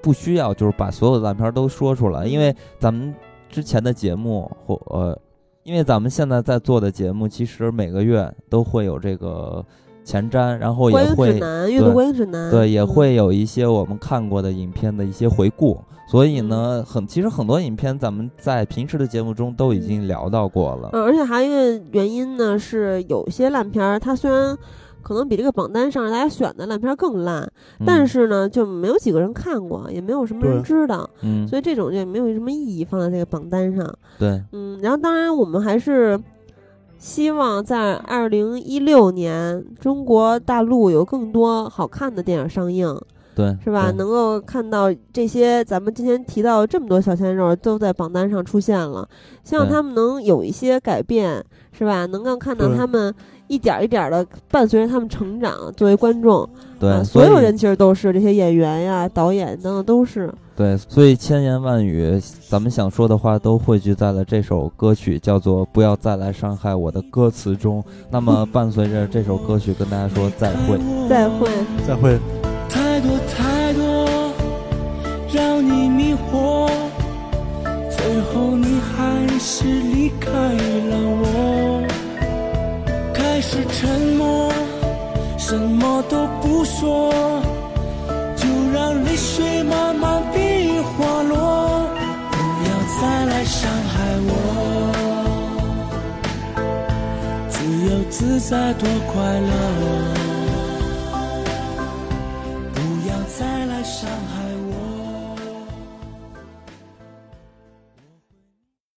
G: 不需要就是把所有的烂片儿都说出来，因为咱们之前的节目或呃，因为咱们现在在做的节目，其实每个月都会有这个前瞻，然后
C: 观
G: 也
C: 影
G: 会
C: 指南，阅读
G: 对
C: 观影指南，
G: 对，也
C: 嗯
G: 会有一些我们看过的影片的一些回顾。所以呢，
C: 嗯
G: 很其实很多影片咱们在平时的节目中都已经聊到过了。
C: 嗯，而且还有一个原因呢，是有些烂片儿，它虽然可能比这个榜单上大家选的烂片儿更烂，但
G: 嗯，
C: 是呢，就没有几个人看过，也没有什么
D: 对
C: 人知道，
G: 嗯，
C: 所以这种就没有什么意义放在这个榜单上。
G: 对，
C: 嗯，然后当然我们还是希望在二零一六年中国大陆有更多好看的电影上映，
G: 对，
C: 是吧？
G: 对
C: 能够看到这些咱们今天提到这么多小鲜肉都在榜单上出现了，希望
G: 对
C: 他们能有一些改变，是吧？能够看到
D: 对
C: 他们一点儿一点儿的伴随着他们成长，作为观众，
G: 对、
C: 啊
G: 所
C: 所
G: 以
C: 有人其实都是这些演员呀、导演等等都是。
G: 对，所以千言万语，咱们想说的话都汇聚在了这首歌曲叫做《不要再来伤害我》的歌词中。那么伴随着这首歌曲，跟大家说再会。
C: 再会。
D: 再会。
F: 太多太多，让你迷惑，最后你还是离开了我。开始沉默，什么都不说，就让泪水慢慢地滑落。不要再来伤害我，自由自在多快乐。不要再来伤害我。